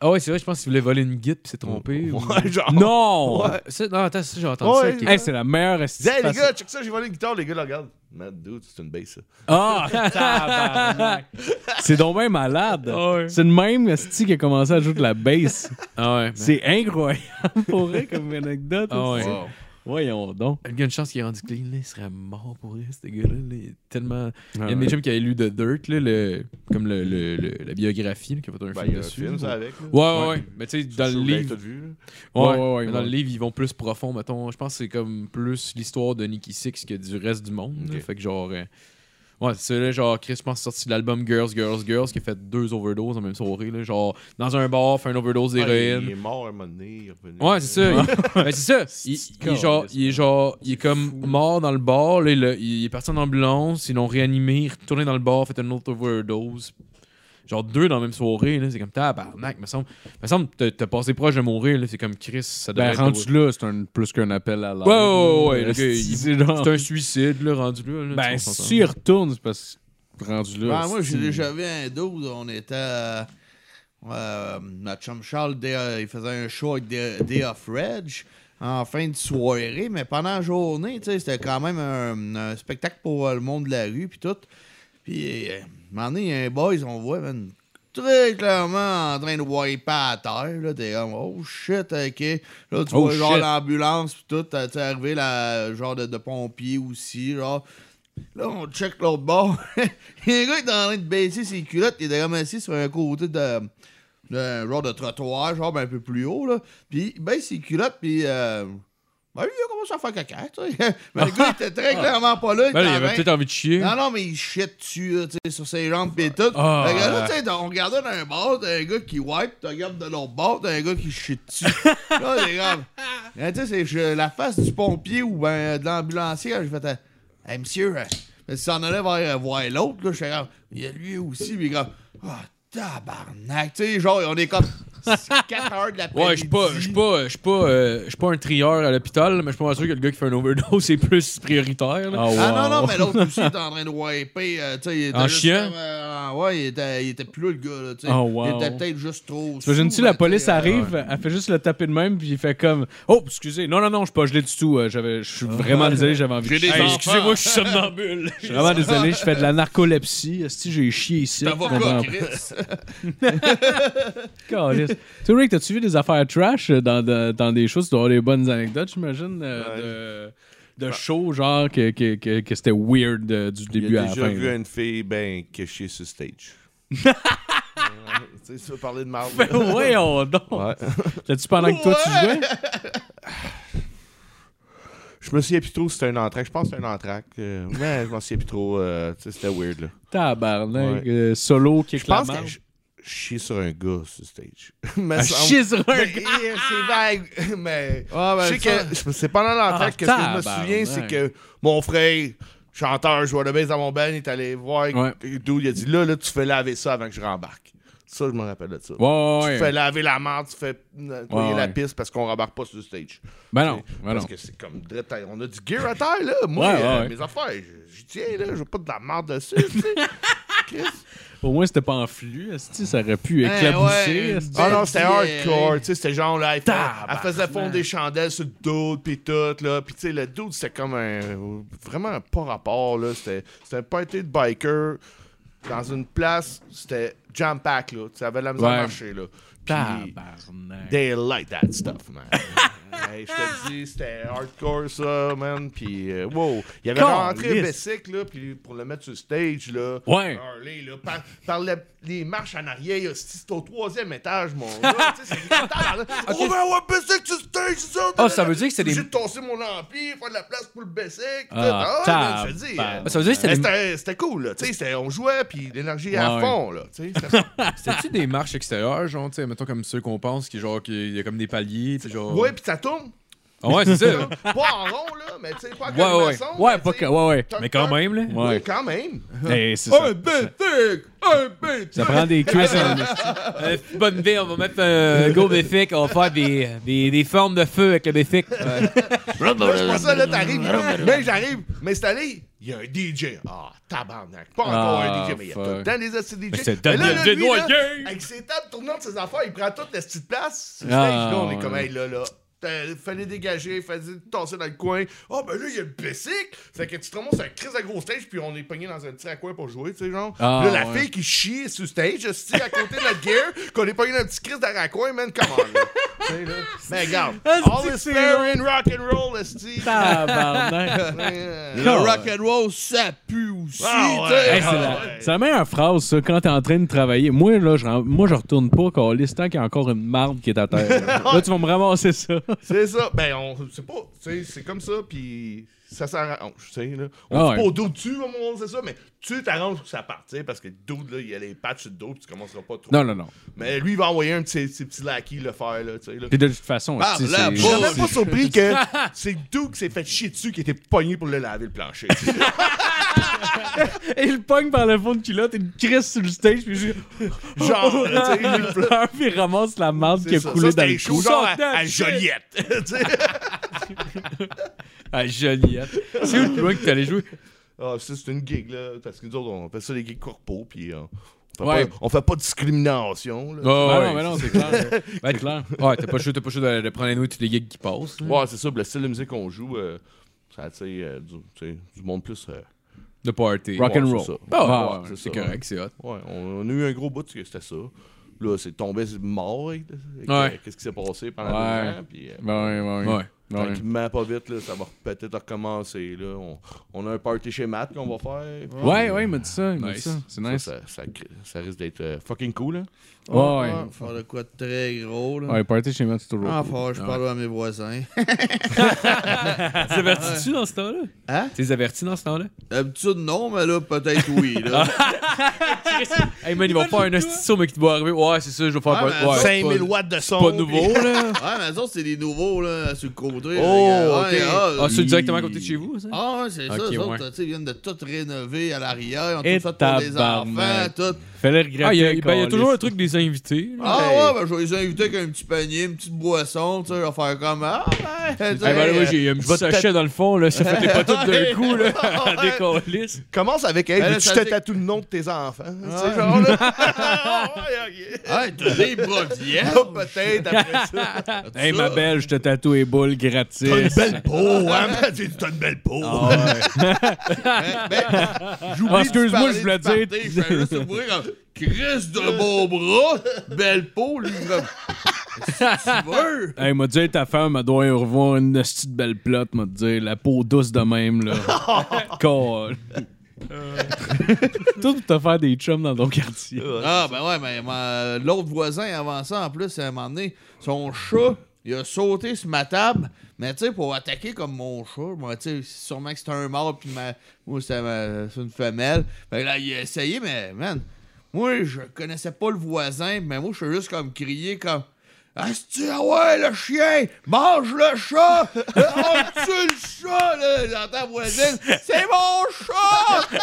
Speaker 3: Ah ouais, c'est vrai, je pense qu'il voulait voler une guide, puis s'est trompé. ou-
Speaker 6: Ouais, genre.
Speaker 4: Non!
Speaker 6: Ouais.
Speaker 3: Ça, non, attends, ça, j'ai entendu ça.
Speaker 6: Ouais.
Speaker 3: ok.
Speaker 4: Hey, c'est la meilleure esti
Speaker 6: Dis, hey, les
Speaker 4: façon-
Speaker 6: gars, check ça, j'ai volé une guitare, les gars, la regarde. Mad dude, c'est une bass, ça.
Speaker 4: Ah, tabarnak. [laughs] C'est donc bien malade.
Speaker 6: Ah
Speaker 3: Oh, Ah Ouais.
Speaker 4: C'est le même esti qui a commencé à jouer de la bass.
Speaker 3: Ah ouais. mais-
Speaker 4: C'est incroyable [laughs] pour vrai comme anecdote.
Speaker 3: Ah ouais.
Speaker 4: esti. Voyons donc.
Speaker 3: Il y a une chance qu'il est rendu clean, là, il serait mort pour vrai, ce gars-là. là, il est tellement. il y a
Speaker 4: Ah
Speaker 3: un
Speaker 4: ouais.
Speaker 3: des chums qui avait lu de Dirt, là, le... comme le, le- le- la biographie, là, qui a fait un
Speaker 6: Ben, il
Speaker 3: film
Speaker 6: y a un
Speaker 3: dessus.
Speaker 6: film, ça,
Speaker 3: ouais.
Speaker 6: avec. là.
Speaker 3: Ouais, ouais, ouais. Mais tu sais, dans
Speaker 6: Sur
Speaker 3: le
Speaker 6: Lake,
Speaker 3: livre.
Speaker 6: t'as vu, là?
Speaker 3: Ouais,
Speaker 4: Ouais, ouais, ouais,
Speaker 3: mais dans
Speaker 4: ouais.
Speaker 3: le livre, ils vont plus profond, mettons. Je pense que c'est comme plus l'histoire de Nicky Six que du reste du monde. là.
Speaker 6: Ok.
Speaker 3: Fait que genre. euh, Ouais, c'est là, genre, Chris, je pense, a sorti l'album Girls, Girls, Girls, qui a fait deux overdoses en même soirée, là. Genre, dans un bar, fait une overdose
Speaker 6: Ah,
Speaker 3: d'héroïne.
Speaker 6: Il est mort à un moment donné. il est revenu.
Speaker 3: hein. Ouais, c'est ça. Il- ben, [laughs] c'est ça. Il, il est genre, il est genre, il est comme mort dans le bar. Là, il, a- il est parti en ambulance. Ils l'ont réanimé, il est retourné dans le bar, fait une autre overdose. Genre deux dans la même soirée. là, C'est comme tabarnak, me semble. Me semble que t'as- t'as passé proche de mourir. là, C'est comme Chris, ça devrait
Speaker 4: Ben,
Speaker 3: être-
Speaker 4: rendu là, c'est un, plus qu'un appel à
Speaker 3: Ouais,
Speaker 4: l'aide.
Speaker 3: ouais, ouais, le gars, il-
Speaker 4: c'est genre...
Speaker 3: C'est un suicide, là, rendu là. là,
Speaker 4: Ben,
Speaker 3: tu vois, on s'entend.
Speaker 4: s'il retourne, c'est parce que rendu là.
Speaker 5: Ah, moi, j'ai
Speaker 4: c'est-
Speaker 5: déjà vu un dude, on était. euh, euh, notre chum Charles, Day- euh, il faisait un show avec Day, Day of Reg en fin de soirée, mais pendant la journée, tu sais, c'était quand même un, un spectacle pour euh, le monde de la rue, puis tout. Puis, euh, à un moment donné, il y a un boys, on voit, man, très clairement en train de wiper à terre, là, t'es comme, oh shit, ok. Là, tu
Speaker 4: Oh,
Speaker 5: vois, genre,
Speaker 4: shit.
Speaker 5: l'ambulance, puis tout, t'es arrivé, la, genre, de, de pompiers aussi, genre. Là, on check l'autre bord. [laughs] Il y a un gars qui est en train de baisser ses culottes. Il est ramassé sur un côté de. d'un genre de trottoir, genre ben, un peu plus haut, là. Puis il baisse ses culottes, puis. euh, ben, lui, il a commencé à faire caca, tu sais. [laughs] Mais le gars, il était très clairement pas là.
Speaker 3: Ben,
Speaker 5: était
Speaker 3: il
Speaker 5: en
Speaker 3: avait
Speaker 5: train-
Speaker 3: peut-être envie de chier.
Speaker 5: non, non, mais il shit dessus, là, tu sais, sur ses jambes pis tout.
Speaker 3: Ah.
Speaker 5: Fait que là, tu sais, on regardait d'un bord, t'as un gars qui wipe, t'as un gars de l'autre bord, t'as un gars qui shit
Speaker 3: [laughs]
Speaker 5: dessus. là, c'est grave. Là, tu sais, c'est je- la face du pompier ou ben, de l'ambulancier, quand j'ai fait, euh, hey, monsieur, euh, mais si s'en allait vers euh, voir l'autre, là, je suis grave. Il y a lui aussi, mais grave. Ah, tabarnak, tu sais, genre, on
Speaker 3: [laughs]
Speaker 5: est comme 4 heures de la
Speaker 3: Ouais, je suis pas, je suis pas, je suis pas, euh, je suis pas un trieur à l'hôpital, mais je suis pas mal sûr que le gars qui fait un overdose est plus prioritaire. là.
Speaker 5: Ah
Speaker 4: Ah, wow.
Speaker 5: non, non, mais l'autre aussi était en train de wiper. euh, tu sais, il était
Speaker 3: En
Speaker 5: juste
Speaker 3: chiant?
Speaker 5: comme, euh, ouais, il était, il était plus là, le gars. Là, tu sais.
Speaker 4: Oh, wow.
Speaker 5: Il était peut-être juste trop.
Speaker 4: T'imagines-tu,
Speaker 5: sous,
Speaker 4: la
Speaker 5: mais,
Speaker 4: police
Speaker 5: tu sais, euh,
Speaker 4: arrive, elle fait juste le taper de même, puis il fait comme Oh, excusez, non, non, non, je suis pas gelé du tout, euh, j'avais- je suis
Speaker 3: Ah.
Speaker 4: vraiment désolé, j'avais envie de
Speaker 5: J'ai des
Speaker 3: ben,
Speaker 4: chier.
Speaker 5: enfants.
Speaker 3: Excusez-moi, [laughs] je suis somnambule.
Speaker 4: Je suis vraiment désolé, je fais de la narcolepsie, si j'ai chié ici.
Speaker 5: T'as
Speaker 4: tu
Speaker 5: pas
Speaker 4: Ah. comprends
Speaker 5: quoi, Chris?
Speaker 4: [laughs] pas. Calisse. Tu Rick, t'as-tu vu des affaires trash euh, dans, dans- dans des choses, tu dois avoir des bonnes anecdotes, j'imagine, euh, de,
Speaker 5: Bah.
Speaker 4: de shows, genre que, que, que, que c'était weird euh, du
Speaker 6: Il
Speaker 4: début
Speaker 6: a
Speaker 4: à la
Speaker 6: déjà
Speaker 4: fin.
Speaker 6: vu
Speaker 4: là.
Speaker 6: une fille, ben, qui a chié sur
Speaker 3: [laughs]
Speaker 6: stage. Euh, Tu sais, tu veux parler de marde.
Speaker 4: Ben [laughs] voyons donc!
Speaker 6: Ouais.
Speaker 4: Là-tu pendant que toi tu jouais?
Speaker 6: Je me souviens plus trop si c'était un entraque. Je pense que c'était un entraque. euh, mais je m'en souviens plus trop. euh, tu sais, c'était weird, là.
Speaker 4: Tabarnak, euh, solo qui
Speaker 6: Je pense que
Speaker 4: éclate.
Speaker 6: je, chier sur un gars sur stage. [laughs] Mais
Speaker 3: Ah,
Speaker 4: À
Speaker 6: ça-
Speaker 4: chier sur un
Speaker 6: Mais,
Speaker 4: gars.
Speaker 6: eh,
Speaker 4: Ah!
Speaker 6: C'est vague, [laughs] mais
Speaker 5: Ah, ben,
Speaker 6: je sais
Speaker 5: ça-
Speaker 6: que je- c'est pendant l'entraide que ce que je me
Speaker 4: Ah,
Speaker 6: souviens, c'est que mon frère, chanteur, joueur de baisse dans mon band, il est allé voir
Speaker 4: Ouais.
Speaker 6: et d'où il a dit là, là, tu fais laver ça avant que je rembarque. Ça, je me rappelle de ça.
Speaker 4: Ouais,
Speaker 6: Tu
Speaker 4: ouais,
Speaker 6: fais
Speaker 4: ouais.
Speaker 6: laver la merde, tu fais nettoyer
Speaker 4: Ouais,
Speaker 6: la
Speaker 4: ouais.
Speaker 6: piste parce qu'on rembarque pas sur le stage.
Speaker 4: Ben non, ben non.
Speaker 6: Parce que c'est comme drette à- On a du gear à terre, là. Moi,
Speaker 4: Ouais, ouais,
Speaker 6: euh,
Speaker 4: ouais.
Speaker 6: mes affaires, je- j'y tiens, là. Je veux pas de la merde dessus,
Speaker 4: [laughs]
Speaker 6: tu sais. Chris.
Speaker 4: Au moins, c'était pas en flux, esti, ça aurait pu
Speaker 5: Hey, ouais,
Speaker 4: éclabousser. esti.
Speaker 6: Ah non, c'était
Speaker 5: Ben,
Speaker 6: hardcore,
Speaker 5: euh,
Speaker 6: tu sais, c'était genre là, elle, elle faisait fondre des chandelles sur le dude pis tout, là, pis tu sais, le dude c'était comme un, vraiment pas rapport, là, c'était c'était un party de biker dans une place, c'était jam-pack, là, tu sais, avait de la misère à
Speaker 4: Ouais.
Speaker 6: marcher, là. Pis,
Speaker 3: Tabarnak.
Speaker 6: they like that stuff, man. hey, je te dis, c'était hardcore, ça, man, pis euh, wow, il y avait rentré
Speaker 4: Caliste.
Speaker 6: Bessic, là, pis pour le mettre sur le stage, là,
Speaker 4: Ouais.
Speaker 6: Harley, là, par, par le- les marches en arrière, hostie, c'est au troisième étage, mon gars. tu
Speaker 3: [laughs]
Speaker 6: sais, c'est épouvantable. Oh, ben ouais, Bessic, tu stages ça.
Speaker 3: Ah, ça veut dire que c'est des-
Speaker 6: J'ai tossé mon ampli, faire de la place pour le Bessic. tout.
Speaker 3: Ah,
Speaker 6: Ah, ouais, man, je te dis.
Speaker 1: tabarnak.
Speaker 6: euh,
Speaker 3: Ça veut dire que
Speaker 6: mais
Speaker 3: c'était des-
Speaker 6: C'était c'était cool, là. Tu sais, c'était- on jouait, puis l'énergie à
Speaker 4: Ouais.
Speaker 6: fond, là. Tu sais, c'était-
Speaker 3: c'était-tu des marches extérieures, genre, tu sais, mettons comme ceux qu'on pense, qui genre, qu'il y a comme des paliers, tu sais, genre.
Speaker 6: ouais, puis ça tourne.
Speaker 3: Ah ouais, c'est [laughs]
Speaker 6: là.
Speaker 3: ça.
Speaker 6: pas en rond, là, mais tu sais, pas
Speaker 3: Ouais,
Speaker 6: comme
Speaker 3: ouais.
Speaker 6: maçon,
Speaker 4: Ouais, pas
Speaker 6: mais tu sais,
Speaker 4: que- ouais, ouais.
Speaker 6: toc,
Speaker 1: Mais quand
Speaker 6: toc.
Speaker 1: même, là.
Speaker 6: Ouais,
Speaker 4: Ouais.
Speaker 6: quand même.
Speaker 4: Hey, Eh,
Speaker 3: Oh,
Speaker 4: c'est
Speaker 6: Un
Speaker 4: ça.
Speaker 6: Bessic, un Bessic.
Speaker 4: Ça prend des cuisses en
Speaker 1: Euh, bonne vie, on va mettre un go béfic, on va faire des, des, des formes de feu avec le béfic.
Speaker 6: Là, c'est pas ça, là, t'arrives. Ben, j'arrive, m'installer. Il y a un DJ. Ah, tabarnak. Pas encore
Speaker 4: Ah,
Speaker 6: un DJ, mais il y a
Speaker 4: fuck.
Speaker 6: tout le temps des assis DJ.
Speaker 1: c'est
Speaker 6: Mais là,
Speaker 1: Daniel
Speaker 6: là, lui,
Speaker 1: Desnoyers.
Speaker 6: là, Avec ses tables tournantes, ses affaires, il prend toute la petite place. Sur le
Speaker 4: Ah,
Speaker 6: stage, là, on est comme,
Speaker 4: ouais.
Speaker 6: hey, là, là. t'as- Fallait dégager, fallait tasser dans le coin. Ah, ben là, il y a le basic. Fait que tu te remontes sur un crise à gros stage, puis on est pogné dans un petit coin pour jouer, tu sais, genre.
Speaker 4: Ah,
Speaker 6: Puis là, la
Speaker 4: ouais.
Speaker 6: fille qui chie sur le stage, hostie, à côté de notre gear, [laughs] qu'on est pogné dans un petit crise d'arracoin, man, come on, là. Tu sais, là. Mais
Speaker 4: [laughs]
Speaker 6: regarde,
Speaker 4: Ah,
Speaker 6: all is fair in rock and roll, esti. Ben, euh,
Speaker 4: tabarnak.
Speaker 6: Ouais.
Speaker 5: Le rock'n'roll, ça pue aussi,
Speaker 6: Ah, ouais.
Speaker 5: tu sais.
Speaker 4: Ah, Hey, c'est, la, c'est la meilleure phrase, ça, quand t'es en train de travailler. Moi, là, je, ren- moi, je retourne pas, câlisse, tant qu'il y a encore une marde qui est à terre. là, tu vas me ramasser ça.
Speaker 6: C'est ça. Ben, on c'est pas. tu sais, C'est comme ça, puis ça s'arrange. tu sais, là. On
Speaker 4: Ah
Speaker 6: dit
Speaker 4: ouais.
Speaker 6: pas au dos, tu vas mon c'est ça, mais tu t'arranges pour que ça parte, tu sais, parce que le dos, là, il y a les patchs de dos, puis tu commenceras pas trop.
Speaker 4: Non, non, non.
Speaker 6: Mais lui, il va envoyer un petit, petit petit lackey le faire, là, tu sais. là.
Speaker 4: Puis de toute façon,
Speaker 5: Ah,
Speaker 4: esti,
Speaker 5: là,
Speaker 6: Je
Speaker 5: bon,
Speaker 6: suis
Speaker 5: là,
Speaker 4: c'est,
Speaker 6: même pas
Speaker 4: [laughs]
Speaker 6: surpris que c'est le dos qui s'est fait chier dessus qui était pogné pour le laver le plancher.
Speaker 4: [laughs] Et il pogne par le fond de culotte, il crisse sur le stage, puis je
Speaker 6: Genre, tu sais, lui,
Speaker 4: il pleure, puis il ramasse la marde qui
Speaker 6: c'est
Speaker 4: a
Speaker 6: ça.
Speaker 4: coulé
Speaker 6: Ça,
Speaker 4: dans
Speaker 6: c'était
Speaker 4: le
Speaker 6: chaud,
Speaker 4: cou.
Speaker 6: genre à,
Speaker 4: Sortant,
Speaker 6: à
Speaker 4: shit.
Speaker 6: Joliette. [laughs] tu sais.
Speaker 3: À Joliette. C'est où le plus loin que t'allais jouer?
Speaker 6: Ah, ça, c'est une gig, là. Parce que nous autres, on appelle ça les gigs corpo, puis euh, on, fait
Speaker 3: Ouais.
Speaker 6: pas, on fait pas de discrimination, là.
Speaker 3: Oh,
Speaker 4: Ah
Speaker 3: ouais,
Speaker 4: non, mais non, c'est clair. là. C'est clair.
Speaker 3: Ouais, t'es pas chaud, t'es pas chaud de, de prendre les noix de tous les gigs qui passent. là.
Speaker 6: Ouais, c'est ça, puis le style de musique qu'on joue, euh, ça attire euh, du, tu sais, du monde plus. euh,
Speaker 3: De party.
Speaker 4: Rock and
Speaker 6: ouais,
Speaker 4: roll.
Speaker 6: c'est ça.
Speaker 3: Ah,
Speaker 6: Ouais,
Speaker 3: ouais,
Speaker 6: c'est
Speaker 3: c'est
Speaker 6: ça.
Speaker 3: correct, c'est hot.
Speaker 6: ouais, on, on a eu un gros bout, parce que c'était ça. Là, c'est tombé mort. avec, euh,
Speaker 3: Ouais.
Speaker 6: Qu'est-ce qui s'est passé pendant
Speaker 4: Ouais.
Speaker 6: deux ans, puis. euh,
Speaker 4: Ouais, ouais, ouais.
Speaker 3: [laughs] Ouais.
Speaker 4: Ouais.
Speaker 6: Tranquillement, pas vite, là, ça va peut-être recommencer. Là. On, on a un party chez Matt qu'on va faire. puis,
Speaker 4: Ouais,
Speaker 6: euh,
Speaker 4: ouais, il m'a dit ça, il m'a dit
Speaker 3: Nice.
Speaker 4: ça. C'est
Speaker 6: ça,
Speaker 4: nice.
Speaker 6: Ça, ça- ça risque d'être euh, fucking cool. Hein?
Speaker 4: Ouais, ouais.
Speaker 5: Ah, Faire de quoi de très gros, là.
Speaker 4: Ouais, party chez Matt, c'est toujours.
Speaker 5: Ah,
Speaker 4: cool.
Speaker 5: faut que je parle à mes voisins. [laughs]
Speaker 3: T'es-tu dans ce temps-là?
Speaker 5: Hein?
Speaker 3: T'es averti dans ce temps-là?
Speaker 5: D'habitude, non, mais là, peut-être oui,
Speaker 4: [laughs]
Speaker 5: là.
Speaker 3: Hey man, ils vont faire un hostilio, mais qui te va arriver. Ouais, c'est ça, je vais faire
Speaker 5: Ah,
Speaker 3: pas-
Speaker 5: ben,
Speaker 3: ouais,
Speaker 5: ça,
Speaker 3: c'est pas-
Speaker 6: watts de son.
Speaker 3: Pas
Speaker 6: puis-
Speaker 3: nouveau, là.
Speaker 5: Ouais, mais ça, c'est des nouveaux, là, sur le côté.
Speaker 6: Oh,
Speaker 5: là,
Speaker 6: ok.
Speaker 5: les gars. Ouais,
Speaker 3: Ah, c'est directement à côté de chez vous, ça?
Speaker 5: Ah, ouais, c'est
Speaker 3: Ok,
Speaker 5: ça, les autres,
Speaker 3: ouais.
Speaker 5: tu sais, ils viennent de tout rénover à l'arrière, ils
Speaker 4: Et
Speaker 5: ont tout fait pour les enfants,
Speaker 4: tabarnak.
Speaker 5: tout.
Speaker 4: Fallait regretter.
Speaker 3: Ah, il y a, ben, il y a
Speaker 4: câlisse.
Speaker 3: toujours un truc des invités. là.
Speaker 5: Ah
Speaker 6: Hey.
Speaker 5: ouais, ben je vais les inviter avec un petit panier, une petite boisson, tu sais, je vais faire comme Ah ouais! tu sais,
Speaker 3: Hey, ben, là, moi,
Speaker 5: euh,
Speaker 3: j'ai un petit sachet dans le fond, là. Ça fait des pas toutes d'un coup,
Speaker 4: [laughs]
Speaker 3: là. Des câlisses.
Speaker 6: Commence avec hey,
Speaker 5: Ben là,
Speaker 6: veux-tu
Speaker 5: ça
Speaker 6: te
Speaker 5: dit-
Speaker 6: tatoues le nom de tes enfants. Tu
Speaker 5: Ouais.
Speaker 6: sais, genre là. [laughs] Ah, ouais, ok.
Speaker 5: Hey, t'as des bras
Speaker 4: [laughs]
Speaker 5: vierges!
Speaker 6: Ah, Peut-être après ça.
Speaker 5: t'as
Speaker 4: Hey,
Speaker 5: ça.
Speaker 4: ma belle, je te tatoue les boules gratis.
Speaker 6: belle peau, hein? Ben, tu- T'as une belle peau.
Speaker 5: Ben, ben, j'oublie
Speaker 4: Ah, excuse-moi,
Speaker 5: de parler
Speaker 4: je voulais
Speaker 5: du party,
Speaker 4: dire-
Speaker 5: Je fais juste ouvrir comme Chris de beau bras, belle peau, lui,
Speaker 4: [laughs]
Speaker 5: comme. Si tu veux!
Speaker 4: Hey, m'a dit, hey, ta femme, elle doit y revoir une hostie de belle plotte, m'a dit, la peau douce de même, là. Call. Tout pour te faire des chums dans ton quartier.
Speaker 5: Ah, ben ouais, mais ma- l'autre voisin avant ça, en plus, à un moment donné, son chat, il a sauté sur ma table, mais tu sais, pour attaquer comme mon chat, moi, tu sais, sûrement que Ben c'était un mâle, puis ma, moi, c'était ma- c'est une femelle. Fait que là, il a essayé, mais man, Moi, je connaissais pas le voisin, mais moi, je suis juste comme crié comme. Asti, ah ouais, le chien! Mange le chat! Euh, [laughs] On tue le chat! Là, j'entends la voisine. C'est mon chat!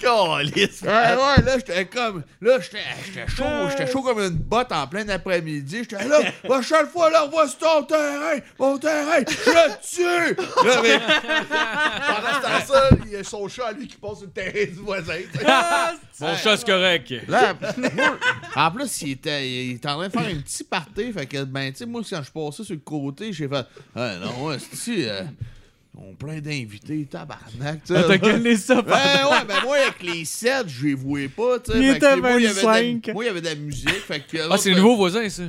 Speaker 6: Calisse.
Speaker 5: Eh, Ouais, ouais, là, j'étais comme. Là, j'étais j'étais chaud, j'étais chaud comme une botte en plein après-midi. J'étais là, va chaque fois, là, on va sur ton terrain, mon terrain, je le tue! Là, mais,
Speaker 6: Pendant ce temps-là, il y a son chat à lui qui passe sur le terrain du voisin. tu sais.
Speaker 1: Mon chat, c'est correct.
Speaker 5: [laughs] là, moi, en plus, il était, il était en train de faire un petit party, fait que, ben, tu sais, moi, quand je suis passé sur le côté, j'ai fait, ah non, ouais, c'est-tu. euh, on plein d'invités, tabarnak, tu sais. [laughs]
Speaker 4: T'as calé ça,
Speaker 5: Ouais, ouais, ben moi, avec les 7, je les voyais pas, tu sais.
Speaker 4: Il
Speaker 5: Fait que,
Speaker 4: était
Speaker 5: moi, il y avait de la-
Speaker 4: 25.
Speaker 5: Moi, il y avait de la musique, fait que. euh,
Speaker 1: Ah, c'est le nouveau voisin, ça.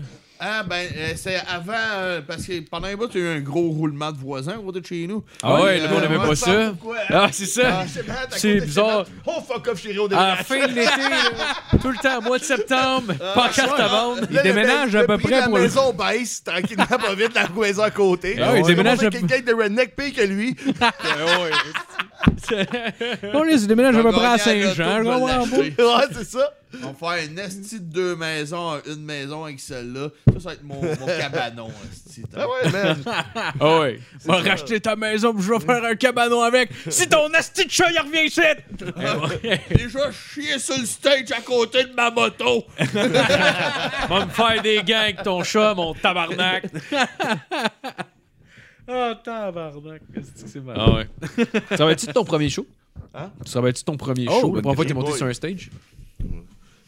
Speaker 5: Ah, ben, euh, c'est avant, euh, parce que pendant un bout, il y a eu un gros roulement de voisins au côté de chez nous.
Speaker 1: Ah ouais, le
Speaker 5: euh,
Speaker 1: monde aimait
Speaker 5: ouais,
Speaker 1: pas
Speaker 6: ça,
Speaker 1: ça.
Speaker 6: pourquoi?
Speaker 1: Ah, c'est ça.
Speaker 6: Ah, c'est malade, à
Speaker 1: C'est
Speaker 6: côté de
Speaker 1: bizarre.
Speaker 6: Clément. Oh, fuck off, chérie, on
Speaker 1: À
Speaker 4: Ah,
Speaker 1: la
Speaker 6: déménage.
Speaker 1: fin de l'été, là, tout le temps, mois de septembre, pancarte à vendre.
Speaker 6: Là, le-
Speaker 4: déménage
Speaker 6: le-
Speaker 4: à
Speaker 6: le
Speaker 4: peu
Speaker 6: prix
Speaker 4: près
Speaker 6: de la
Speaker 4: pour le-
Speaker 6: maison baisse tranquillement pas vite la maison à côté.
Speaker 4: Ah oui, il
Speaker 6: On
Speaker 4: déménage
Speaker 6: comprend
Speaker 4: à- Ah
Speaker 6: qu'il y a quelqu'un de redneck pire
Speaker 4: [laughs]
Speaker 6: que lui.
Speaker 4: On les déménage à peu près à
Speaker 5: Je vais gagner
Speaker 4: Saint-Jean.
Speaker 5: à
Speaker 4: là,
Speaker 5: l'auto,
Speaker 4: ouais, en
Speaker 5: je
Speaker 4: bas.
Speaker 5: vais l'acheter.
Speaker 6: [laughs] Ouais, c'est ça.
Speaker 5: On va faire une esti de deux maisons, à une maison avec celle-là. Ça, ça va être mon, mon cabanon,
Speaker 4: [laughs]
Speaker 5: esti.
Speaker 6: Ah ouais, man.
Speaker 3: Ah ouais.
Speaker 4: Va racheter ta maison, puis je vais faire un cabanon avec. Si ton asti de chat, il revient ici!
Speaker 5: Déjà chié sur le stage à côté de ma moto.
Speaker 1: Va me faire des gants avec ton chat, mon
Speaker 4: [laughs]
Speaker 1: tabarnak.
Speaker 4: Oh, tabarnak, qu'est-ce que c'est mal.
Speaker 3: Ah ouais. Tu travailles-tu de ton premier show?
Speaker 6: Hein?
Speaker 3: Tu travailles-tu de ton premier
Speaker 4: Oh,
Speaker 3: show?
Speaker 4: bonne
Speaker 3: La première fois que t'es
Speaker 6: question.
Speaker 3: monté sur un stage?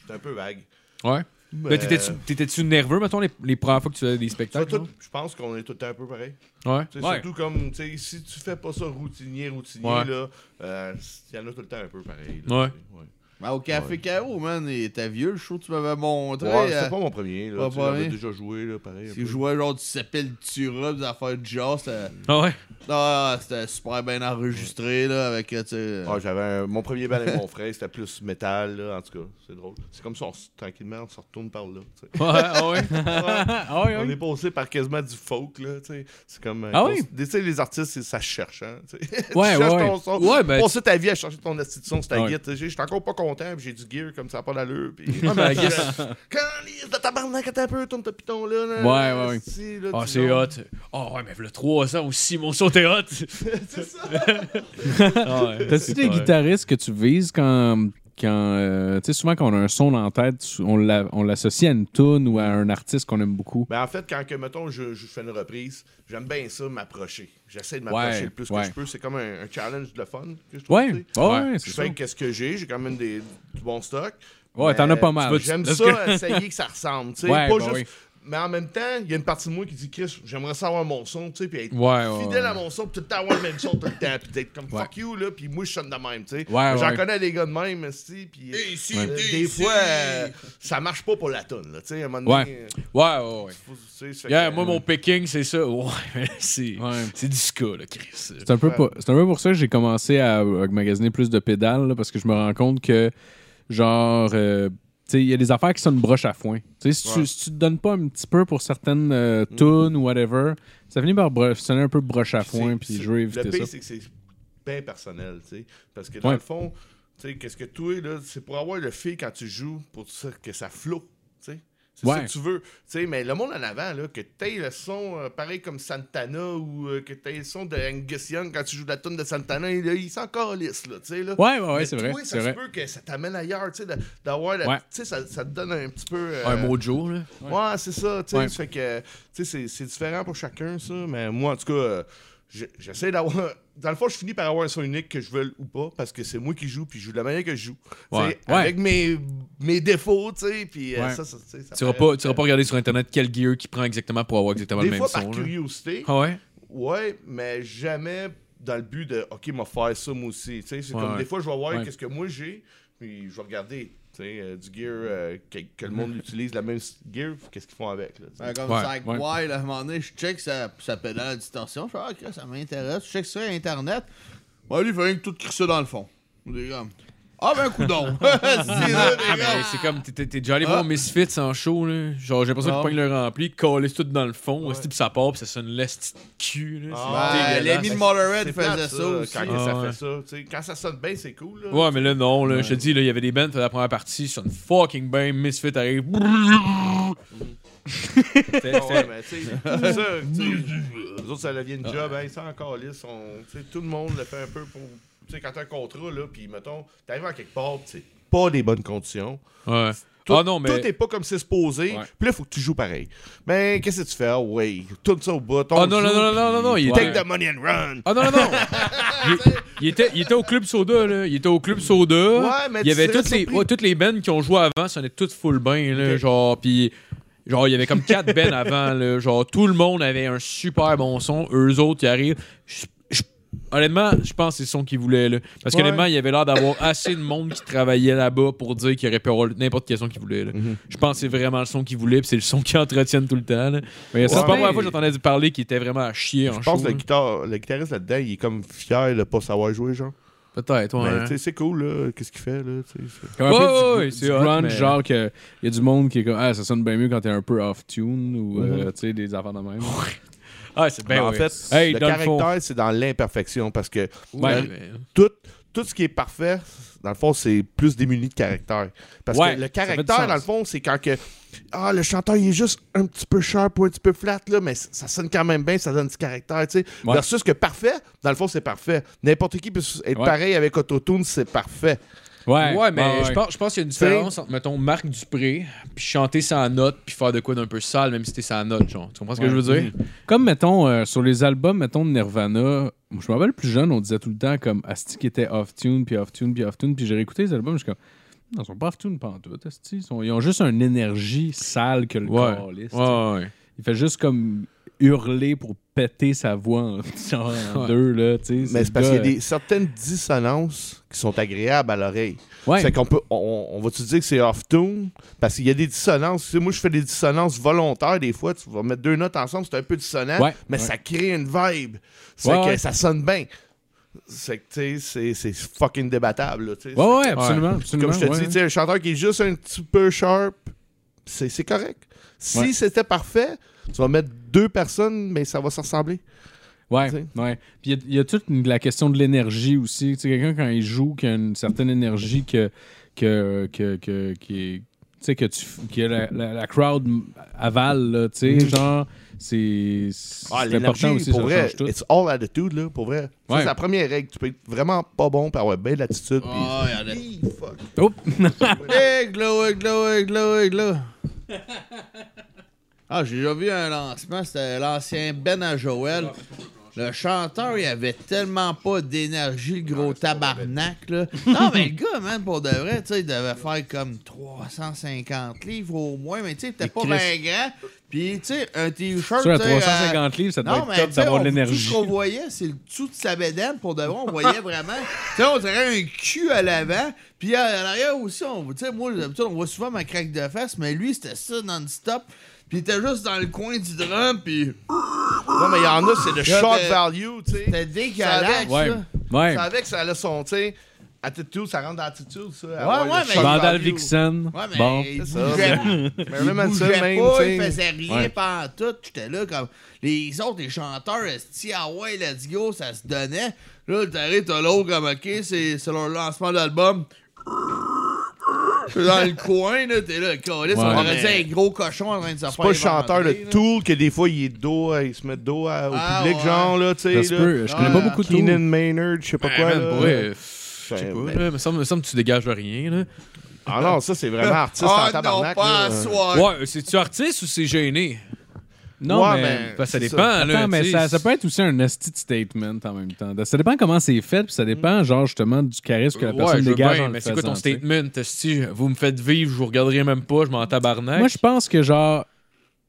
Speaker 6: C'est un peu vague.
Speaker 3: Ouais.
Speaker 6: Mais-
Speaker 3: Là, t'étais-tu, t'étais-tu nerveux, mettons, les, les premières fois que tu faisais des
Speaker 6: Tu vois,
Speaker 3: spectacles?
Speaker 6: tout- Je pense qu'on est tout le temps un peu pareil.
Speaker 3: genre? Ouais.
Speaker 6: Tu sais,
Speaker 3: Ouais.
Speaker 6: Surtout comme, tu sais, si tu fais pas ça routinier, routinier,
Speaker 3: Ouais.
Speaker 6: là, euh, il y en a tout le temps un peu pareil.
Speaker 3: Ouais.
Speaker 6: là, tu sais, ouais.
Speaker 5: Ben, au Café Caro, man, il était vieux, le show que tu m'avais montré.
Speaker 6: Ouais,
Speaker 5: euh,
Speaker 6: c'était pas mon premier.
Speaker 5: pas
Speaker 6: Là, tu sais, j'avais
Speaker 5: pareil.
Speaker 6: déjà joué, là, pareil. un
Speaker 5: si
Speaker 6: peu.
Speaker 5: je jouais genre du Sepel Tura, des affaires de jazz, c'était-
Speaker 3: Ah ouais.
Speaker 5: ah, c'était super bien enregistré, là, avec, euh, tu sais,
Speaker 6: Ah, j'avais un- mon premier bal avec mon frère, c'était plus métal, là, en tout cas, c'est drôle. C'est comme ça, on s- tranquillement, on se retourne par là. tu
Speaker 3: [laughs]
Speaker 6: sais.
Speaker 3: Ouais, ah ouais. Ah ouais,
Speaker 6: On
Speaker 3: ouais.
Speaker 6: est passé par quasiment du folk, là, tu sais. C'est comme... euh,
Speaker 3: Ah
Speaker 6: cons-
Speaker 3: oui?
Speaker 6: Tu sais, les artistes, c'est- ça se cherche, hein, tu sais. [laughs] Tu
Speaker 3: Ouais,
Speaker 6: cherches
Speaker 3: ouais.
Speaker 6: ton son.
Speaker 3: Ouais, ben,
Speaker 6: Passer ta vie à chercher ton institution, c'est ta
Speaker 3: Ouais.
Speaker 6: guide. tu sais. J'étais encore pas content, puis j'ai du gear comme ça, pas l'allure, puis...
Speaker 3: Ah,
Speaker 6: [laughs]
Speaker 3: ben, I guess-
Speaker 6: Quand les de tabarnak, attends un peu, tourne ton piton, là, là.
Speaker 3: Ouais, ouais, ouais.
Speaker 6: si, là,
Speaker 3: Ah,
Speaker 6: dis
Speaker 3: c'est
Speaker 6: non.
Speaker 3: hot. Ah ouais, mais le 3 ans aussi, mon saut est [laughs] hot. [laughs] Ah ouais,
Speaker 4: T'as-tu
Speaker 3: c'est
Speaker 4: des
Speaker 3: pas-
Speaker 4: guitaristes que tu vises quand. quand euh, tu sais, souvent, quand on a un son en tête, tu- on l'a- on l'associe à une tune ou à un artiste qu'on aime beaucoup.
Speaker 6: Ben en fait, quand que, mettons, je, je fais une reprise, j'aime bien ça, m'approcher. J'essaie de m'approcher
Speaker 4: Ouais,
Speaker 6: le plus
Speaker 4: ouais.
Speaker 6: que je peux. C'est comme un, un challenge de fun que je trouve.
Speaker 4: Ouais,
Speaker 6: tu
Speaker 4: ouais,
Speaker 6: sais.
Speaker 4: ouais,
Speaker 6: Je
Speaker 4: c'est ça.
Speaker 6: fais qu'est-ce que j'ai, j'ai quand même des, du bon stock.
Speaker 4: Ouais, t'en
Speaker 6: Mais
Speaker 4: as pas mal.
Speaker 6: J'aime
Speaker 3: Parce
Speaker 6: ça, essayer que ça ressemble. tu sais,
Speaker 4: Ouais,
Speaker 6: pas
Speaker 4: bah
Speaker 6: juste-
Speaker 4: oui.
Speaker 6: Mais en même temps, il y a une partie de moi qui dit, Chris, j'aimerais savoir mon son, tu sais, puis être
Speaker 3: Ouais, ouais,
Speaker 6: fidèle à
Speaker 3: ouais.
Speaker 6: mon son, puis tout le temps avoir le même son tout le temps, puis d'être comme fuck you, là, puis moi, je sonne de même, tu sais.
Speaker 4: Ouais,
Speaker 6: J'en
Speaker 4: ouais.
Speaker 6: connais des gars de même, aussi, puis euh,
Speaker 5: ici,
Speaker 6: euh, des fois, euh, ça marche pas pour la tonne, là, tu sais, à un moment donné.
Speaker 4: Ouais.
Speaker 6: euh,
Speaker 3: Ouais, ouais, ouais.
Speaker 6: faut- tu sais, ça fait
Speaker 3: Yeah,
Speaker 6: que-
Speaker 3: moi, mon picking, c'est ça. Ouais, mais c'est,
Speaker 4: Ouais.
Speaker 3: c'est du ska, là, Chris.
Speaker 4: C'est un, peu pour- c'est un peu pour ça que j'ai commencé à, à magasiner plus de pédales, là, parce que je me rends compte que, genre, euh, tu sais, il y a des affaires qui sont une broche à foin. Tu sais, Si, tu,
Speaker 6: Ouais. Mm-hmm.
Speaker 4: si tu te donnes pas un petit peu pour certaines euh, tunes ou whatever, ça finit par bro- sonner un peu broche à
Speaker 6: Puis
Speaker 4: foin,
Speaker 6: c'est-
Speaker 4: puis
Speaker 6: c'est-
Speaker 4: je veux éviter
Speaker 6: Le
Speaker 4: ça.
Speaker 6: pire, c'est que c'est bien personnel, tu sais. Parce que dans
Speaker 4: Ouais.
Speaker 6: le fond, tu sais, qu'est-ce que toi, là, c'est pour avoir le fil quand tu joues, pour ça, que ça flotte, tu sais. C'est
Speaker 4: Ouais.
Speaker 6: ça que tu veux. Tu sais, mais le monde en avant, là, que t'aies le son euh, pareil comme Santana ou euh, que t'aies le son de Angus Young quand tu joues la tune de Santana, il, il s'en calisse, là, tu sais. Là.
Speaker 4: Ouais, ouais, ouais,
Speaker 6: Mais
Speaker 4: c'est vrai.
Speaker 6: toi,
Speaker 4: C'est
Speaker 6: ça se
Speaker 4: vrai.
Speaker 6: peut que ça t'amène ailleurs, tu sais, de- d'avoir. la-
Speaker 4: Ouais.
Speaker 6: Tu sais, ça, ça te donne un petit peu. euh,
Speaker 3: Un mojo, là.
Speaker 6: Ouais, c'est ça. Tu sais,
Speaker 4: Ouais.
Speaker 6: fait que, tu sais, c'est- c'est différent pour chacun, ça. Mais moi, en tout cas, euh, je- j'essaie d'avoir. Dans le fond, je finis par avoir un son unique que je veux ou pas, parce que c'est moi qui joue, puis je joue de la manière que je joue. Tu sais,
Speaker 4: Ouais.
Speaker 6: Avec mes, mes défauts, tu sais, puis euh,
Speaker 4: Ouais.
Speaker 6: ça, ça, tu sais, ça
Speaker 3: Tu vas
Speaker 6: paraît.
Speaker 3: pas, tu vas pas regarder sur Internet quel gear qui prend exactement pour avoir exactement
Speaker 6: Des
Speaker 3: le même
Speaker 6: fois,
Speaker 3: son.
Speaker 6: par
Speaker 3: là.
Speaker 6: curiosité,
Speaker 3: Ah ouais?
Speaker 6: ouais, mais jamais dans le but de, OK, m'a faire ça, moi aussi. Tu sais, c'est
Speaker 3: Ouais,
Speaker 6: comme
Speaker 3: ouais.
Speaker 6: des fois, je vais voir
Speaker 4: Ouais.
Speaker 6: qu'est-ce que moi j'ai, puis je vais regarder. tu sais, euh, du gear euh, que, que le
Speaker 3: Mm.
Speaker 6: monde utilise, la même gear, qu'est-ce qu'ils font avec. Là, tu sais.
Speaker 5: Ben, comme
Speaker 4: Ouais,
Speaker 5: ça, avec
Speaker 4: ouais.
Speaker 5: Wild, à un moment donné, je check sa, sa pédale à distorsion. Je fais, ah, Chris, ça m'intéresse. Je check ça sur Internet. Ouais, lui, il fallait que tout crie ça dans le fond. Des gars. Ah, ben, un coup d'onde. [laughs] c'est là, les gars.
Speaker 3: Mais Ah, ben, c'est comme, t'es- t'es t'es déjà allé
Speaker 5: Ah.
Speaker 3: voir Misfits en show, là. Genre, j'ai l'impression
Speaker 5: Ah.
Speaker 3: qu'ils pognent le rempli, collent tout dans le fond, esti, puis ça part, puis ça sonne l'esti de cul, là.
Speaker 6: Ah.
Speaker 5: Ouais,
Speaker 3: dégueulasse.
Speaker 5: L'ami de Motorhead
Speaker 6: C'est
Speaker 5: faisait
Speaker 6: plate,
Speaker 5: ça aussi.
Speaker 6: Quand
Speaker 3: Ah,
Speaker 6: ça
Speaker 3: ouais.
Speaker 6: fait ça, tu sais, quand ça sonne bien, c'est cool. Là.
Speaker 3: Ouais, mais là, non, là, je te dis, là, il y avait des bands, faisait la première partie, sonne fucking bien, Misfit arrive. C'était-
Speaker 6: Ah
Speaker 3: c'était-
Speaker 6: ouais, mais tu sais,
Speaker 3: [laughs]
Speaker 6: c'est ça, tu sais, les autres, ça
Speaker 3: Ah.
Speaker 6: devient une job, hein, ça encore lisse, on- tu sais, tout le monde le fait un peu pour, tu sais, quand t'as un contrat, là, puis mettons, t'arrives à quelque part, c'est pas des bonnes conditions.
Speaker 3: Ouais.
Speaker 6: Tout,
Speaker 3: ah non, mais.
Speaker 6: tout est pas comme c'est supposé,
Speaker 3: Ouais.
Speaker 6: puis là, faut que tu joues pareil. Mais qu'est-ce que tu fais? Ah ouais, tourne ça au bout, on
Speaker 3: Ah non, non,
Speaker 6: joue,
Speaker 3: non, non, non, non, il
Speaker 6: puis
Speaker 3: était.
Speaker 6: Take the money and run!
Speaker 3: Ah non, non,
Speaker 6: [laughs]
Speaker 3: non! il, il était, il était au Club Soda, là. Il était au Club Soda.
Speaker 6: Ouais, mais
Speaker 3: il y
Speaker 6: tu
Speaker 3: avait
Speaker 6: serais
Speaker 3: toutes les,
Speaker 6: surpris.
Speaker 3: ouais, toutes les bands qui ont joué avant, ça était toutes full bain, là.
Speaker 6: Ok.
Speaker 3: Genre, puis Genre, il y avait comme quatre
Speaker 6: [laughs]
Speaker 3: bands avant, là. Genre, tout le monde avait un super bon son. Eux autres, ils arrivent. Je- je- Honnêtement, je pense que c'est le son qu'ils voulaient, là. Parce
Speaker 6: Ouais.
Speaker 3: qu'honnêtement, il y avait l'air
Speaker 6: [laughs]
Speaker 3: d'avoir assez de monde qui travaillait là-bas pour dire qu'il aurait pu avoir n'importe quel son qu'ils voulaient, là.
Speaker 6: Mhm.
Speaker 3: Je pense que c'est vraiment le son qu'ils voulaient, puis c'est le son qu'ils entretiennent tout le temps, là.
Speaker 4: Mais
Speaker 3: C'est pas
Speaker 4: ça,
Speaker 3: la
Speaker 6: Ouais.
Speaker 3: première fois que j'entendais du parler qui était vraiment à chier en
Speaker 6: Je pense
Speaker 3: show,
Speaker 6: que le,
Speaker 3: là.
Speaker 6: guitare, le guitariste là-dedans, il est comme fier de pas savoir jouer, genre.
Speaker 3: Peut-être, ouais.
Speaker 6: Mais Ben, tu sais, c'est cool, là, qu'est-ce qu'il fait, là, tu sais. c'est-
Speaker 4: comme un peu
Speaker 3: Ouais,
Speaker 4: du-
Speaker 3: ouais,
Speaker 4: du,
Speaker 3: c'est hot,
Speaker 4: grunge,
Speaker 3: mais-
Speaker 4: genre que il y a du monde qui est comme ah ça sonne bien mieux quand t'es un peu off tune ou euh,
Speaker 6: Mm-hmm.
Speaker 4: tu sais des affaires de même.
Speaker 3: Ah, c'est bien.
Speaker 6: Mais Ben en
Speaker 3: oui.
Speaker 6: fait,
Speaker 3: Hey,
Speaker 6: le
Speaker 3: dans le fond-
Speaker 6: caractère, c'est dans l'imperfection, parce que
Speaker 3: Ouais,
Speaker 6: le-
Speaker 3: mais-
Speaker 6: tout, tout ce qui est parfait, dans le fond, c'est plus démuni de caractère. Parce
Speaker 3: Ouais,
Speaker 6: que le
Speaker 3: ça fait du
Speaker 6: caractère,
Speaker 3: sens.
Speaker 6: dans le fond, c'est quand que. Ah, le chanteur, il est juste un petit peu sharp ou un petit peu flat, là, mais c- ça sonne quand même bien, ça donne du caractère, tu sais.
Speaker 4: Ouais.
Speaker 6: Versus que parfait, dans le fond, c'est parfait. N'importe qui peut s- être
Speaker 4: Ouais.
Speaker 6: pareil avec Autotune, c'est parfait.
Speaker 3: Ouais, mais je pense, je pense qu'il y a une
Speaker 6: T'sais-
Speaker 3: différence entre, mettons, Marc Dupré, puis chanter sans note, puis faire de quoi d'un peu sale, même si t'es sans note, genre. Tu comprends ce que je veux dire?
Speaker 4: Mhm. Comme, mettons, euh, sur les albums, mettons, de Nirvana, moi, je me rappelle plus jeune, on disait tout le temps comme Asti qui était off-tune, puis off-tune, puis off-tune, puis j'ai réécouté les albums, je suis comme, non, ils sont pas off-tune pantoute, Asti. Ils, sont- ils ont juste une énergie sale que le
Speaker 3: Ouais.
Speaker 4: câlisse,
Speaker 3: Ouais, ouais.
Speaker 4: Il fait juste comme hurler pour péter sa voix en, [laughs] en
Speaker 3: Ouais.
Speaker 4: deux, là, tu sais.
Speaker 6: Mais
Speaker 4: le
Speaker 6: c'est parce qu'il y a
Speaker 4: gars,
Speaker 6: des, certaines dissonances qui sont agréables à l'oreille.
Speaker 4: euh, ouais.
Speaker 6: C'est qu'on peut. On, on va-tu dire que c'est off-tune? Parce qu'il y a des dissonances. Tu sais, moi, je fais des dissonances volontaires des fois. Tu vas mettre deux notes ensemble, c'est un peu dissonant,
Speaker 4: Ouais,
Speaker 6: mais
Speaker 4: ouais.
Speaker 6: ça crée une vibe. C'est
Speaker 4: Ouais,
Speaker 6: que
Speaker 4: ouais.
Speaker 6: ça sonne bien. C'est que, tu sais, c'est- c'est fucking débattable, là, tu sais.
Speaker 4: Ouais, ouais, absolument. absolument
Speaker 6: Comme je te
Speaker 4: ouais.
Speaker 6: dis, tu sais, un chanteur qui est juste un petit peu sharp, c'est c'est correct. Si
Speaker 4: Ouais.
Speaker 6: c'était parfait, tu vas mettre deux personnes, mais ça va se ressembler.
Speaker 4: Ouais,
Speaker 6: Tu sais.
Speaker 4: ouais. Puis il y a- il y, a toute une- la question de l'énergie aussi. Tu sais, quelqu'un, quand il joue, qui a une certaine énergie que, que, que, que- qui est- tu sais, que tu f- que la, la, la crowd m- avale, là, tu
Speaker 6: Mm-hmm.
Speaker 4: sais, genre, c'est c'est
Speaker 6: Ah, l'énergie,
Speaker 4: important aussi,
Speaker 6: pour
Speaker 4: ça
Speaker 6: vrai,
Speaker 4: change tout.
Speaker 6: it's all attitude, là, pour vrai. Ça,
Speaker 4: Ouais.
Speaker 6: c'est la première règle. Tu peux être vraiment pas bon, puis avoir belle attitude. puis-
Speaker 5: Ah, regardez.
Speaker 6: Hi, fuck.
Speaker 4: Oh!
Speaker 5: Hey, glow, hey, glow, hey, glow, hey, glow. Ah, j'ai déjà vu un lancement, c'était l'ancien Ben à Joël. Le chanteur, il avait tellement pas d'énergie, le gros tabarnak, là. Non, mais le gars, man, pour de vrai, tu sais, il devait faire comme 350 livres au moins, mais tu sais, il était pas
Speaker 4: Christ.
Speaker 5: bien grand. Puis, tu sais, un t-shirt,
Speaker 4: Sur la
Speaker 5: tu sais, euh,
Speaker 4: 350 livres, ça doit
Speaker 5: non,
Speaker 4: être
Speaker 5: mais
Speaker 4: top
Speaker 5: tu sais, on-
Speaker 4: d'avoir de
Speaker 5: tout ce
Speaker 4: l'énergie.
Speaker 5: qu'on voyait, c'est le dessous de sa bédaine. Pour de vrai, on
Speaker 4: [laughs]
Speaker 5: voyait vraiment. tu sais, on dirait un cul à l'avant. Puis à, à l'arrière aussi, on, tu sais, moi, d'habitude, on voit souvent ma craque de face, mais lui, c'était ça non-stop. Puis il était juste dans le coin du drum, puis
Speaker 6: Non, mais il y en a, c'est le
Speaker 5: Là,
Speaker 6: shock
Speaker 5: ben,
Speaker 6: value, tu sais.
Speaker 5: c'était décalax,
Speaker 4: Ouais,
Speaker 5: ça.
Speaker 4: ouais.
Speaker 6: Tu savais que ça allait son, tu sais, attitude, ça rentre dans l'attitude, ça. Ouais,
Speaker 5: ouais, mais-
Speaker 4: Vandal Vixen.
Speaker 5: Ouais, mais
Speaker 4: Bon.
Speaker 5: il
Speaker 6: ça.
Speaker 5: bougeait Il
Speaker 6: Marilyn Manson,
Speaker 5: bougeait
Speaker 6: même,
Speaker 5: pas,
Speaker 6: tu
Speaker 5: il
Speaker 6: sais.
Speaker 5: faisait rien
Speaker 4: Ouais.
Speaker 5: pendant tout. J'étais là comme les autres, les chanteurs, esti, ah ouais, let's go, ça se donnait. Là, t'arrives, t'as l'autre comme, ok, c'est c'est leur lancement d'album. Dans le coin, là, t'es là, câlisse, on
Speaker 4: Ouais,
Speaker 5: aurait dit
Speaker 6: mais-
Speaker 5: un gros cochon en train de se faire.
Speaker 6: C'est pas le chanteur de
Speaker 5: éventré, là.
Speaker 6: Tool que des fois, il est dos, à- il se met dos à- au
Speaker 5: Ah,
Speaker 6: public,
Speaker 5: ouais.
Speaker 6: genre, là, tu sais.
Speaker 4: Ça se
Speaker 6: là.
Speaker 4: peut. Je connais
Speaker 5: Ah,
Speaker 4: pas beaucoup de Ben,
Speaker 6: Keenan
Speaker 4: tout.
Speaker 6: Maynard, je sais pas quoi.
Speaker 3: Ouais,
Speaker 6: là.
Speaker 3: man, pour vrai, euh, je sais
Speaker 6: Ben,
Speaker 3: pas,
Speaker 6: ben.
Speaker 3: là, me semble, me semble que tu dégages rien, là.
Speaker 6: Ah non, ça, c'est vraiment artiste en
Speaker 5: Ah non,
Speaker 6: tabarnak.
Speaker 5: pas
Speaker 6: là.
Speaker 5: à soir.
Speaker 3: Ouais, c'est-tu artiste ou c'est gêné?
Speaker 4: Non,
Speaker 6: Ouais,
Speaker 4: mais...
Speaker 6: mais-
Speaker 3: Parce que ça
Speaker 6: c'est
Speaker 3: dépend,
Speaker 6: ça.
Speaker 3: là.
Speaker 4: Attends, mais
Speaker 3: tu sais.
Speaker 4: ça, ça peut être aussi un esti de statement en même temps. Ça dépend comment c'est fait, puis ça dépend, genre, justement, du charisme que la
Speaker 3: Ouais,
Speaker 4: personne
Speaker 3: je veux
Speaker 4: dégage.
Speaker 3: bien,
Speaker 4: en le
Speaker 3: mais c'est quoi ton
Speaker 4: faisant, tu sais.
Speaker 3: statement? Si vous me faites vivre, je vous regarderai même pas, je m'en tabarnak.
Speaker 4: Moi, je pense que, genre,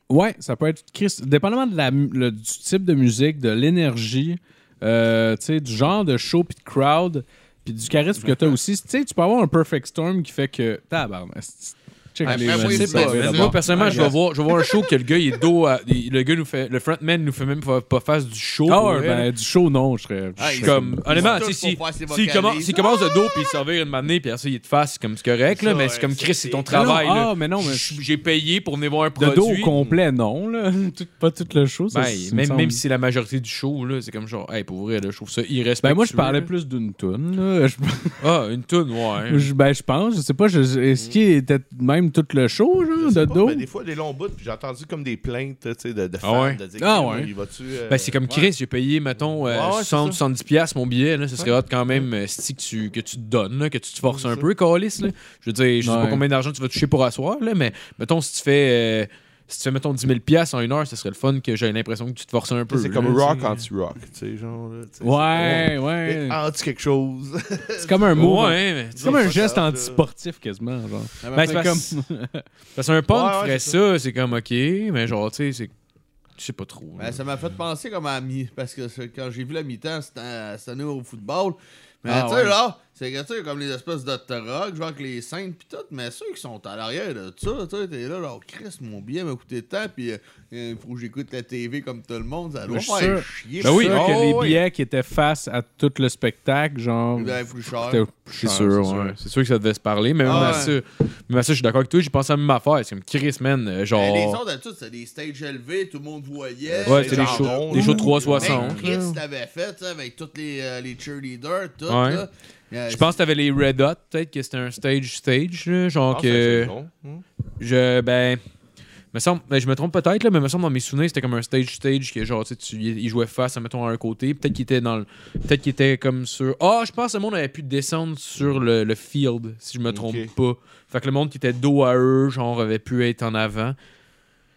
Speaker 4: ouais, ça peut être. Chris- Dépendamment de la, mu- le- du type de musique, de l'énergie, euh, tu sais, du genre de show, puis de crowd, puis du charisme que tu as aussi. Tu sais, tu peux avoir un perfect storm qui fait que. Tabarnak. c'est- Check
Speaker 5: Ah,
Speaker 4: les
Speaker 5: mais moi,
Speaker 4: Wednesdays,
Speaker 5: c'est pas,
Speaker 4: ça va
Speaker 5: mais
Speaker 4: être
Speaker 5: c'est
Speaker 4: bon.
Speaker 3: Moi, personnellement, je vais voir, je vais voir un show que le gars, il est dos à- il- le gars nous fait, le frontman nous fait même pas pas face du show.
Speaker 4: Ah
Speaker 3: pour
Speaker 4: ouais,
Speaker 3: vrai, là.
Speaker 4: ben, du show, non, je serais.
Speaker 5: Ah,
Speaker 4: je
Speaker 5: il-
Speaker 4: serais-
Speaker 3: Comme, honnêtement,
Speaker 5: Ils
Speaker 3: tu
Speaker 5: sont
Speaker 3: sais, si,
Speaker 5: tous pour faire ses
Speaker 3: s'il commence,
Speaker 5: vocalises.
Speaker 3: s'il commence de dos puis il servir une manée puis après ça, il est de face, comme c'est correct, là,
Speaker 6: Ça,
Speaker 3: mais
Speaker 6: ouais,
Speaker 3: c'est comme
Speaker 6: ça,
Speaker 3: Chris, c'est ton
Speaker 6: c'est-
Speaker 3: travail.
Speaker 4: Ah non,
Speaker 3: là.
Speaker 4: ah, mais non, mais-
Speaker 3: Je- J'ai payé pour venir voir un
Speaker 4: De
Speaker 3: produit.
Speaker 4: dos au complet, non,
Speaker 3: [laughs]
Speaker 4: là. Tout- pas tout le show, ça.
Speaker 3: Ben,
Speaker 4: ça me
Speaker 3: même,
Speaker 4: semble-
Speaker 3: même si c'est la majorité du show, là, c'est comme genre, hey, pour vrai, là, je trouve ça irrespectueux.
Speaker 4: Ben, moi, je parlais
Speaker 3: là.
Speaker 4: plus d'une toune, là. Je-
Speaker 3: Ah, une toune, ouais.
Speaker 4: [laughs] je- ben, je pense, je sais pas, je-
Speaker 3: Mm.
Speaker 4: est-ce qu'il était même tout le show, genre, Ah, de dos?
Speaker 6: Mais ben, des fois, des longs bouts, puis j'ai entendu comme des plaintes tu sais, de, de fans.
Speaker 3: Ah ouais.
Speaker 6: de dire,
Speaker 4: Ah
Speaker 6: Crime,
Speaker 4: ouais.
Speaker 6: Il va-tu. euh,
Speaker 3: Ben, c'est comme Chris, j'ai payé, mettons, euh,
Speaker 6: Ouais, ouais, c'est
Speaker 3: 60,
Speaker 6: ça.
Speaker 3: 70 piastres mon billet, là, ce serait hot quand même, euh, si que tu, que tu te donnes, là, que tu te forces
Speaker 6: Ouais,
Speaker 3: un
Speaker 6: c'est
Speaker 3: peu, Calis, là. Je veux dire, je sais pas
Speaker 4: Ouais.
Speaker 3: combien d'argent tu vas toucher pour asseoir, là, mais mettons, si tu fais, euh, si tu fais, mettons, 10 000 piastres en une heure, ce serait le fun que j'ai l'impression que tu te forces un peu.
Speaker 6: C'est
Speaker 3: là,
Speaker 6: comme
Speaker 3: tu sais.
Speaker 6: rock anti-rock, tu sais, genre. là, tu sais,
Speaker 4: Ouais,
Speaker 6: c'est-
Speaker 4: ouais.
Speaker 6: Anti-quelque chose.
Speaker 4: C'est comme un mot.
Speaker 3: Ouais, mais tu
Speaker 4: C'est
Speaker 3: sais,
Speaker 4: comme un
Speaker 6: Pas
Speaker 4: geste
Speaker 6: grave, là.
Speaker 4: antisportif, quasiment, genre.
Speaker 3: ben, c'est parce- [laughs] parce qu'un punk
Speaker 6: Ouais, ouais,
Speaker 3: ferait
Speaker 6: c'est
Speaker 3: ça, c'est comme ok, mais genre, tu sais, c'est. Je sais pas trop. là.
Speaker 5: Ben, ça m'a fait penser comme à mi parce que c'est- quand j'ai vu la mi-temps, c'était à- cette année au football. Mais
Speaker 4: Ah,
Speaker 5: tu sais,
Speaker 4: ouais.
Speaker 5: là, c'est que tu sais, comme les espèces de rock, genre que les scènes pis tout, mais ceux qui sont à l'arrière de ça, tu sais, t'es là, genre, Chris, mon billet m'a coûté tant, pis euh, il faut que j'écoute la TV comme tout le monde, ça doit
Speaker 4: Je suis
Speaker 5: faire
Speaker 4: sûr.
Speaker 5: chier.
Speaker 4: Ben oui, que
Speaker 3: oh,
Speaker 4: les
Speaker 3: oui.
Speaker 4: billets qui étaient face à tout le spectacle, genre.
Speaker 5: Ben, plus cher.
Speaker 4: c'était
Speaker 3: C'est
Speaker 4: plus
Speaker 3: sûr,
Speaker 4: cher, c'est
Speaker 3: ouais. C'est sûr que ça devait se parler, mais même,
Speaker 5: Ah
Speaker 3: à
Speaker 5: ouais.
Speaker 3: ça, même à ça, je suis d'accord avec toi, j'ai pensé à la même affaire. C'est comme Chris, man, euh, genre.
Speaker 5: Mais Ben, les autres, d'habitude, c'est des stages élevés, tout le monde voyait.
Speaker 3: Ouais,
Speaker 5: c'est
Speaker 3: c'est des
Speaker 5: genre,
Speaker 3: shows,
Speaker 6: rond,
Speaker 3: des
Speaker 6: là.
Speaker 3: shows
Speaker 5: Même
Speaker 3: 360. là.
Speaker 5: Chris l'avait fait, tu sais, avec tous les, euh, les cheerleaders, tout,
Speaker 3: Ouais.
Speaker 5: là. Euh,
Speaker 3: Je pense que t'avais les Red Hot, peut-être que c'était un stage stage, là, genre
Speaker 6: Ah,
Speaker 3: que
Speaker 6: ça, c'est bon. Hmm.
Speaker 3: je ben me semble, ben, je me trompe peut-être là, mais me semble dans mes souvenirs c'était comme un stage stage que genre tu sais, tu- il jouait face, mettons à un côté, peut-être qu'il était dans le, peut-être qu'il était comme sur ah je pense que le monde avait pu descendre sur le, le field si je me trompe
Speaker 6: Ok.
Speaker 3: pas, fait que le monde qui était dos à eux genre avait pu être en avant.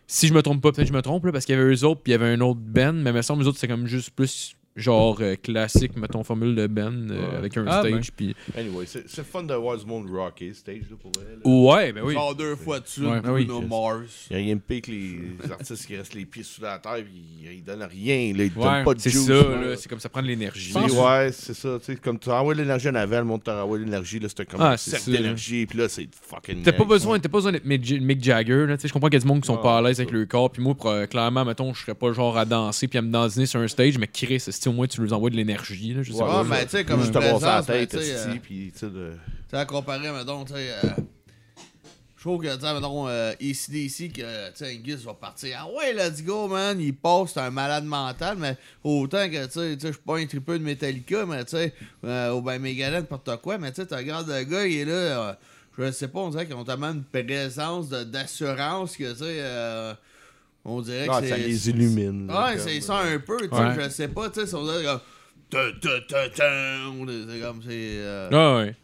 Speaker 3: Si je me trompe pas, peut-être que je me trompe là, parce qu'il y avait eux autres puis il y avait un autre band, mais me semble eux autres c'est comme juste plus genre euh, classique mettons formule de band euh, avec un
Speaker 4: Ah,
Speaker 3: stage
Speaker 4: ben.
Speaker 3: puis
Speaker 6: Anyway, c'est c'est fun de voir du monde rocker stage, là, pour vrai. là.
Speaker 3: ouais ben oui.
Speaker 5: Genre deux fois dessus,
Speaker 4: Ouais,
Speaker 5: Bruno
Speaker 4: oui,
Speaker 6: Chris.
Speaker 5: Mars.
Speaker 6: Il n'y a rien de pire que les [laughs] artistes qui restent les pieds sous la terre, puis ils, ils donnent rien, là, ils te
Speaker 4: Ouais,
Speaker 6: donnent pas de
Speaker 3: C'est
Speaker 6: juice.
Speaker 3: ça,
Speaker 6: là.
Speaker 3: là, c'est comme ça prend de l'énergie.
Speaker 6: Puis ouais, c'est ça, tu sais, comme tu envoies l'énergie en avant, le monde te renvoie l'énergie, là, c'est comme
Speaker 3: Ah,
Speaker 6: un cercle
Speaker 3: c'est ça.
Speaker 6: d'énergie, puis là, c'est fucking...
Speaker 3: T'as pas
Speaker 6: nice.
Speaker 3: besoin, t'as pas besoin d'être Mick Ja- Mick Jagger, là, tu sais, je comprends qu'il y a du monde qui sont
Speaker 6: Ah,
Speaker 3: pas à l'aise avec
Speaker 6: c'est ça.
Speaker 3: le corps, puis moi, pro- clairement, mettons, je serais pas le genre à danser puis à me dandiner sur un stage, mais Chris, si au moins tu nous envoies de l'énergie, là, je sais
Speaker 6: Ouais,
Speaker 5: Ah,
Speaker 3: pas.
Speaker 6: ouais.
Speaker 5: mais tu sais, comme
Speaker 6: Juste te brasser la
Speaker 5: présence, ben,
Speaker 6: tête,
Speaker 5: tu sais, euh,
Speaker 6: esti, puis tu sais, de...
Speaker 5: Tu sais, à comparer, mettons, tu sais. euh, je trouve que, tu sais, mettons, euh, ACDC, que, tu sais, Angus va partir. Ah ouais, let's go, man. Il passe, c'est un malade mental, mais autant que, tu sais, tu sais, je suis pas un tripeux de Metallica, mais, tu sais, euh, ou ben Megadeth, n'importe quoi, mais, tu sais, tu regardes le gars, il est là. euh, je sais pas, on dirait qu'ils ont tellement une présence de- d'assurance que, tu sais, euh, on dirait
Speaker 6: Ah,
Speaker 5: que
Speaker 6: ça
Speaker 5: c'est.
Speaker 6: les illumine. là,
Speaker 5: Ouais,
Speaker 6: comme,
Speaker 5: c'est
Speaker 6: euh,
Speaker 5: ça un peu, tu sais,
Speaker 4: Ouais.
Speaker 5: je sais pas, tu sais, si on dirait comme... Tum, tum, tum, tum, C'est comme, c'est... euh,
Speaker 3: Ah, ouais.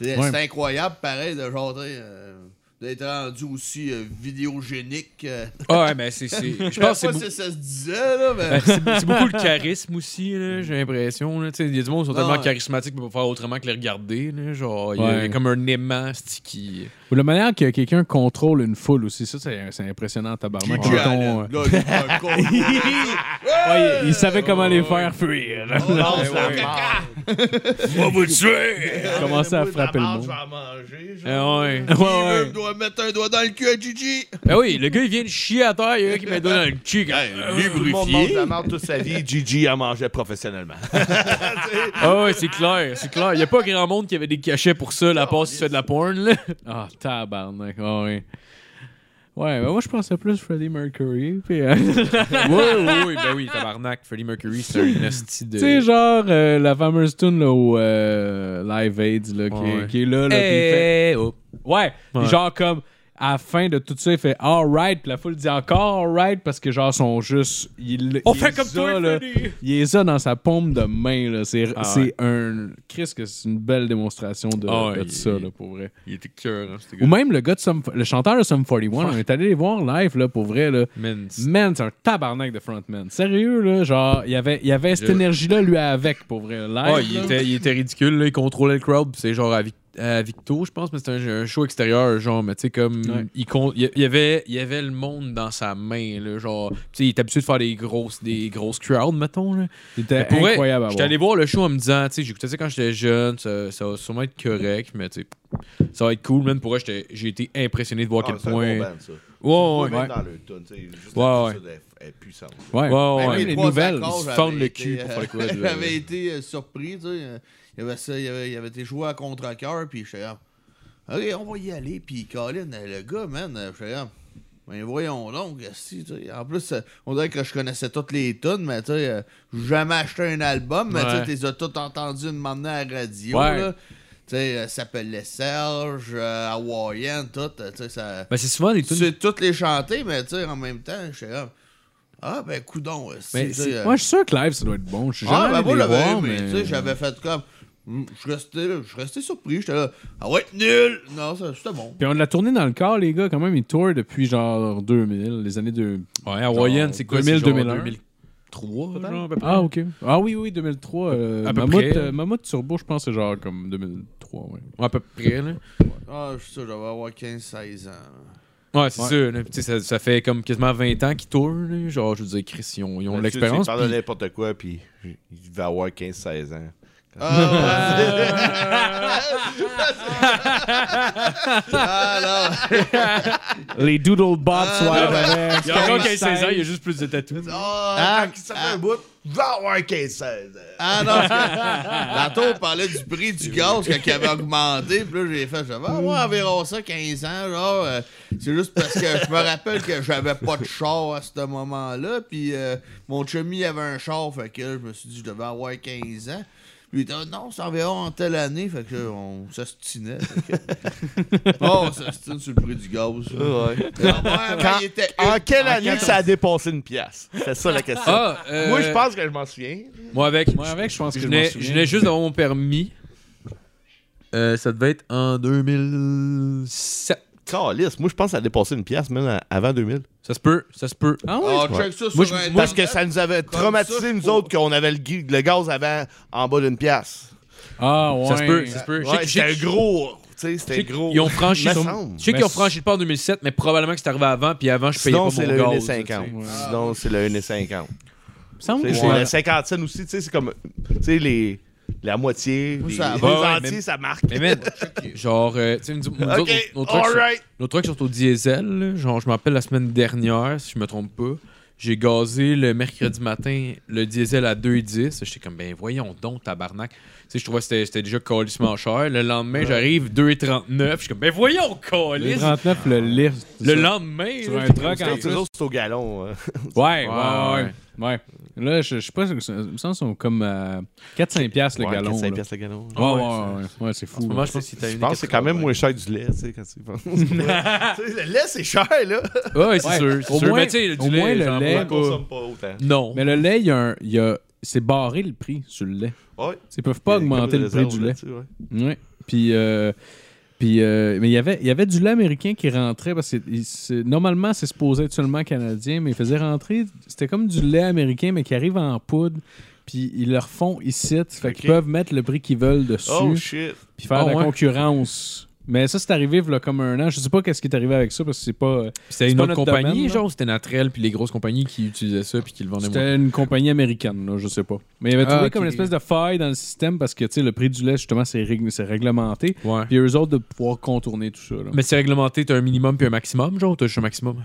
Speaker 5: c'est
Speaker 4: Ouais.
Speaker 5: c'est incroyable, pareil, de genre, tu sais, euh, d'être rendu aussi euh, vidéogénique. euh.
Speaker 3: Ah, ouais, mais c'est. c'est- Je
Speaker 5: Je sais pas
Speaker 3: pense que
Speaker 5: si
Speaker 3: c'est beaucoup-
Speaker 5: ça se disait, là, mais...
Speaker 3: ben, c'est c'est beaucoup le charisme aussi, là, j'ai l'impression. là, tu sais, Il y a du monde qui sont
Speaker 5: Non,
Speaker 3: tellement
Speaker 5: ouais.
Speaker 3: charismatiques pour pas faire autrement que les regarder. Là, genre, il y a- il y, a
Speaker 4: Ouais.
Speaker 3: comme un aimant c'est qui. [laughs]
Speaker 4: Ou la manière que quelqu'un contrôle une foule aussi, ça, c'est c'est impressionnant, tabarnak.
Speaker 5: Gigi
Speaker 4: Mettons,
Speaker 5: Allen, là,
Speaker 4: euh,
Speaker 5: il est un con.
Speaker 4: ouais, il, il savait comment les faire fuir.
Speaker 6: [laughs] Ah,
Speaker 5: On lance
Speaker 3: ouais,
Speaker 5: la
Speaker 3: ouais.
Speaker 5: caca.
Speaker 3: Moi, vous le tuez!
Speaker 4: Il commençait à frapper le
Speaker 6: Ah, je
Speaker 4: monde.
Speaker 6: vais en manger, genre.
Speaker 3: Ah, ouais.
Speaker 5: Qui
Speaker 4: [laughs] Ouais,
Speaker 5: veut
Speaker 4: ouais.
Speaker 5: me doit mettre un doigt dans le cul à Gigi.
Speaker 3: Ben oui, le gars, il vient de chier à terre, il y a un qui m'a donné dans le cul. quand même.
Speaker 5: Euh,
Speaker 6: Tout le monde mange de la merde toute sa vie, [laughs] Gigi a mangé professionnellement.
Speaker 3: Ah ouais, c'est clair, c'est clair. Il a pas grand monde qui avait des cachets pour ça, la passe si tu fais de la porn, là.
Speaker 4: Ah, tabarnak, ouais, ouais. Ouais, ben moi, je pensais plus Freddie Mercury. puis, euh, [laughs]
Speaker 3: oui, oui, oui, ben oui, tabarnak. Freddie Mercury, c'est [laughs] un esti de...
Speaker 4: tu sais, genre, euh, la fameuse tune là, au euh, Live Aids, là, qui,
Speaker 3: Ouais.
Speaker 4: qui est là, là puis il fait-
Speaker 3: Eh, oh.
Speaker 4: Ouais.
Speaker 3: Ouais.
Speaker 4: Genre comme à la fin de tout ça, il fait alright, puis la foule dit encore alright parce que genre sont juste il,
Speaker 3: On
Speaker 4: il
Speaker 3: fait
Speaker 4: les
Speaker 3: comme
Speaker 4: a,
Speaker 3: toi,
Speaker 4: là.
Speaker 3: Freddie!
Speaker 4: Il les a dans sa paume de main là, c'est
Speaker 3: Ah
Speaker 4: c'est
Speaker 3: ouais.
Speaker 4: un Chris que c'est une belle démonstration de,
Speaker 3: Ah ouais,
Speaker 4: de
Speaker 3: il-
Speaker 4: ça là pour vrai.
Speaker 3: Il était cœur, hein, ce
Speaker 4: Ou
Speaker 3: gars.
Speaker 4: même le gars de Sum, le chanteur de Sum 41, on est allé les voir live là pour vrai là.
Speaker 3: Man, c'est-
Speaker 4: Man, c'est un tabarnak de frontman. Sérieux là, genre il y avait il y avait cette
Speaker 3: Je-
Speaker 4: énergie là lui avec pour vrai live.
Speaker 3: Ah, il
Speaker 4: là.
Speaker 3: était, il était ridicule, là. Il contrôlait le crowd, pis c'est genre à, Vic- à Victo, je pense, mais c'était un, un show extérieur, genre, mais tu sais, comme.
Speaker 4: Ouais.
Speaker 3: Il, con- il y avait, il y avait le monde dans sa main, là, genre. Tu sais, il est habitué de faire des grosses, des grosses crowds, mettons, là.
Speaker 4: Il était
Speaker 3: Mais pour vrai,
Speaker 4: incroyable à
Speaker 3: J'étais
Speaker 4: voir.
Speaker 3: allé voir le show en me disant, tu sais, j'écoutais ça quand j'étais jeune, ça, ça va sûrement être correct, mais tu sais, Ça va être cool, man. Pour eux, j'étais- j'ai été impressionné de voir à
Speaker 6: Ah,
Speaker 3: quel
Speaker 6: c'est un
Speaker 3: point.
Speaker 6: bon band, ça.
Speaker 3: Ouais, ouais,
Speaker 6: Même
Speaker 3: ouais.
Speaker 6: dans le tune, tu sais, juste
Speaker 3: Ouais,
Speaker 6: la
Speaker 3: ouais.
Speaker 6: musique, elle est- est puissante.
Speaker 4: Ouais.
Speaker 3: Ouais,
Speaker 5: Ben, Même
Speaker 3: ouais.
Speaker 5: les
Speaker 3: Les
Speaker 5: trois
Speaker 3: nouvelles,
Speaker 5: accords,
Speaker 3: ils se
Speaker 5: j'avais
Speaker 3: fendent le
Speaker 5: été,
Speaker 3: cul pour faire
Speaker 5: euh,
Speaker 3: le
Speaker 5: [laughs]
Speaker 3: quoi de-
Speaker 5: J'avais été euh, surpris, tu sais. euh, Il y avait ça, il y avait, il y avait été joué à contre-cœur, puis j'étais là. Ok, on va y aller. Puis Colin, euh, le gars, man, euh, j'étais là. Mais ben, voyons donc, si, tu sais. En plus, euh, on dirait que je connaissais toutes les tunes, mais tu sais, euh, j'ai jamais acheté un album, mais
Speaker 3: Ouais.
Speaker 5: tu sais, t'es toutes entendues une matinée à la radio,
Speaker 3: Ouais.
Speaker 5: là. Tu sais, euh, s'appelait Serge, euh, Hawaiian, tout, euh, tu sais, ça.
Speaker 3: Ben, c'est souvent les
Speaker 5: Tu
Speaker 3: tunes.
Speaker 5: sais toutes les chanter, mais tu sais, en même temps, je suis là. Ah, ben, coudon.
Speaker 4: Mais c'est- Moi, je suis sûr que live, ça doit être bon. Je suis
Speaker 5: euh, ah,
Speaker 4: jamais
Speaker 5: ben,
Speaker 4: allé
Speaker 5: moi,
Speaker 4: les
Speaker 5: j'avais
Speaker 4: voir,
Speaker 5: aimé,
Speaker 4: mais-
Speaker 5: tu sais, j'avais fait comme. hmm, Je restais, je restais surpris, j'étais là. Ah ouais, nul! Non, ça, c'était bon.
Speaker 4: Puis on l'a tourné dans le corps, les gars, quand même. Ils tournent depuis genre 2000, les années de.
Speaker 3: Ouais, Hawaiian,
Speaker 4: Genre
Speaker 3: c'est quoi
Speaker 4: 2000,
Speaker 3: c'est genre
Speaker 4: 2001?
Speaker 3: 2003, peut-être?
Speaker 4: Ah, ok. Ah oui, oui, 2003. euh,
Speaker 3: À peu
Speaker 4: Mammouth,
Speaker 3: près.
Speaker 4: euh, Mammouth Turbo, je pense, c'est genre comme 2003, ouais.
Speaker 3: Ouais, à peu près, là.
Speaker 5: Ah, je suis sûr, j'avais avoir 15-16 ans.
Speaker 3: Ouais, c'est
Speaker 4: Ouais.
Speaker 3: sûr. là. Puis, tu sais, Ça, ça fait comme quasiment 20 ans qu'ils tournent. là. Genre, je veux dire, Chris, ils ont, ils ont de
Speaker 6: Là-dessus, tu
Speaker 3: l'expérience.
Speaker 6: parles de
Speaker 3: puis-
Speaker 6: n'importe quoi, puis il va avoir 15-16 ans.
Speaker 4: [laughs]
Speaker 5: Ah, non!
Speaker 4: Les Doodle Bots, Ah, ouais.
Speaker 3: Il y a encore 15-16 ans, il y a juste plus de tatous.
Speaker 5: Ah,
Speaker 6: Ah, quand ça fait un bout, va avoir 15-16 ans.
Speaker 5: Ah non, parce que tantôt on parlait du prix du gaz quand il avait augmenté, puis là j'ai fait, j'avais ah, ouais, environ ça, 15 ans, genre, euh, c'est juste parce que je me rappelle que j'avais pas de char à ce moment-là, puis euh, mon chummy avait un char, fait que je me suis dit, je devais avoir 15 ans. Puis il était, Ah, non, c'est environ en telle année, fait que là, on s'astinait. fait que- oh, on s'astine sur le prix du gaz.
Speaker 6: Oh.
Speaker 5: Ah, ouais, mais il était
Speaker 6: [laughs] En quelle
Speaker 5: En
Speaker 6: année que ça a dépassé une pièce? C'est ça la question.
Speaker 3: Ah, euh,
Speaker 6: Moi, je pense que je m'en souviens.
Speaker 3: Moi, avec.
Speaker 4: Moi, avec, je pense que
Speaker 3: Je
Speaker 4: je m'en
Speaker 3: venais,
Speaker 4: souviens.
Speaker 3: je venais juste d'avoir mon permis. Euh, ça devait être en 2007.
Speaker 6: Calice, moi, je pense que ça a dépassé une pièce, même à- avant 2000.
Speaker 3: Ça se peut, ça se peut.
Speaker 4: Ah ouais?
Speaker 5: Ah,
Speaker 6: Ouais.
Speaker 5: check ça sur
Speaker 3: Moi, je-
Speaker 5: Internet.
Speaker 6: Parce que ça nous avait
Speaker 5: Comme
Speaker 6: traumatisé,
Speaker 5: ça,
Speaker 6: nous
Speaker 5: faut-
Speaker 6: autres, qu'on avait le, gui- le gaz avant en bas d'une pièce.
Speaker 4: Ah ouais.
Speaker 3: Ça se peut, ça se peut. Je sais
Speaker 6: Ouais,
Speaker 3: que-
Speaker 6: c'était
Speaker 3: je sais que-
Speaker 6: gros. Tu sais,
Speaker 3: je
Speaker 6: c'était
Speaker 3: sais qu'ils
Speaker 6: gros.
Speaker 3: ont franchi
Speaker 6: Me
Speaker 3: son- Je
Speaker 6: semble.
Speaker 3: sais qu'ils
Speaker 4: Mais
Speaker 3: ont franchi le pas en 2007, mais probablement que c'est arrivé avant, puis avant, je payais
Speaker 6: Sinon,
Speaker 3: pas
Speaker 6: c'est
Speaker 3: mon
Speaker 6: le
Speaker 3: gaz. tu sais.
Speaker 6: 1,50. Sinon, c'est le 1,50.
Speaker 4: Il me semble
Speaker 6: Tu
Speaker 4: que
Speaker 6: sais,
Speaker 4: je-
Speaker 6: c'est Le 50 cents aussi, tu sais, c'est comme. Tu sais, les. La moitié, les,
Speaker 5: ça
Speaker 6: les
Speaker 5: va,
Speaker 3: ouais,
Speaker 6: entiers,
Speaker 3: mais-
Speaker 6: ça marque.
Speaker 3: Mais
Speaker 6: [laughs]
Speaker 3: man, genre, euh, tu sais, nous, nous
Speaker 6: OK,
Speaker 3: autres, nos, nos trucks sont-
Speaker 6: alright.
Speaker 3: nos trucks sont au diesel. là. Genre, je me rappelle la semaine dernière, si je me trompe pas, j'ai gazé le mercredi matin le diesel à 2,10. J'étais comme, ben voyons donc, tabarnak. Tu sais, je trouvais que c'était- c'était déjà calissement cher. Le lendemain, j'arrive 2,39. Je suis comme, ben voyons,
Speaker 4: Le
Speaker 3: calice.
Speaker 4: 39, le lift. c'est
Speaker 3: Le
Speaker 4: ça.
Speaker 3: lendemain,
Speaker 4: Sur
Speaker 3: là,
Speaker 4: un
Speaker 3: j'étais
Speaker 4: truck
Speaker 3: comme,
Speaker 4: en
Speaker 6: C'est toujours c'est au galon. hein.
Speaker 4: Ouais, ouais,
Speaker 3: Ouais,
Speaker 4: ouais. ouais. Là, je, je sais pas, ça me semble qu'ils sont comme à 4-5 piastres le
Speaker 6: Ouais,
Speaker 4: gallon.
Speaker 6: 4-5
Speaker 4: là.
Speaker 6: piastres le galon.
Speaker 4: Ouais, ouais, ouais, ouais, c'est fou.
Speaker 3: Moi, je pense que
Speaker 6: Je pense que c'est quand même moins cher du lait, tu sais, quand tu y [laughs] penses. Tu sais,
Speaker 5: [laughs]
Speaker 6: le lait, c'est cher, là.
Speaker 3: Ouais, c'est
Speaker 4: Ouais.
Speaker 3: sûr. c'est
Speaker 4: Au
Speaker 3: sûr.
Speaker 4: moins-
Speaker 3: mais tu sais,
Speaker 4: au
Speaker 3: du lait,
Speaker 4: moins, le
Speaker 3: j'en
Speaker 4: lait-
Speaker 3: bois
Speaker 6: On ne
Speaker 3: pas.
Speaker 6: consomme pas autant.
Speaker 3: Non.
Speaker 4: Mais le lait, il y a un. il y a- C'est barré le prix sur le lait.
Speaker 6: Ouais.
Speaker 4: Ils peuvent pas
Speaker 6: Il y a
Speaker 4: augmenter
Speaker 6: comme
Speaker 4: le
Speaker 6: des
Speaker 4: prix
Speaker 6: réserves
Speaker 4: du lait.
Speaker 6: là-dessus, ouais.
Speaker 4: Oui. Puis, euh, puis euh, mais il y avait- il y avait du lait américain qui rentrait parce que il- c'est- normalement, c'est supposé être seulement canadien, mais ils faisaient rentrer. C'était comme du lait américain, mais qui arrive en poudre. Puis ils le refont ici. Fait qu'ils
Speaker 6: Ok.
Speaker 4: peuvent mettre le prix qu'ils veulent dessus.
Speaker 6: Oh shit.
Speaker 4: puis faire
Speaker 3: Ah
Speaker 4: de la
Speaker 3: ouais.
Speaker 4: concurrence. Mais ça, c'est arrivé il y a comme un an. Je sais pas qu'est-ce qui est arrivé avec ça parce que c'est pas. euh,
Speaker 3: C'était
Speaker 4: C'est
Speaker 3: une
Speaker 4: pas
Speaker 3: autre
Speaker 4: notre
Speaker 3: compagnie,
Speaker 4: domaine, là.
Speaker 3: genre, c'était Natrel, puis les grosses compagnies qui utilisaient ça, puis qui le vendaient moins.
Speaker 4: C'était une compagnie américaine, là, je sais pas. Mais il avait
Speaker 3: Ah,
Speaker 4: trouvé
Speaker 3: ok.
Speaker 4: comme une espèce de faille dans le système parce que tu sais, le prix du lait, justement, c'est rég- c'est réglementé.
Speaker 3: Ouais.
Speaker 4: Puis eux autres, de pouvoir contourner tout ça. là.
Speaker 3: Mais c'est réglementé, t'as un minimum puis un maximum, genre, ou t'as juste un maximum?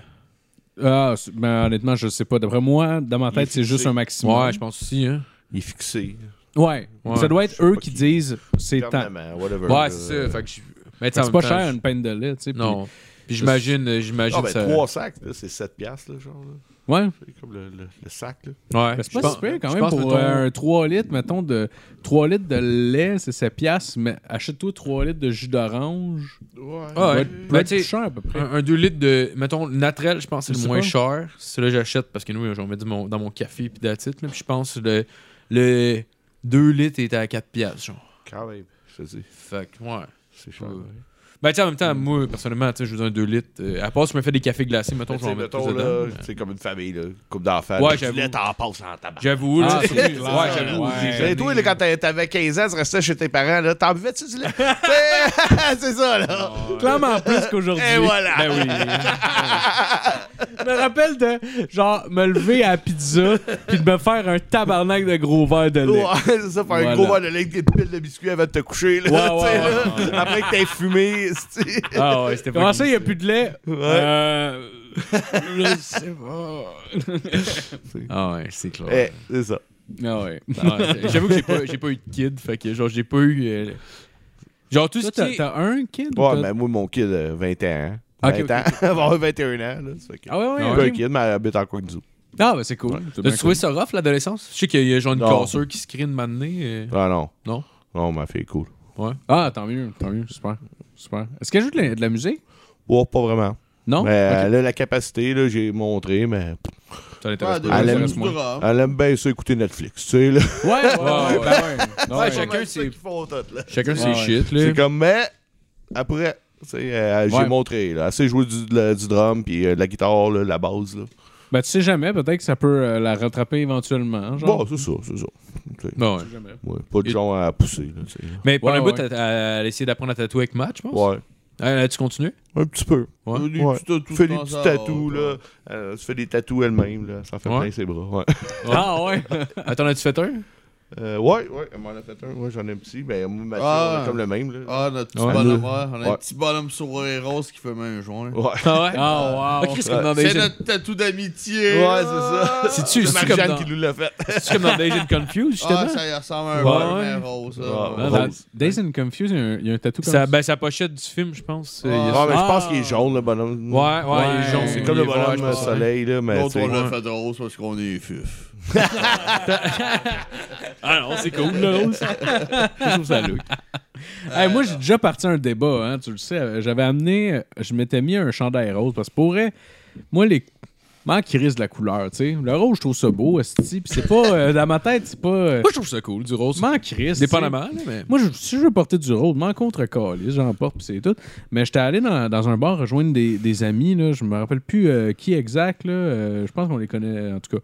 Speaker 4: Ah, c'est- ben, honnêtement, je sais pas. D'après moi, dans ma
Speaker 6: Il est
Speaker 4: tête, c'est juste
Speaker 6: fixé.
Speaker 4: un maximum.
Speaker 3: Ouais, je pense aussi, hein.
Speaker 6: Il est fixé.
Speaker 4: Ouais.
Speaker 3: Ouais.
Speaker 4: Ça doit être
Speaker 6: sais
Speaker 4: eux
Speaker 6: pas
Speaker 4: qui
Speaker 6: qui-
Speaker 4: disent c'est temps.
Speaker 6: Fermement, whatever.
Speaker 3: Ouais,
Speaker 6: là.
Speaker 3: c'est ça. Fait que je- Mais t'sais, en même
Speaker 4: C'est pas
Speaker 3: temps,
Speaker 4: cher
Speaker 3: je-
Speaker 4: une peine de lait, tu sais. puis-
Speaker 3: Non. Puis j'imagine, euh, j'imagine
Speaker 6: Ah, ben,
Speaker 3: ça.
Speaker 6: trois sacs, là, c'est 7 piastres, là, genre. là.
Speaker 4: Ouais.
Speaker 6: C'est comme le, le- le sac, là.
Speaker 3: Ouais.
Speaker 4: Ben, c'est
Speaker 3: Je
Speaker 4: pas
Speaker 3: pense-
Speaker 4: si pire quand
Speaker 3: je
Speaker 4: même
Speaker 3: pense,
Speaker 4: pour
Speaker 3: mettons-
Speaker 4: euh, un 3 litres, mettons, de 3 litres de lait, c'est 7 piastres, mais achète-toi 3 litres de jus d'orange.
Speaker 6: Ouais.
Speaker 3: Ah, ouais.
Speaker 4: Ça doit être-
Speaker 3: Ben,
Speaker 4: doit être
Speaker 3: tu sais,
Speaker 4: plus cher à peu près.
Speaker 3: Un, 2 litres de. Mettons, Natrel, je pense que c'est
Speaker 4: Je
Speaker 3: le
Speaker 4: sais
Speaker 3: moins
Speaker 4: pas.
Speaker 3: cher. Celui-là, j'achète parce que nous, j'en mets du mon- dans mon café, puis that's it, là. Puis je pense que le, le 2 litres est à 4 piastres, genre.
Speaker 6: Quand même, je te dis.
Speaker 3: Fait que, ouais.
Speaker 6: C'est cher.
Speaker 3: Ouais. Ben, tu en même
Speaker 4: Mm.
Speaker 3: temps, moi, personnellement, tu sais, je veux dire, un 2 litres. euh, à part si je me fais des cafés glacés, mettons,
Speaker 6: Mais
Speaker 3: je
Speaker 6: tu
Speaker 3: vais en
Speaker 6: sais,
Speaker 3: mettre
Speaker 6: mettons,
Speaker 3: plus dedans.
Speaker 6: là, c'est comme une famille, là. Coupe d'enfants.
Speaker 3: Ouais,
Speaker 6: là,
Speaker 3: j'avoue.
Speaker 6: Tu lait, t'en passes en tabac.
Speaker 3: J'avoue, là.
Speaker 4: Ah,
Speaker 3: [laughs]
Speaker 4: c'est
Speaker 3: ouais,
Speaker 4: clair.
Speaker 3: j'avoue.
Speaker 4: Ouais.
Speaker 6: Hey, toi, là, quand t'a- t'avais 15 ans, tu restais chez tes parents, là, t'en buvais-tu du lait? [laughs] c'est c'est ça, là.
Speaker 4: Clairement plus qu'aujourd'hui.
Speaker 6: Et voilà.
Speaker 3: Ben oui.
Speaker 4: [laughs] Je me rappelle de, genre, me lever à la pizza, puis de me faire un tabarnak de gros verre de lait.
Speaker 6: Ouais, c'est ça, faire un gros verre de lait avec des piles de biscuits avant de te coucher. Là,
Speaker 4: Ouais, ouais,
Speaker 6: [laughs] tu sais,
Speaker 4: ouais,
Speaker 6: là, Après que t'aies fumé. c'est-
Speaker 3: Ah ouais, c'était pas.
Speaker 4: Comment ça, il n'y a plus de lait? [laughs] Euh, je sais
Speaker 3: Ah ouais, c'est clair.
Speaker 6: Eh, c'est ça.
Speaker 3: Ah ouais. Ah ouais. J'avoue que j'ai pas, j'ai pas eu de kid, fait que genre j'ai pas eu. euh, Genre tout ce
Speaker 4: pas.
Speaker 3: qui est-
Speaker 4: T'as t'as un kid? ou
Speaker 6: Ouais,
Speaker 4: t'as-
Speaker 6: mais moi, mon kid euh, a 20 ans.
Speaker 4: Ok,
Speaker 6: 20
Speaker 4: ok.
Speaker 6: ans. [laughs] Elle va avoir 21 ans. Là, ça fait que...
Speaker 4: Ah ouais, ouais,
Speaker 6: J'ai
Speaker 4: ok.
Speaker 6: pas un kid, mais elle habite en Coinzou.
Speaker 4: Ah, ben c'est cool. C'est bien
Speaker 3: T'as trouvé ça rough l'adolescence? Je sais qu'il y a genre une
Speaker 6: Non.
Speaker 3: casseur qui se crée de euh. m'amener.
Speaker 6: Ah non.
Speaker 3: Non?
Speaker 6: Non, ma fille est cool.
Speaker 4: cool. Ah, tant mieux, tant mieux, super. super. Est-ce qu'elle joue de la, de la musique?
Speaker 6: Oh, pas vraiment.
Speaker 4: Non?
Speaker 6: mais elle a la capacité, là, j'ai montré, mais
Speaker 3: Ça l'intéresse pas.
Speaker 6: Ah, elle
Speaker 3: ça
Speaker 6: aime-
Speaker 3: l'intéresse moins.
Speaker 6: elle aime bien ça écouter Netflix, tu sais, là.
Speaker 4: Ok. Ouais, ouais, ouais,
Speaker 3: ouais,
Speaker 4: ben ouais. Non,
Speaker 3: Ouais,
Speaker 4: ouais.
Speaker 3: chacun
Speaker 6: C'est
Speaker 3: ses-
Speaker 6: ça qu'ils font tout, là.
Speaker 3: Chacun ses
Speaker 4: Ouais, ouais.
Speaker 3: shit, là.
Speaker 6: C'est comme, mais après, tu sais, euh, j'ai
Speaker 4: Ouais.
Speaker 6: montré, là. Elle sait jouer du, de la- du drum, puis euh, de la guitare, là, la base, là.
Speaker 4: Ben tu sais jamais, peut-être que ça peut euh, la rattraper éventuellement. Genre.
Speaker 6: Bon, c'est ça, c'est ça. Tu sais,
Speaker 3: Non, ouais.
Speaker 6: ouais, pas de
Speaker 3: Et- Ah,
Speaker 6: genre à pousser, là, tu sais.
Speaker 3: Mais pendant
Speaker 4: Ouais,
Speaker 3: un bout,
Speaker 4: ouais.
Speaker 3: elle a essayé d'apprendre à tatouer avec Matt, je pense.
Speaker 6: Ouais,
Speaker 3: Ah, là, tu continues?
Speaker 6: un petit peu.
Speaker 3: Ouais.
Speaker 6: Ouais.
Speaker 5: Des petits tatous
Speaker 6: Tu fais
Speaker 5: de
Speaker 6: des
Speaker 5: temps
Speaker 6: petits
Speaker 5: à
Speaker 6: tatous,
Speaker 5: autre,
Speaker 6: là. Elle se fait des tatous elle-même, là. Ça fait
Speaker 3: Ouais.
Speaker 6: plein ses bras, ouais.
Speaker 4: Ah ouais.
Speaker 3: [laughs] Attends, as-tu fait un?
Speaker 6: Euh, ouais, ouais, elle m'en a fait un. Ouais, j'en ai un petit. Ben, moi, Mathieu,
Speaker 5: Ah.
Speaker 6: on est comme le même, là.
Speaker 5: Ah, notre petit
Speaker 3: Ouais.
Speaker 5: bonhomme, ouais. On a un
Speaker 6: Ouais.
Speaker 5: petit bonhomme sourire rose qui fait même un joint.
Speaker 6: Ouais.
Speaker 3: Ah ouais?
Speaker 4: Ah
Speaker 3: Ah,
Speaker 4: wow.
Speaker 3: Chris, comme dans
Speaker 5: C'est
Speaker 3: Asian...
Speaker 5: notre tatou d'amitié.
Speaker 6: Ouais, c'est [laughs] ça.
Speaker 3: C'est-tu- c'est-tu comme
Speaker 6: Marjane
Speaker 3: dans-
Speaker 6: qui nous l'a fait.
Speaker 3: C'est comme dans Asian Confused,
Speaker 5: Ah,
Speaker 3: justement?
Speaker 5: ça y ressemble à un
Speaker 3: Ouais.
Speaker 5: bonhomme mais rose. là.
Speaker 6: Ouais,
Speaker 4: Non,
Speaker 6: ouais.
Speaker 4: dans
Speaker 6: Rose.
Speaker 4: Days and Confused, il y a un- il y, a un tatou
Speaker 3: [laughs]
Speaker 4: comme
Speaker 3: Ça,
Speaker 4: ça.
Speaker 3: ben, sa pochette du film, je pense. euh, il y a-
Speaker 6: Ouais, mais je pense
Speaker 4: Ah.
Speaker 6: qu'il est jaune, le bonhomme.
Speaker 3: Ouais, ouais, il
Speaker 4: Ouais.
Speaker 3: est jaune.
Speaker 6: C'est comme le
Speaker 3: il est vert, je
Speaker 6: bonhomme
Speaker 3: pense.
Speaker 6: soleil, là, mais.
Speaker 5: L'autre,
Speaker 6: tu sais,
Speaker 5: on l'a fait rose parce qu'on est fif.
Speaker 3: Ah non, c'est cool, là,
Speaker 4: [laughs]
Speaker 3: rose. Je trouve ça look.
Speaker 4: Hey, moi, j'ai déjà parti un débat, hein, tu le sais. Euh, J'avais amené, euh, je m'étais mis un chandail rose parce que pour vrai, moi, les. Moi qui risque de la couleur, tu sais. Le rose, je trouve ça beau, esti, Puis c'est pas. euh, dans ma tête, c'est pas. euh,
Speaker 3: Moi, je trouve ça cool, du rose.
Speaker 4: M'en crisse.
Speaker 3: Dépendamment, là, mais.
Speaker 4: Moi, je- si je veux porter du rose, m'en contre calice, j'en porte, puis c'est tout. Mais j'étais allé dans, dans un bar rejoindre des, des amis, là, je me rappelle plus euh, qui exact, là, euh, je pense qu'on les connaît en tout cas.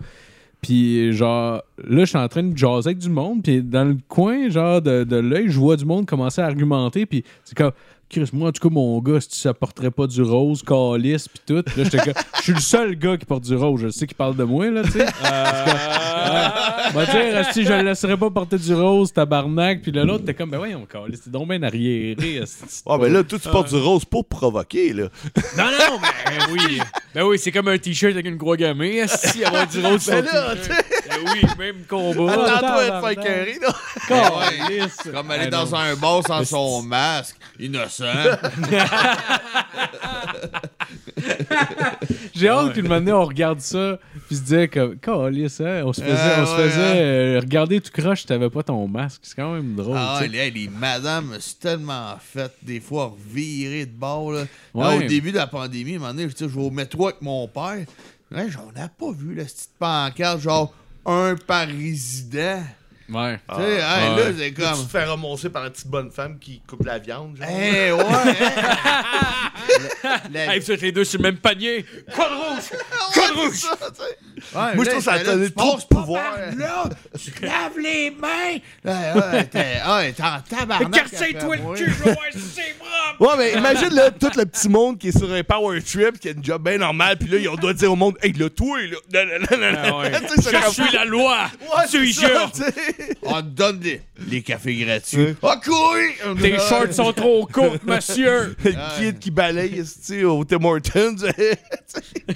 Speaker 4: Puis genre, là, je suis en train de jaser avec du monde, puis dans le coin, genre, de, de l'œil, je vois du monde commencer à argumenter, puis c'est comme... Chris, moi, en tout cas, mon gars, si ça porterait pas du rose, calice, puis tout. Là, j'étais comme, je suis le seul gars qui porte du rose. Je sais qu'il parle de moi, là, tu sais. Euh, Va dire, si je le laisserais pas porter du rose, tabarnak. Puis là, l'autre, t'es comme, ben voyons, calé, c'est donc bien arriéré. esti.
Speaker 6: Ah, ben là, toi, tu portes du rose pour provoquer, là.
Speaker 3: Non, non, mais oui. Ben oui, c'est comme un t-shirt avec une croix gammée. Si, avoir du rose sur
Speaker 6: Ben
Speaker 3: le
Speaker 6: là, tu
Speaker 3: t-shirt. Ben oui, même combat.
Speaker 4: Attends,
Speaker 6: Attends-toi à te
Speaker 4: attends,
Speaker 6: faire
Speaker 4: attends.
Speaker 6: carrer, là.
Speaker 4: Calisse.
Speaker 5: Comme aller dans un bar sans son masque. Innocent.
Speaker 4: J'ai hâte qu'une matinée, on regarde ça, puis se dire comme, calisse, hein, on se faisait,
Speaker 5: Ah,
Speaker 4: on se
Speaker 5: ouais,
Speaker 4: faisait euh, regarder tout croche, t'avais pas ton masque. C'est quand même
Speaker 6: Oh,
Speaker 4: drôle,
Speaker 5: Ah,
Speaker 4: tu
Speaker 5: ouais,
Speaker 4: sais.
Speaker 5: les, les madames, c'est tellement fait des fois revirer de bord. Là. Là,
Speaker 4: Ouais.
Speaker 5: au début de la pandémie, à un moment donné, je dis, je vais au métro avec mon père. Là, j'en ai pas vu, la petite pancarte, genre un par résident.
Speaker 4: Ouais.
Speaker 5: tu sais, hey, là, c'est
Speaker 6: Ah. Tu
Speaker 5: comme.
Speaker 6: te fais ramasser par une petite bonne femme qui coupe la viande, genre. [laughs]
Speaker 5: Hey, ouais, hein. La- la-
Speaker 3: Hey, vous êtes les deux sur le même panier.
Speaker 6: Code rouge!
Speaker 5: Ouais,
Speaker 6: Moi, je
Speaker 5: là,
Speaker 6: trouve que ça a
Speaker 5: là,
Speaker 6: donné
Speaker 5: tu
Speaker 6: trop de
Speaker 5: passes pas
Speaker 6: pouvoir.
Speaker 5: par Là, tu te laves les mains. Là, là, t'es ah, t'es en tabarnak.
Speaker 3: Écartez-toi
Speaker 5: après moi.
Speaker 3: le cul, je veux voir si c'est propre.
Speaker 6: Ouais, mais imagine, là, tout le petit monde qui est sur un power trip, qui a une job bien normale, puis là, ils ont doit dire au monde, hey, le toi, là. Non, non, non, non,
Speaker 3: Ah
Speaker 6: non.
Speaker 3: ouais.
Speaker 6: [laughs] [laughs] Tu sais, c'est
Speaker 3: Je
Speaker 6: comme-
Speaker 3: suis la loi.
Speaker 6: Ouais,
Speaker 3: Tu y
Speaker 6: c'est ça,
Speaker 3: jures.
Speaker 6: tu sais.
Speaker 5: On te donne des, les cafés gratuits. Ah, couille!
Speaker 3: Tes shorts sont trop courts, monsieur.
Speaker 6: Le kid qui balaye, tu sais, au Tim Hortons.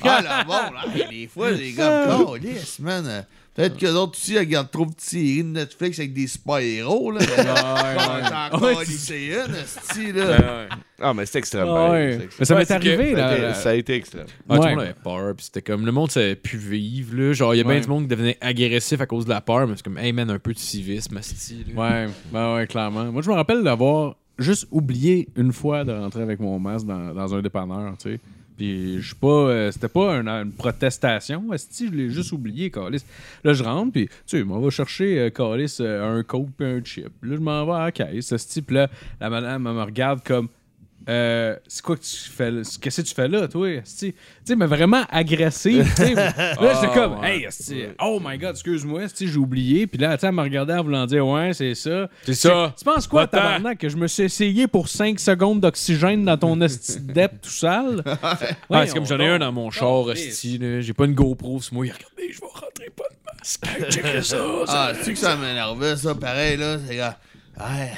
Speaker 5: Ah, là, bon, là, des [laughs] fois, les gars, oh, yes, man. euh, Peut-être que d'autres aussi regardent trop de séries de Netflix avec des super-héros, [laughs] là. T'as encore
Speaker 4: Ouais,
Speaker 5: lycée une, esti, là.
Speaker 6: [laughs] Ah, mais c'est extrême.
Speaker 4: Ah,
Speaker 6: pareil,
Speaker 4: ouais.
Speaker 6: c'est
Speaker 4: Mais
Speaker 6: extrême.
Speaker 4: ça m'est
Speaker 3: c'est
Speaker 4: arrivé,
Speaker 3: que-
Speaker 6: Ça a
Speaker 4: là.
Speaker 6: été-
Speaker 4: là.
Speaker 6: Ça a été extrême.
Speaker 3: Ah, tout
Speaker 4: Ouais.
Speaker 3: le monde avait peur, puis c'était comme le monde savait plus vivre, là. Genre, il y a bien
Speaker 4: Ouais.
Speaker 3: du monde qui devenait agressif à cause de la peur, mais c'est comme, hey man, un peu de civisme, asti, là.
Speaker 4: Ouais, ben ouais, clairement. Moi, je me rappelle d'avoir juste oublié une fois de rentrer avec mon masque dans, dans un dépanneur, tu sais. Puis je suis pas. euh, C'était pas une, une protestation, esti, je l'ai juste oublié, Calis. Là, je rentre, puis tu sais, moi, on va chercher, euh, Calis, euh, un coke puis un chip. Là, je m'en vais à la caisse, esti, puis là, la madame, elle me regarde comme. euh, c'est quoi que tu fais là? Qu'est-ce que tu fais là, toi? esti? Tu sais, mais vraiment agressive. tu
Speaker 3: [laughs]
Speaker 4: sais. là,
Speaker 3: Ah,
Speaker 4: j'étais comme, hey, esti, oh my god, excuse-moi, esti, j'ai oublié. Puis là, tu sais, elle m'a regardé en voulant dire, ouais, c'est ça.
Speaker 3: C'est ça.
Speaker 4: Tu penses quoi,
Speaker 3: Va-t'en.
Speaker 4: tabarnak, que je me suis essayé pour 5 secondes d'oxygène dans ton esti de dep
Speaker 3: [laughs]
Speaker 4: tout sale?
Speaker 3: Ah, c'est comme j'en ai
Speaker 4: Voyons
Speaker 3: un dans mon char, esti, là. J'ai pas une GoPro sur moi. Regardez, je vais rentrer pas de masque. Check ça. [laughs]
Speaker 5: Ah, tu que ça m'énervait, ça, pareil, là. C'est là, ouais,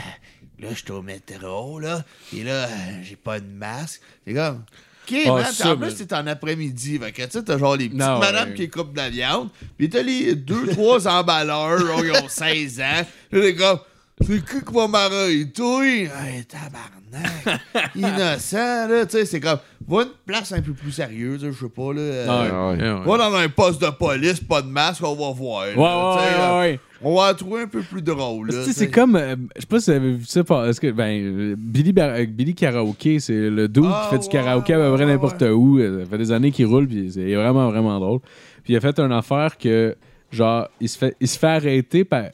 Speaker 5: là, je suis au métro, là, et là, j'ai pas de masque. C'est comme, OK,
Speaker 3: Ah,
Speaker 5: man,
Speaker 3: ça,
Speaker 5: en plus,
Speaker 3: mais-
Speaker 5: c'est en après-midi, fait que, tu sais, t'as genre les petites
Speaker 4: Non,
Speaker 5: madames
Speaker 4: ouais.
Speaker 5: qui coupent de la viande, pis t'as les deux, [laughs] trois emballeurs, là, ils ont 16 ans, là, les gars, c'est qui qui va m'arrêter, toi? Hey, tabarnak! Innocent, là, tu sais, c'est comme, va une place un peu plus sérieuse, là, je sais pas, là. euh,
Speaker 4: Ah
Speaker 6: ouais.
Speaker 4: ouais.
Speaker 5: Va dans un poste de police, pas de masque, on va voir.
Speaker 4: Ouais,
Speaker 5: là,
Speaker 4: ouais,
Speaker 5: tu sais,
Speaker 4: ouais,
Speaker 5: là.
Speaker 4: ouais, ouais.
Speaker 5: On va en trouver un peu plus drôle.
Speaker 4: Tu
Speaker 5: là,
Speaker 4: sais,
Speaker 5: t'sais.
Speaker 4: c'est comme. euh, je sais pas si vous avez vu ça. par- Est-ce que, ben, euh, Billy, Bar- euh, Billy Karaoke, c'est le dude
Speaker 5: Ah,
Speaker 4: qui fait du
Speaker 5: ouais,
Speaker 4: karaoké à peu près
Speaker 5: ouais,
Speaker 4: n'importe où. Euh, Ça fait des années qu'il roule, puis c'est vraiment, vraiment drôle. Puis il a fait une affaire que, genre, il se fait, il se fait arrêter par.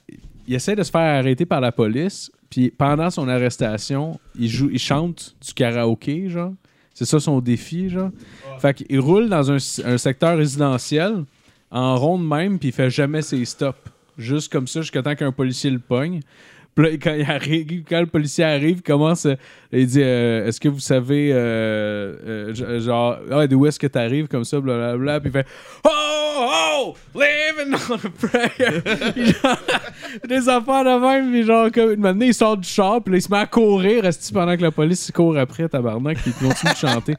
Speaker 4: Il essaie de se faire arrêter par la police, puis pendant son arrestation, il, joue, il chante du karaoké, genre. C'est ça son défi, genre. Fait qu'il roule dans un, un secteur résidentiel en rond de même, puis il fait jamais ses stops. Juste comme ça, jusqu'à temps qu'un policier le pogne. Puis là, quand, il arrive, quand le policier arrive, il commence. euh, il dit euh, Est-ce que vous savez, euh, euh, j- genre, ah, d'où est-ce que t'arrives comme ça, blablabla. Puis il fait Oh, oh, living on a prayer. [laughs] Puis genre, des affaires de même. Puis genre, comme, une matinée, il sort du char, puis là, il se met à courir, esti, pendant que la police court après, tabarnak, puis il continue de chanter.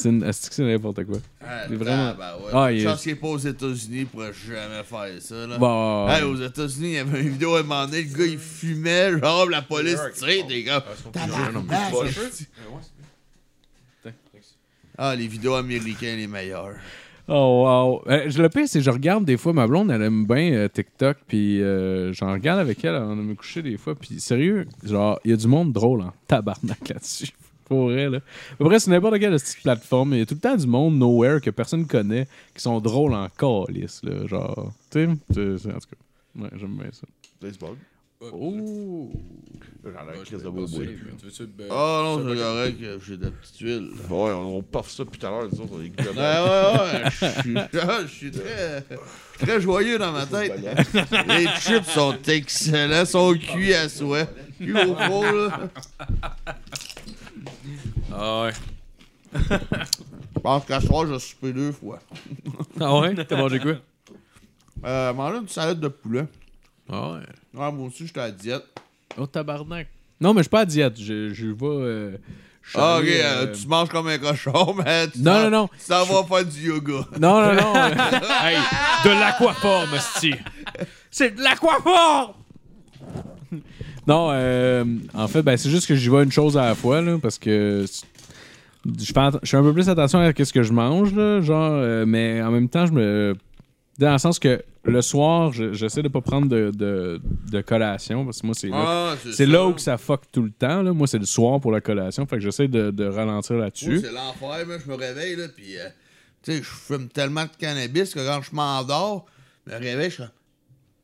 Speaker 4: C'est une- esti que c'est n'importe quoi.
Speaker 5: Ah,
Speaker 4: c'est vraiment-
Speaker 5: bah ouais.
Speaker 4: Ah, il-
Speaker 5: Je pense qu'il est pas aux États-Unis, il pourrait jamais faire ça. Là.
Speaker 4: Bon.
Speaker 5: Hey, aux États-Unis, il y avait une vidéo à un moment donné, le gars il fumait, genre la police tire des gars. Tabarnak, c'est- Ah, les vidéos américaines, les meilleures.
Speaker 4: Oh wow. Euh, je- le pire, c'est que je regarde des fois, ma blonde, elle aime bien euh, TikTok, puis euh, j'en regarde avec elle, on a me coucher des fois, puis sérieux, genre, il y a du monde drôle en [laughs] tabarnak là-dessus. Pour vrai, là. Mais bref, c'est n'importe quelle petite plateforme, il y a tout le temps du monde nowhere que personne connaît, qui sont drôles en calice, là, genre, tu sais, c'est- c'est- en tout cas, ouais, j'aime bien ça.
Speaker 6: Baseball.
Speaker 3: Oh.
Speaker 6: J'en ai un
Speaker 3: Ouais,
Speaker 6: crise de
Speaker 3: je
Speaker 6: beau
Speaker 3: vais
Speaker 6: bout.
Speaker 3: passer,
Speaker 6: Ouais,
Speaker 3: mais tu veux-tu, ben,
Speaker 5: Oh non,
Speaker 3: ça,
Speaker 5: c'est
Speaker 3: ben,
Speaker 5: correct, euh, j'ai de la petite huile.
Speaker 6: on, on porte ça depuis tout à l'heure, nous autres, [laughs] on est
Speaker 5: Ouais,
Speaker 6: gobettes.
Speaker 5: ouais, ouais, je suis- [laughs] je suis très, très joyeux dans ma tête. Les chips sont excellents, sont cuits à souhait. Cuits au four, là.
Speaker 3: Ah ouais.
Speaker 5: Je pense qu'à ce soir, je soupé deux fois.
Speaker 3: Ah ouais? [laughs] T'as mangé quoi?
Speaker 5: Euh, manger une salade de poulet.
Speaker 3: Ah ouais.
Speaker 5: Ouais, moi aussi, j'étais à la diète.
Speaker 4: Oh tabarnak. Non, mais je suis pas à diète, je, je vais... euh, je suis
Speaker 5: Ah, ok,
Speaker 4: allé,
Speaker 5: euh,
Speaker 4: euh,
Speaker 5: tu manges comme un cochon, [laughs] mais tu
Speaker 4: Non,
Speaker 5: t'en-
Speaker 4: non, non.
Speaker 5: Tu t'en vas faire du yoga.
Speaker 3: Oh
Speaker 4: Non, non, non. euh,
Speaker 3: [laughs] Hey, de l'aquaforme, esti. C'est de l'aquaforme!
Speaker 4: Non, euh, en fait, ben, c'est juste que j'y vois une chose à la fois, là, parce que c- je fais, atten- je fais un peu plus attention à ce que je mange, là, genre, euh, mais en même temps, je me. Dans le sens que le soir, je- j'essaie de pas prendre de, de- de collation, parce que moi, c'est là,
Speaker 5: Ah,
Speaker 4: c'est
Speaker 5: ça.
Speaker 4: là où que ça fuck tout le temps. Là. Moi, c'est le soir pour la collation, fait que j'essaie de, de ralentir
Speaker 5: Moi,
Speaker 4: là-dessus.
Speaker 5: c'est l'enfer, mais je me réveille, là, pis, euh, tu sais, je fume tellement de cannabis que quand je m'endors, je me réveille, je suis comme,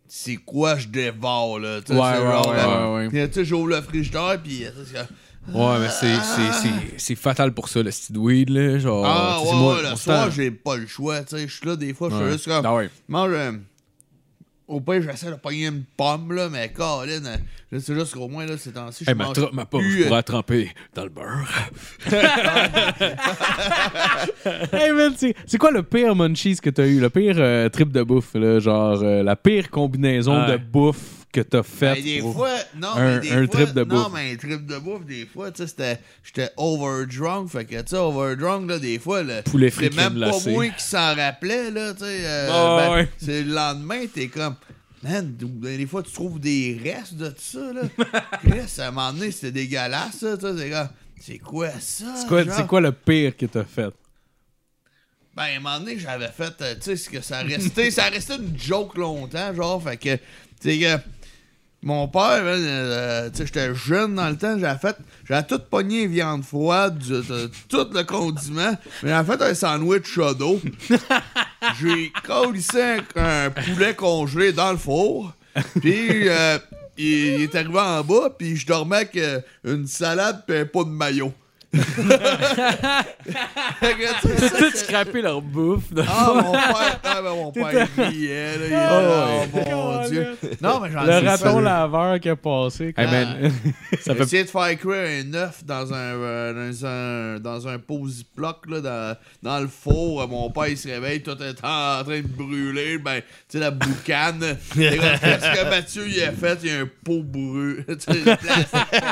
Speaker 5: c'est quoi je dévore, là, tu sais,
Speaker 4: Ouais,
Speaker 5: c'est
Speaker 4: ouais,
Speaker 5: genre,
Speaker 4: ouais,
Speaker 5: là,
Speaker 4: ouais, ouais.
Speaker 5: pis, tu sais, j'ouvre le frigidaire, pis, euh, tu sais, c'est comme,
Speaker 3: Ouais, mais c'est, c'est, c'est, c'est fatal pour ça, le style weed, là. Genre,
Speaker 5: ah,
Speaker 3: tu sais,
Speaker 5: ouais,
Speaker 3: moi,
Speaker 5: ouais, le
Speaker 3: on
Speaker 5: soir,
Speaker 3: s'entend-
Speaker 5: j'ai pas le choix, tu sais, je suis là, des fois, je suis
Speaker 4: Ouais.
Speaker 5: juste comme,
Speaker 4: Ah ouais.
Speaker 5: mange euh, au pire, j'essaie de pogner une pomme, là, mais Colin, euh, là, c'est juste qu'au moins, là, ces temps-ci, je
Speaker 3: Hey, ma,
Speaker 5: mange
Speaker 3: tra- ma pomme,
Speaker 5: plus,
Speaker 3: je
Speaker 5: euh,
Speaker 3: pourrais la tremper dans le beurre.
Speaker 4: Hey, man, c'est c'est quoi le pire munchies que t'as eu? Le pire euh, trip de bouffe, là, genre euh, la pire combinaison
Speaker 3: Ouais.
Speaker 4: de bouffe que t'as
Speaker 5: Ben,
Speaker 4: faite?
Speaker 5: des
Speaker 4: pour-
Speaker 5: fois, non,
Speaker 4: un-
Speaker 5: mais des
Speaker 4: un
Speaker 5: fois,
Speaker 4: trip de
Speaker 5: Non,
Speaker 4: bouffe.
Speaker 5: mais un trip de bouffe, des fois, tu sais, c'était- j'étais overdrunk. Fait que, tu sais, overdrunk, là, des fois, là,
Speaker 3: Poulet frit
Speaker 5: c'est même
Speaker 3: crème
Speaker 5: pas
Speaker 3: glacée.
Speaker 5: moi qui s'en rappelait, là, tu sais. euh,
Speaker 4: Bah
Speaker 3: Ah,
Speaker 5: ben,
Speaker 3: ouais.
Speaker 5: C'est le lendemain, t'es comme, man, d- ben, des fois, tu trouves des restes de ça,
Speaker 4: [laughs]
Speaker 5: là. Reste, à un moment donné, c'était dégueulasse, ça, tu sais, c'est comme, c'est quoi ça?
Speaker 4: C'est quoi,
Speaker 5: genre?
Speaker 4: c'est quoi le pire que t'as fait?
Speaker 5: Ben, à un moment donné, j'avais fait, euh, tu sais, ce que ça restait. ça restait une joke longtemps, genre, fait que, tu sais, que mon père, man, euh, tu sais, j'étais jeune dans le temps, j'avais fait, j'avais tout pogné les viandes froides, du- de- tout le condiment, mais j'avais fait un sandwich chaud d'eau. J'ai colissé un, un poulet congelé dans le four, puis euh, il, il est arrivé en bas, puis je dormais avec euh, une salade, puis un pot de maillot. Fait que, tu sais,
Speaker 1: T'as
Speaker 5: ça,
Speaker 1: tout
Speaker 5: c'est-
Speaker 1: scrappé leur bouffe. là.
Speaker 5: Ah, mon père, ah, ben, mon père il riait, là, il était là, oh, mon Dieu. Non, mais j'en
Speaker 1: Ah,
Speaker 5: ai
Speaker 4: Le
Speaker 5: ça.
Speaker 4: raton laveur qui a passé.
Speaker 3: Hey,
Speaker 5: Ah.
Speaker 3: man, ça fait.
Speaker 5: Essayer de faire cuire un œuf dans un, euh, dans un, dans un pot Ziploc, là, dans, dans le four. Euh, Mon père, il se réveille, tout est en train de brûler. Ben, tu sais, la
Speaker 6: [laughs]
Speaker 5: boucane. C'est comme, Qu'est-ce que Mathieu, il a fait? Il y a un pot brûlé. [laughs] Tu sais, le plastique fondu.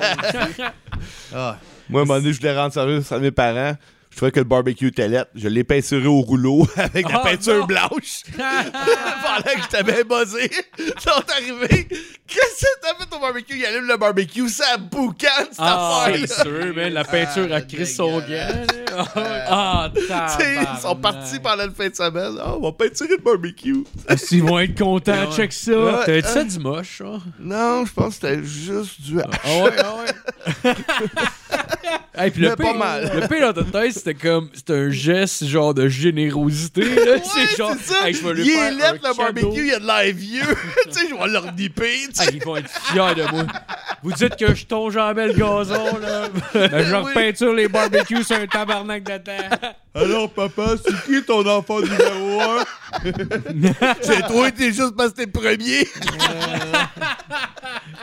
Speaker 5: Ah,
Speaker 6: Moi, à un moment donné, je voulais rendre service à mes parents. Je trouvais que le barbecue était lettre. Je l'ai peinturé au rouleau [laughs] avec la
Speaker 1: Oh,
Speaker 6: peinture
Speaker 1: non.
Speaker 6: blanche. Pendant que je t'avais buzzé. Ils sont arrivés. Qu'est-ce que t'as fait au barbecue? Il allume le barbecue. Ça boucane, cette
Speaker 1: Ah,
Speaker 6: affaire-là.
Speaker 1: c'est sûr, man, la peinture
Speaker 5: Ah,
Speaker 1: a Chris son gant.
Speaker 5: dégueulasse.
Speaker 1: là. Ah,
Speaker 6: Tu sais, Ils sont partis pendant le fin de semaine. Ah, on va peinturer le barbecue.
Speaker 4: Ils vont être contents,
Speaker 1: Ouais.
Speaker 4: check ça.
Speaker 6: Ouais.
Speaker 1: T'as-tu ça hein? du moche, ça?
Speaker 6: [laughs] Non, je pense que c'était juste du
Speaker 1: Ah ouais, ah ouais. [laughs] hey, puis le
Speaker 6: Mais pas
Speaker 1: pire,
Speaker 6: mal.
Speaker 1: le pire dans ta tête, c'était comme, c'était un geste genre de générosité. Là, c'est genre,
Speaker 6: C'est ça.
Speaker 1: hey, je vais lui
Speaker 6: il est
Speaker 1: faire un
Speaker 6: lettre, le
Speaker 1: cadeau.
Speaker 6: barbecue. Il a de l'air vieux. [laughs] tu sais, je vais leur nipper. tu sais.
Speaker 1: Hey, ils vont être fiers de moi. Vous dites que je tombe jamais le gazon, là.
Speaker 4: Ben, je
Speaker 6: Oui.
Speaker 4: repeinture les barbecues sur un tabarnak de terre.
Speaker 5: Alors, papa, c'est qui ton enfant numéro 1?
Speaker 6: C'est toi, t'es juste parce que t'es premier.
Speaker 3: [laughs]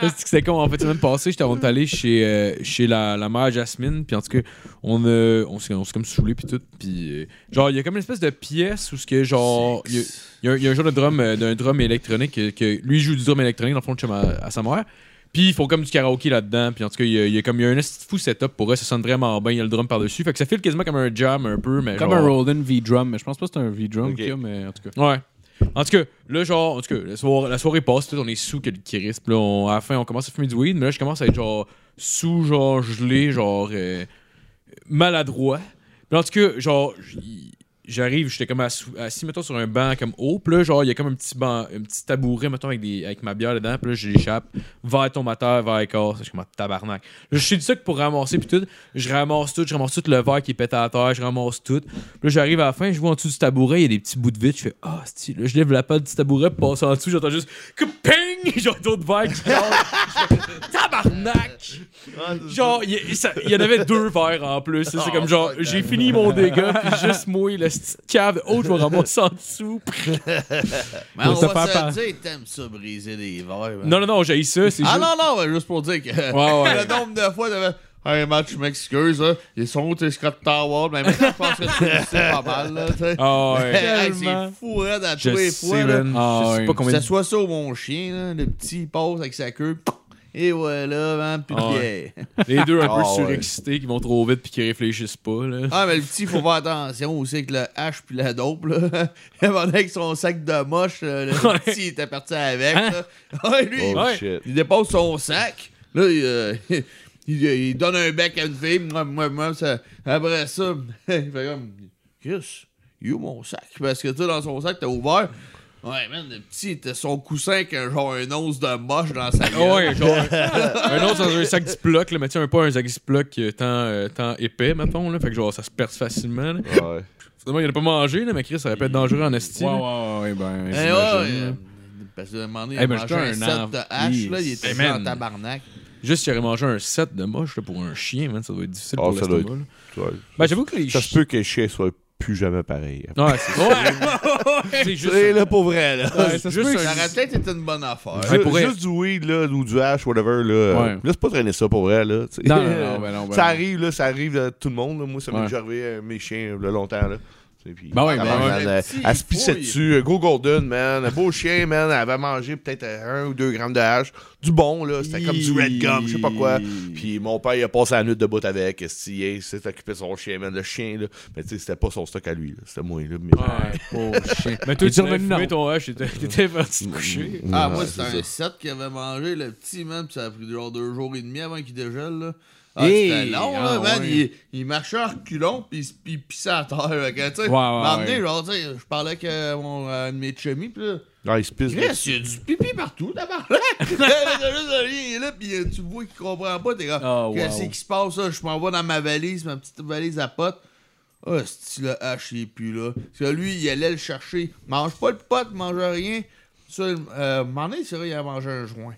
Speaker 3: C'est que c'est con. En fait, la semaine passée, j'étais avant allé chez, euh, chez la, la mère Jasmine. Puis en tout cas, on, euh, on s'est on s'est comme saoulé. Puis tout. Puis euh, genre, il y a comme une espèce de pièce où ce que genre. Il y, a- il y a un- il y a un genre de drum, euh, d'un drum électronique. Que, que lui il joue du drum électronique dans le fond de chez ma- à sa mère. Puis ils font comme du karaoké là-dedans. Puis en tout cas, il y a, il y a comme il y a un esti de fou setup pour eux. Ça sonne vraiment bien. Il y a le drum par-dessus. Fait que ça file quasiment comme un jam un peu. Mais
Speaker 4: Comme
Speaker 3: genre-
Speaker 4: un Roland V-Drum, mais je pense pas que c'est un V-Drum
Speaker 6: Ok.
Speaker 4: qu'il y a, mais en tout cas.
Speaker 3: Ouais. En tout cas, là, genre, en tout cas, la soirée, la soirée passe, tout, on est sous que le crisp. Là, on- à la fin, on commence à fumer du weed, mais là, je commence à être genre sous, genre gelé, genre euh, maladroit. Mais en tout cas, genre, j- j'arrive, j'étais comme assou- assis, mettons, sur un banc comme haut, puis là, genre, il y a comme un petit banc, un petit tabouret, mettons, avec, des, avec ma bière dedans, puis là, je l'échappe, verre tombe à terre, verre écart, je suis comme un tabarnak. Là, je suis du sucre pour ramasser, puis tout, je ramasse tout, je ramasse tout le verre qui est pété à terre, je ramasse tout. Puis là, j'arrive à la fin, je vois en dessous du tabouret, il y a des petits bouts de vitre. Je fais Ah, c'ti. là, je lève la patte du tabouret, puis passe en dessous, j'entends juste que ping [laughs] Genre d'autres verres qui tombent. Je fais, [laughs] Tabarnak Genre, il y, ça- il y en avait deux verres en plus. C'est comme genre, j'ai fini mon dégât, puis juste moi, le petit cave de haut, je vais ramasser en dessous.
Speaker 5: Mais on
Speaker 4: Ça
Speaker 5: va
Speaker 4: fait peur.
Speaker 5: se dire, t'aimes ça briser des verres. hein? man.
Speaker 3: Non, non, non, j'ai ça, c'est
Speaker 5: Ah
Speaker 3: juste.
Speaker 5: non, non, mais juste pour dire que
Speaker 3: Ouais, ouais.
Speaker 5: [laughs] le nombre de fois, t'avais. Hey, match, je m'excuse, hein. ils sont où tes Scott Tower, mais maintenant, je pense que c'est pas mal, là, tu sais.
Speaker 3: Ah ouais.
Speaker 5: Hey,
Speaker 4: Tellement.
Speaker 5: c'est fou, hein, à tous
Speaker 3: Je
Speaker 5: les
Speaker 3: sais,
Speaker 5: fois, là.
Speaker 3: man.
Speaker 4: Ah,
Speaker 3: je sais
Speaker 4: ouais.
Speaker 3: pas
Speaker 5: Que
Speaker 3: combien
Speaker 5: ce
Speaker 3: de
Speaker 5: soit ça ou mon chien, là, le petit, il passe avec sa queue, et voilà, man, puis
Speaker 3: Ah,
Speaker 5: le
Speaker 3: ouais.
Speaker 5: gay.
Speaker 3: Les deux un peu
Speaker 6: Ah, ouais.
Speaker 3: surexcités qui vont trop vite puis qui réfléchissent pas. Là.
Speaker 5: Ah, mais le petit, faut faire attention aussi avec le hache puis la dope, là. [laughs] Pendant avec son sac de moche, euh, le
Speaker 3: Ouais. Hein?
Speaker 5: petit, il était parti avec, là. Ouais, lui, il-
Speaker 6: Oh
Speaker 3: Ouais.
Speaker 6: shit.
Speaker 5: Il dépose son sac. Là, il, euh, [laughs] il- il donne un bec à une fille. Moi, moi, moi, ça- après ça, [laughs] il fait comme Chris, il est où mon sac? Parce que tu sais, dans son sac, t'as ouvert. Ouais, man, le petit, t'as son coussin avec un- genre un once de moche dans sa
Speaker 3: Ah
Speaker 5: gueule.
Speaker 3: ouais, genre un autre dans un sac Ziploc, là, mais tu sais, un pas un sac Ziploc euh, tant, euh, tant épais, mettons, là, fait que genre ça se perce facilement. là.
Speaker 6: Ouais.
Speaker 3: Finalement, il en a pas mangé, là, mais Chris, ça aurait pu être dangereux en estime.
Speaker 1: hein.
Speaker 4: Ouais, ouais, ouais, ben.
Speaker 5: Eh ouais,
Speaker 4: j'imagine,
Speaker 5: euh,
Speaker 4: là.
Speaker 5: Parce que à un moment donné,
Speaker 4: Eh
Speaker 5: il a
Speaker 4: ben,
Speaker 5: mangé
Speaker 4: j'étais
Speaker 5: un
Speaker 4: un
Speaker 5: set de
Speaker 4: enfant.
Speaker 5: hache, là, il était
Speaker 3: Eh,
Speaker 5: en
Speaker 3: man.
Speaker 5: tabarnak.
Speaker 3: Juste s'il aurait mangé un set de moche là, pour un chien, man, ça doit être difficile
Speaker 6: Ah,
Speaker 3: pour
Speaker 6: ça doit
Speaker 3: l'estomac. là.
Speaker 6: Ouais.
Speaker 3: Ben j'avoue que les
Speaker 6: Ça se
Speaker 3: chiens-
Speaker 6: peut que les chiens soient plus jamais pareils.
Speaker 3: Ouais, c'est sûr. [laughs] C'est juste
Speaker 6: C'est là pour vrai, là.
Speaker 4: Ouais, ça se
Speaker 3: juste
Speaker 4: peut
Speaker 5: Ça
Speaker 4: que-
Speaker 5: aurait peut-être été une bonne affaire.
Speaker 3: Ouais,
Speaker 6: Ju-
Speaker 3: pour vrai.
Speaker 6: Juste du weed, là, ou du hash, whatever, là.
Speaker 4: Ouais.
Speaker 6: Laisse pas traîner ça pour vrai, là. tu sais.
Speaker 4: Non, non, non, ben non, ben
Speaker 6: ça
Speaker 4: non.
Speaker 6: arrive, là, ça arrive à tout le monde. là. Moi, ça m'est
Speaker 4: Ouais.
Speaker 6: déjà arrivé à mes chiens, là, longtemps, là. Et puis,
Speaker 4: Ben ouais, ben
Speaker 6: elle-
Speaker 4: ouais.
Speaker 6: elle-
Speaker 5: Le
Speaker 6: elle-
Speaker 5: petit,
Speaker 6: elle se pissait
Speaker 5: fouille.
Speaker 6: dessus. Euh, Go Golden, man. Un beau chien, man. Elle avait mangé peut-être euh, un ou deux grammes de hash. Du bon, là. C'était comme du red gum, je sais pas quoi. Puis mon père, il a passé la nuit de bout avec. Esti, hein. Il s'est occupé de son chien, man. Le chien, là. Mais tu sais, c'était pas son stock à lui, là. C'était moi, là. mais-
Speaker 3: [laughs] Ouais.
Speaker 4: Oh, chien.
Speaker 3: Mais toi,
Speaker 4: Il
Speaker 3: tu
Speaker 4: dit
Speaker 3: avais
Speaker 4: revenu
Speaker 3: fumé
Speaker 4: non.
Speaker 3: ton
Speaker 1: euh,
Speaker 3: hache, t'étais- t'étais parti te coucher.
Speaker 5: Ah,
Speaker 6: Ouais,
Speaker 5: moi,
Speaker 6: c'est
Speaker 5: c'était un
Speaker 6: ça.
Speaker 5: set qu'il avait mangé, le petit, man, puis ça a pris genre deux jours et demi avant qu'il dégèle, là. Ah,
Speaker 4: Hey!
Speaker 5: c'était long,
Speaker 4: Ah,
Speaker 5: là, man.
Speaker 4: ouais.
Speaker 5: Il, il marchait en reculons, puis il se- il pissait à terre. Fait que, tu sais,
Speaker 4: Ouais, ouais,
Speaker 5: m'en amené,
Speaker 4: ouais.
Speaker 5: genre, tu sais, je parlais avec euh, mon, euh, un de mes chemis, puis là,
Speaker 6: Ah, il se pisse.
Speaker 5: Chris, il y a du pipi partout, d'abord. [laughs] là, il est là, puis euh, tu vois qu'il comprend pas, t'es comme,
Speaker 4: Oh, wow.
Speaker 5: qu'est-ce qui se passe, là? Je m'envoie dans ma valise, ma petite valise à potes. Ah, oh, si le H, il est plus là. Parce que lui, il allait le chercher. Mange pas de pote, mange rien. Ça, euh, m'en est, c'est vrai, il a mangé un joint.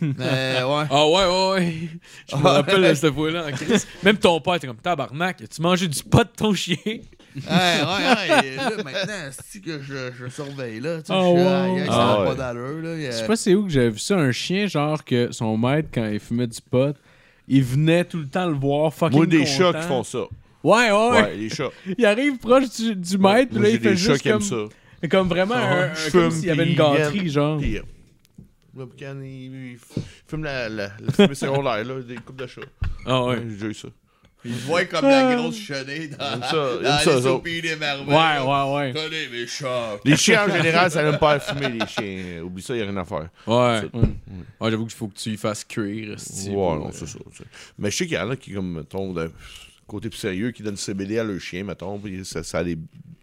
Speaker 5: Mais ouais.
Speaker 3: [laughs] Ah ouais, ouais, ouais. Je me rappelle de cette fois-là en crise. Même ton père était comme tabarnak. Tu mangeais du pot de ton chien.
Speaker 5: Ouais, ouais, ouais. Là, maintenant, c'est que je, je surveille, là. Tu sais,
Speaker 4: Oh,
Speaker 5: je suis
Speaker 4: wow.
Speaker 5: aïe, aïe, ça
Speaker 6: Ah,
Speaker 5: n'a
Speaker 6: ouais.
Speaker 5: pas d'allure, là. Il euh, y a-
Speaker 4: Je sais pas c'est où que j'avais vu ça, un chien, genre que son maître, quand il fumait du pot, il venait tout le temps le voir fucking
Speaker 6: Moi, des
Speaker 4: content.
Speaker 6: chats qui font ça.
Speaker 4: Ouais, ouais, ouais.
Speaker 6: Ouais, les chats.
Speaker 4: [laughs] Il arrive proche du, du maître, puis
Speaker 6: Moi,
Speaker 4: là,
Speaker 6: j'ai
Speaker 4: il fait
Speaker 6: des chats
Speaker 4: juste
Speaker 6: qui aiment
Speaker 4: comme,
Speaker 6: ça.
Speaker 4: comme vraiment un, un-
Speaker 6: Je
Speaker 4: comme
Speaker 6: fume,
Speaker 4: s'il y avait
Speaker 6: puis
Speaker 4: une
Speaker 6: ils viennent,
Speaker 4: gâterie, genre.
Speaker 6: Puis, euh, ouais, puis quand il, il f- fume la, la, la fumée secondaire, là, des coupes de chats.
Speaker 3: Ah ouais.
Speaker 6: J'ai déjà eu ça.
Speaker 5: Il te voit comme la grosse chenille dans,
Speaker 6: J'aime ça,
Speaker 5: dans
Speaker 6: j'aime ça,
Speaker 5: les
Speaker 6: ça.
Speaker 5: soupilles des marmottes.
Speaker 4: Ouais, ouais, ouais.
Speaker 5: Connais mes chats.
Speaker 6: Les chiens, [laughs] en général, ça n'aime pas fumer, [laughs] les chiens. Oublie ça, il n'y a rien à faire.
Speaker 3: Ouais.
Speaker 6: C'est-
Speaker 3: Ouais, j'avoue qu'il faut que tu y fasses cuire.
Speaker 6: ouais, non, c'est ça. c'est- Mais je sais qu'il y en a qui, comme, mettons, de côté plus sérieux, qui donnent le CBD à leur chien, mettons, puis ça, ça a des,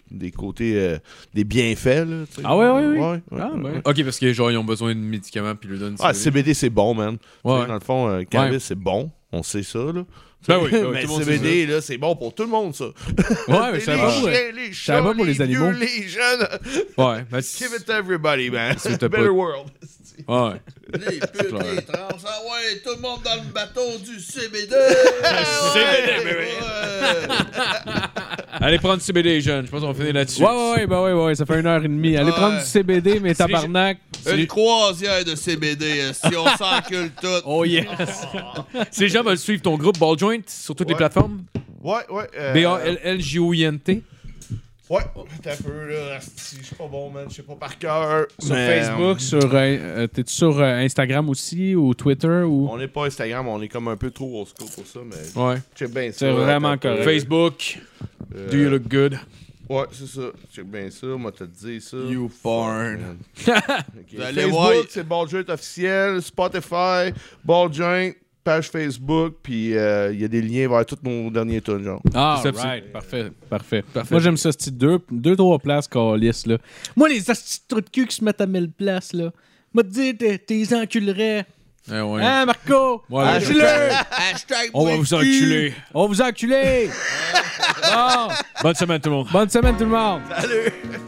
Speaker 6: des côtés, euh, des bienfaits, là. tu sais.
Speaker 4: Ah ouais, ouais, ouais.
Speaker 6: ouais,
Speaker 4: Ah,
Speaker 6: ouais,
Speaker 4: ben.
Speaker 6: ouais.
Speaker 3: Ok, parce que genre, ils ont besoin de médicaments puis ils lui donnent.
Speaker 6: Ah,
Speaker 3: du
Speaker 6: CBD, c'est bon, man. Tu sais,
Speaker 3: ouais.
Speaker 6: Dans le fond, euh, cannabis, c'est bon. On sait ça, là.
Speaker 3: Ben oui, ben oui,
Speaker 6: [laughs] mais
Speaker 3: tout le monde
Speaker 6: CBD, là, c'est bon pour tout le monde, ça. [laughs]
Speaker 3: Ouais, mais
Speaker 6: les
Speaker 3: ça va.
Speaker 4: ouais.
Speaker 6: chiens, les
Speaker 4: Ça
Speaker 6: chats,
Speaker 4: va pour
Speaker 6: les,
Speaker 4: les animaux.
Speaker 6: vieux, les jeunes. [laughs]
Speaker 3: Ouais. ben, c'est-
Speaker 6: Give it to everybody, man.
Speaker 3: S'il te
Speaker 6: Better
Speaker 3: plaît.
Speaker 6: world.
Speaker 3: Ouais.
Speaker 5: Les
Speaker 3: [laughs] C'est
Speaker 5: putes,
Speaker 3: clair.
Speaker 5: les trans. Ah ouais, tout le monde dans le bateau du CBD.
Speaker 3: [laughs] CBD,
Speaker 5: ouais.
Speaker 3: Allez prendre du CBD, jeunes. Je pense qu'on va finir là-dessus.
Speaker 4: Ouais, ouais, ouais, bah ouais, ouais, ça fait une heure et demie. Allez
Speaker 5: Ouais.
Speaker 4: prendre du CBD, mais
Speaker 3: C'est les-
Speaker 4: tabarnak.
Speaker 5: Une croisière de CBD, euh, si on s'encule tout.
Speaker 3: [laughs]
Speaker 4: Oh yes!
Speaker 3: Si les gens veulent suivre ton groupe Ball Joint sur toutes les
Speaker 6: Ouais.
Speaker 3: plateformes,
Speaker 6: Ouais, ouais. euh,
Speaker 3: B-A-L-L-J-O-I-N-T.
Speaker 6: Ouais, t'as un peu, là. asti, Je suis pas bon, man. Je sais pas par cœur.
Speaker 4: Sur
Speaker 6: Mais,
Speaker 4: Facebook, sur. euh, euh, T'es-tu sur euh, Instagram aussi ou Twitter ou.
Speaker 6: euh, On n'est pas Instagram, on est comme un peu trop old school pour ça, mais
Speaker 3: Ouais.
Speaker 6: check bien ça.
Speaker 4: C'est vraiment
Speaker 6: Attends,
Speaker 4: correct.
Speaker 6: euh,
Speaker 3: Facebook.
Speaker 6: euh,
Speaker 3: Do you look good?
Speaker 6: Ouais, c'est ça. Check bien ça, moi te dit ça.
Speaker 5: You porn.
Speaker 6: Ok.
Speaker 5: Vous allez
Speaker 6: Facebook,
Speaker 5: voir-
Speaker 6: c'est Ball Joint officiel, Spotify, Ball Joint, page Facebook, puis euh, il y a des liens vers tous nos derniers tunes, genre.
Speaker 4: Ah,
Speaker 3: C'est ça,
Speaker 4: right. Parfait. Parfait. Moi, j'aime ça, c'est deux, deux, trois places qu'on lisse, là. Moi, les astuces de trous de cul qui se mettent à mille places, là. M'a dit, t'es- t'es enculerais.
Speaker 3: Eh ouais.
Speaker 6: Ah,
Speaker 4: Hein, Marco?
Speaker 3: Ouais, ouais.
Speaker 4: Enculé!
Speaker 5: Hashtag
Speaker 3: On va
Speaker 5: bois
Speaker 3: vous
Speaker 5: de cul.
Speaker 3: enculer.
Speaker 4: [laughs] On vous a enculé! bon,
Speaker 3: Bonne semaine tout le monde.
Speaker 4: bonne semaine, tout le monde!
Speaker 6: Salut!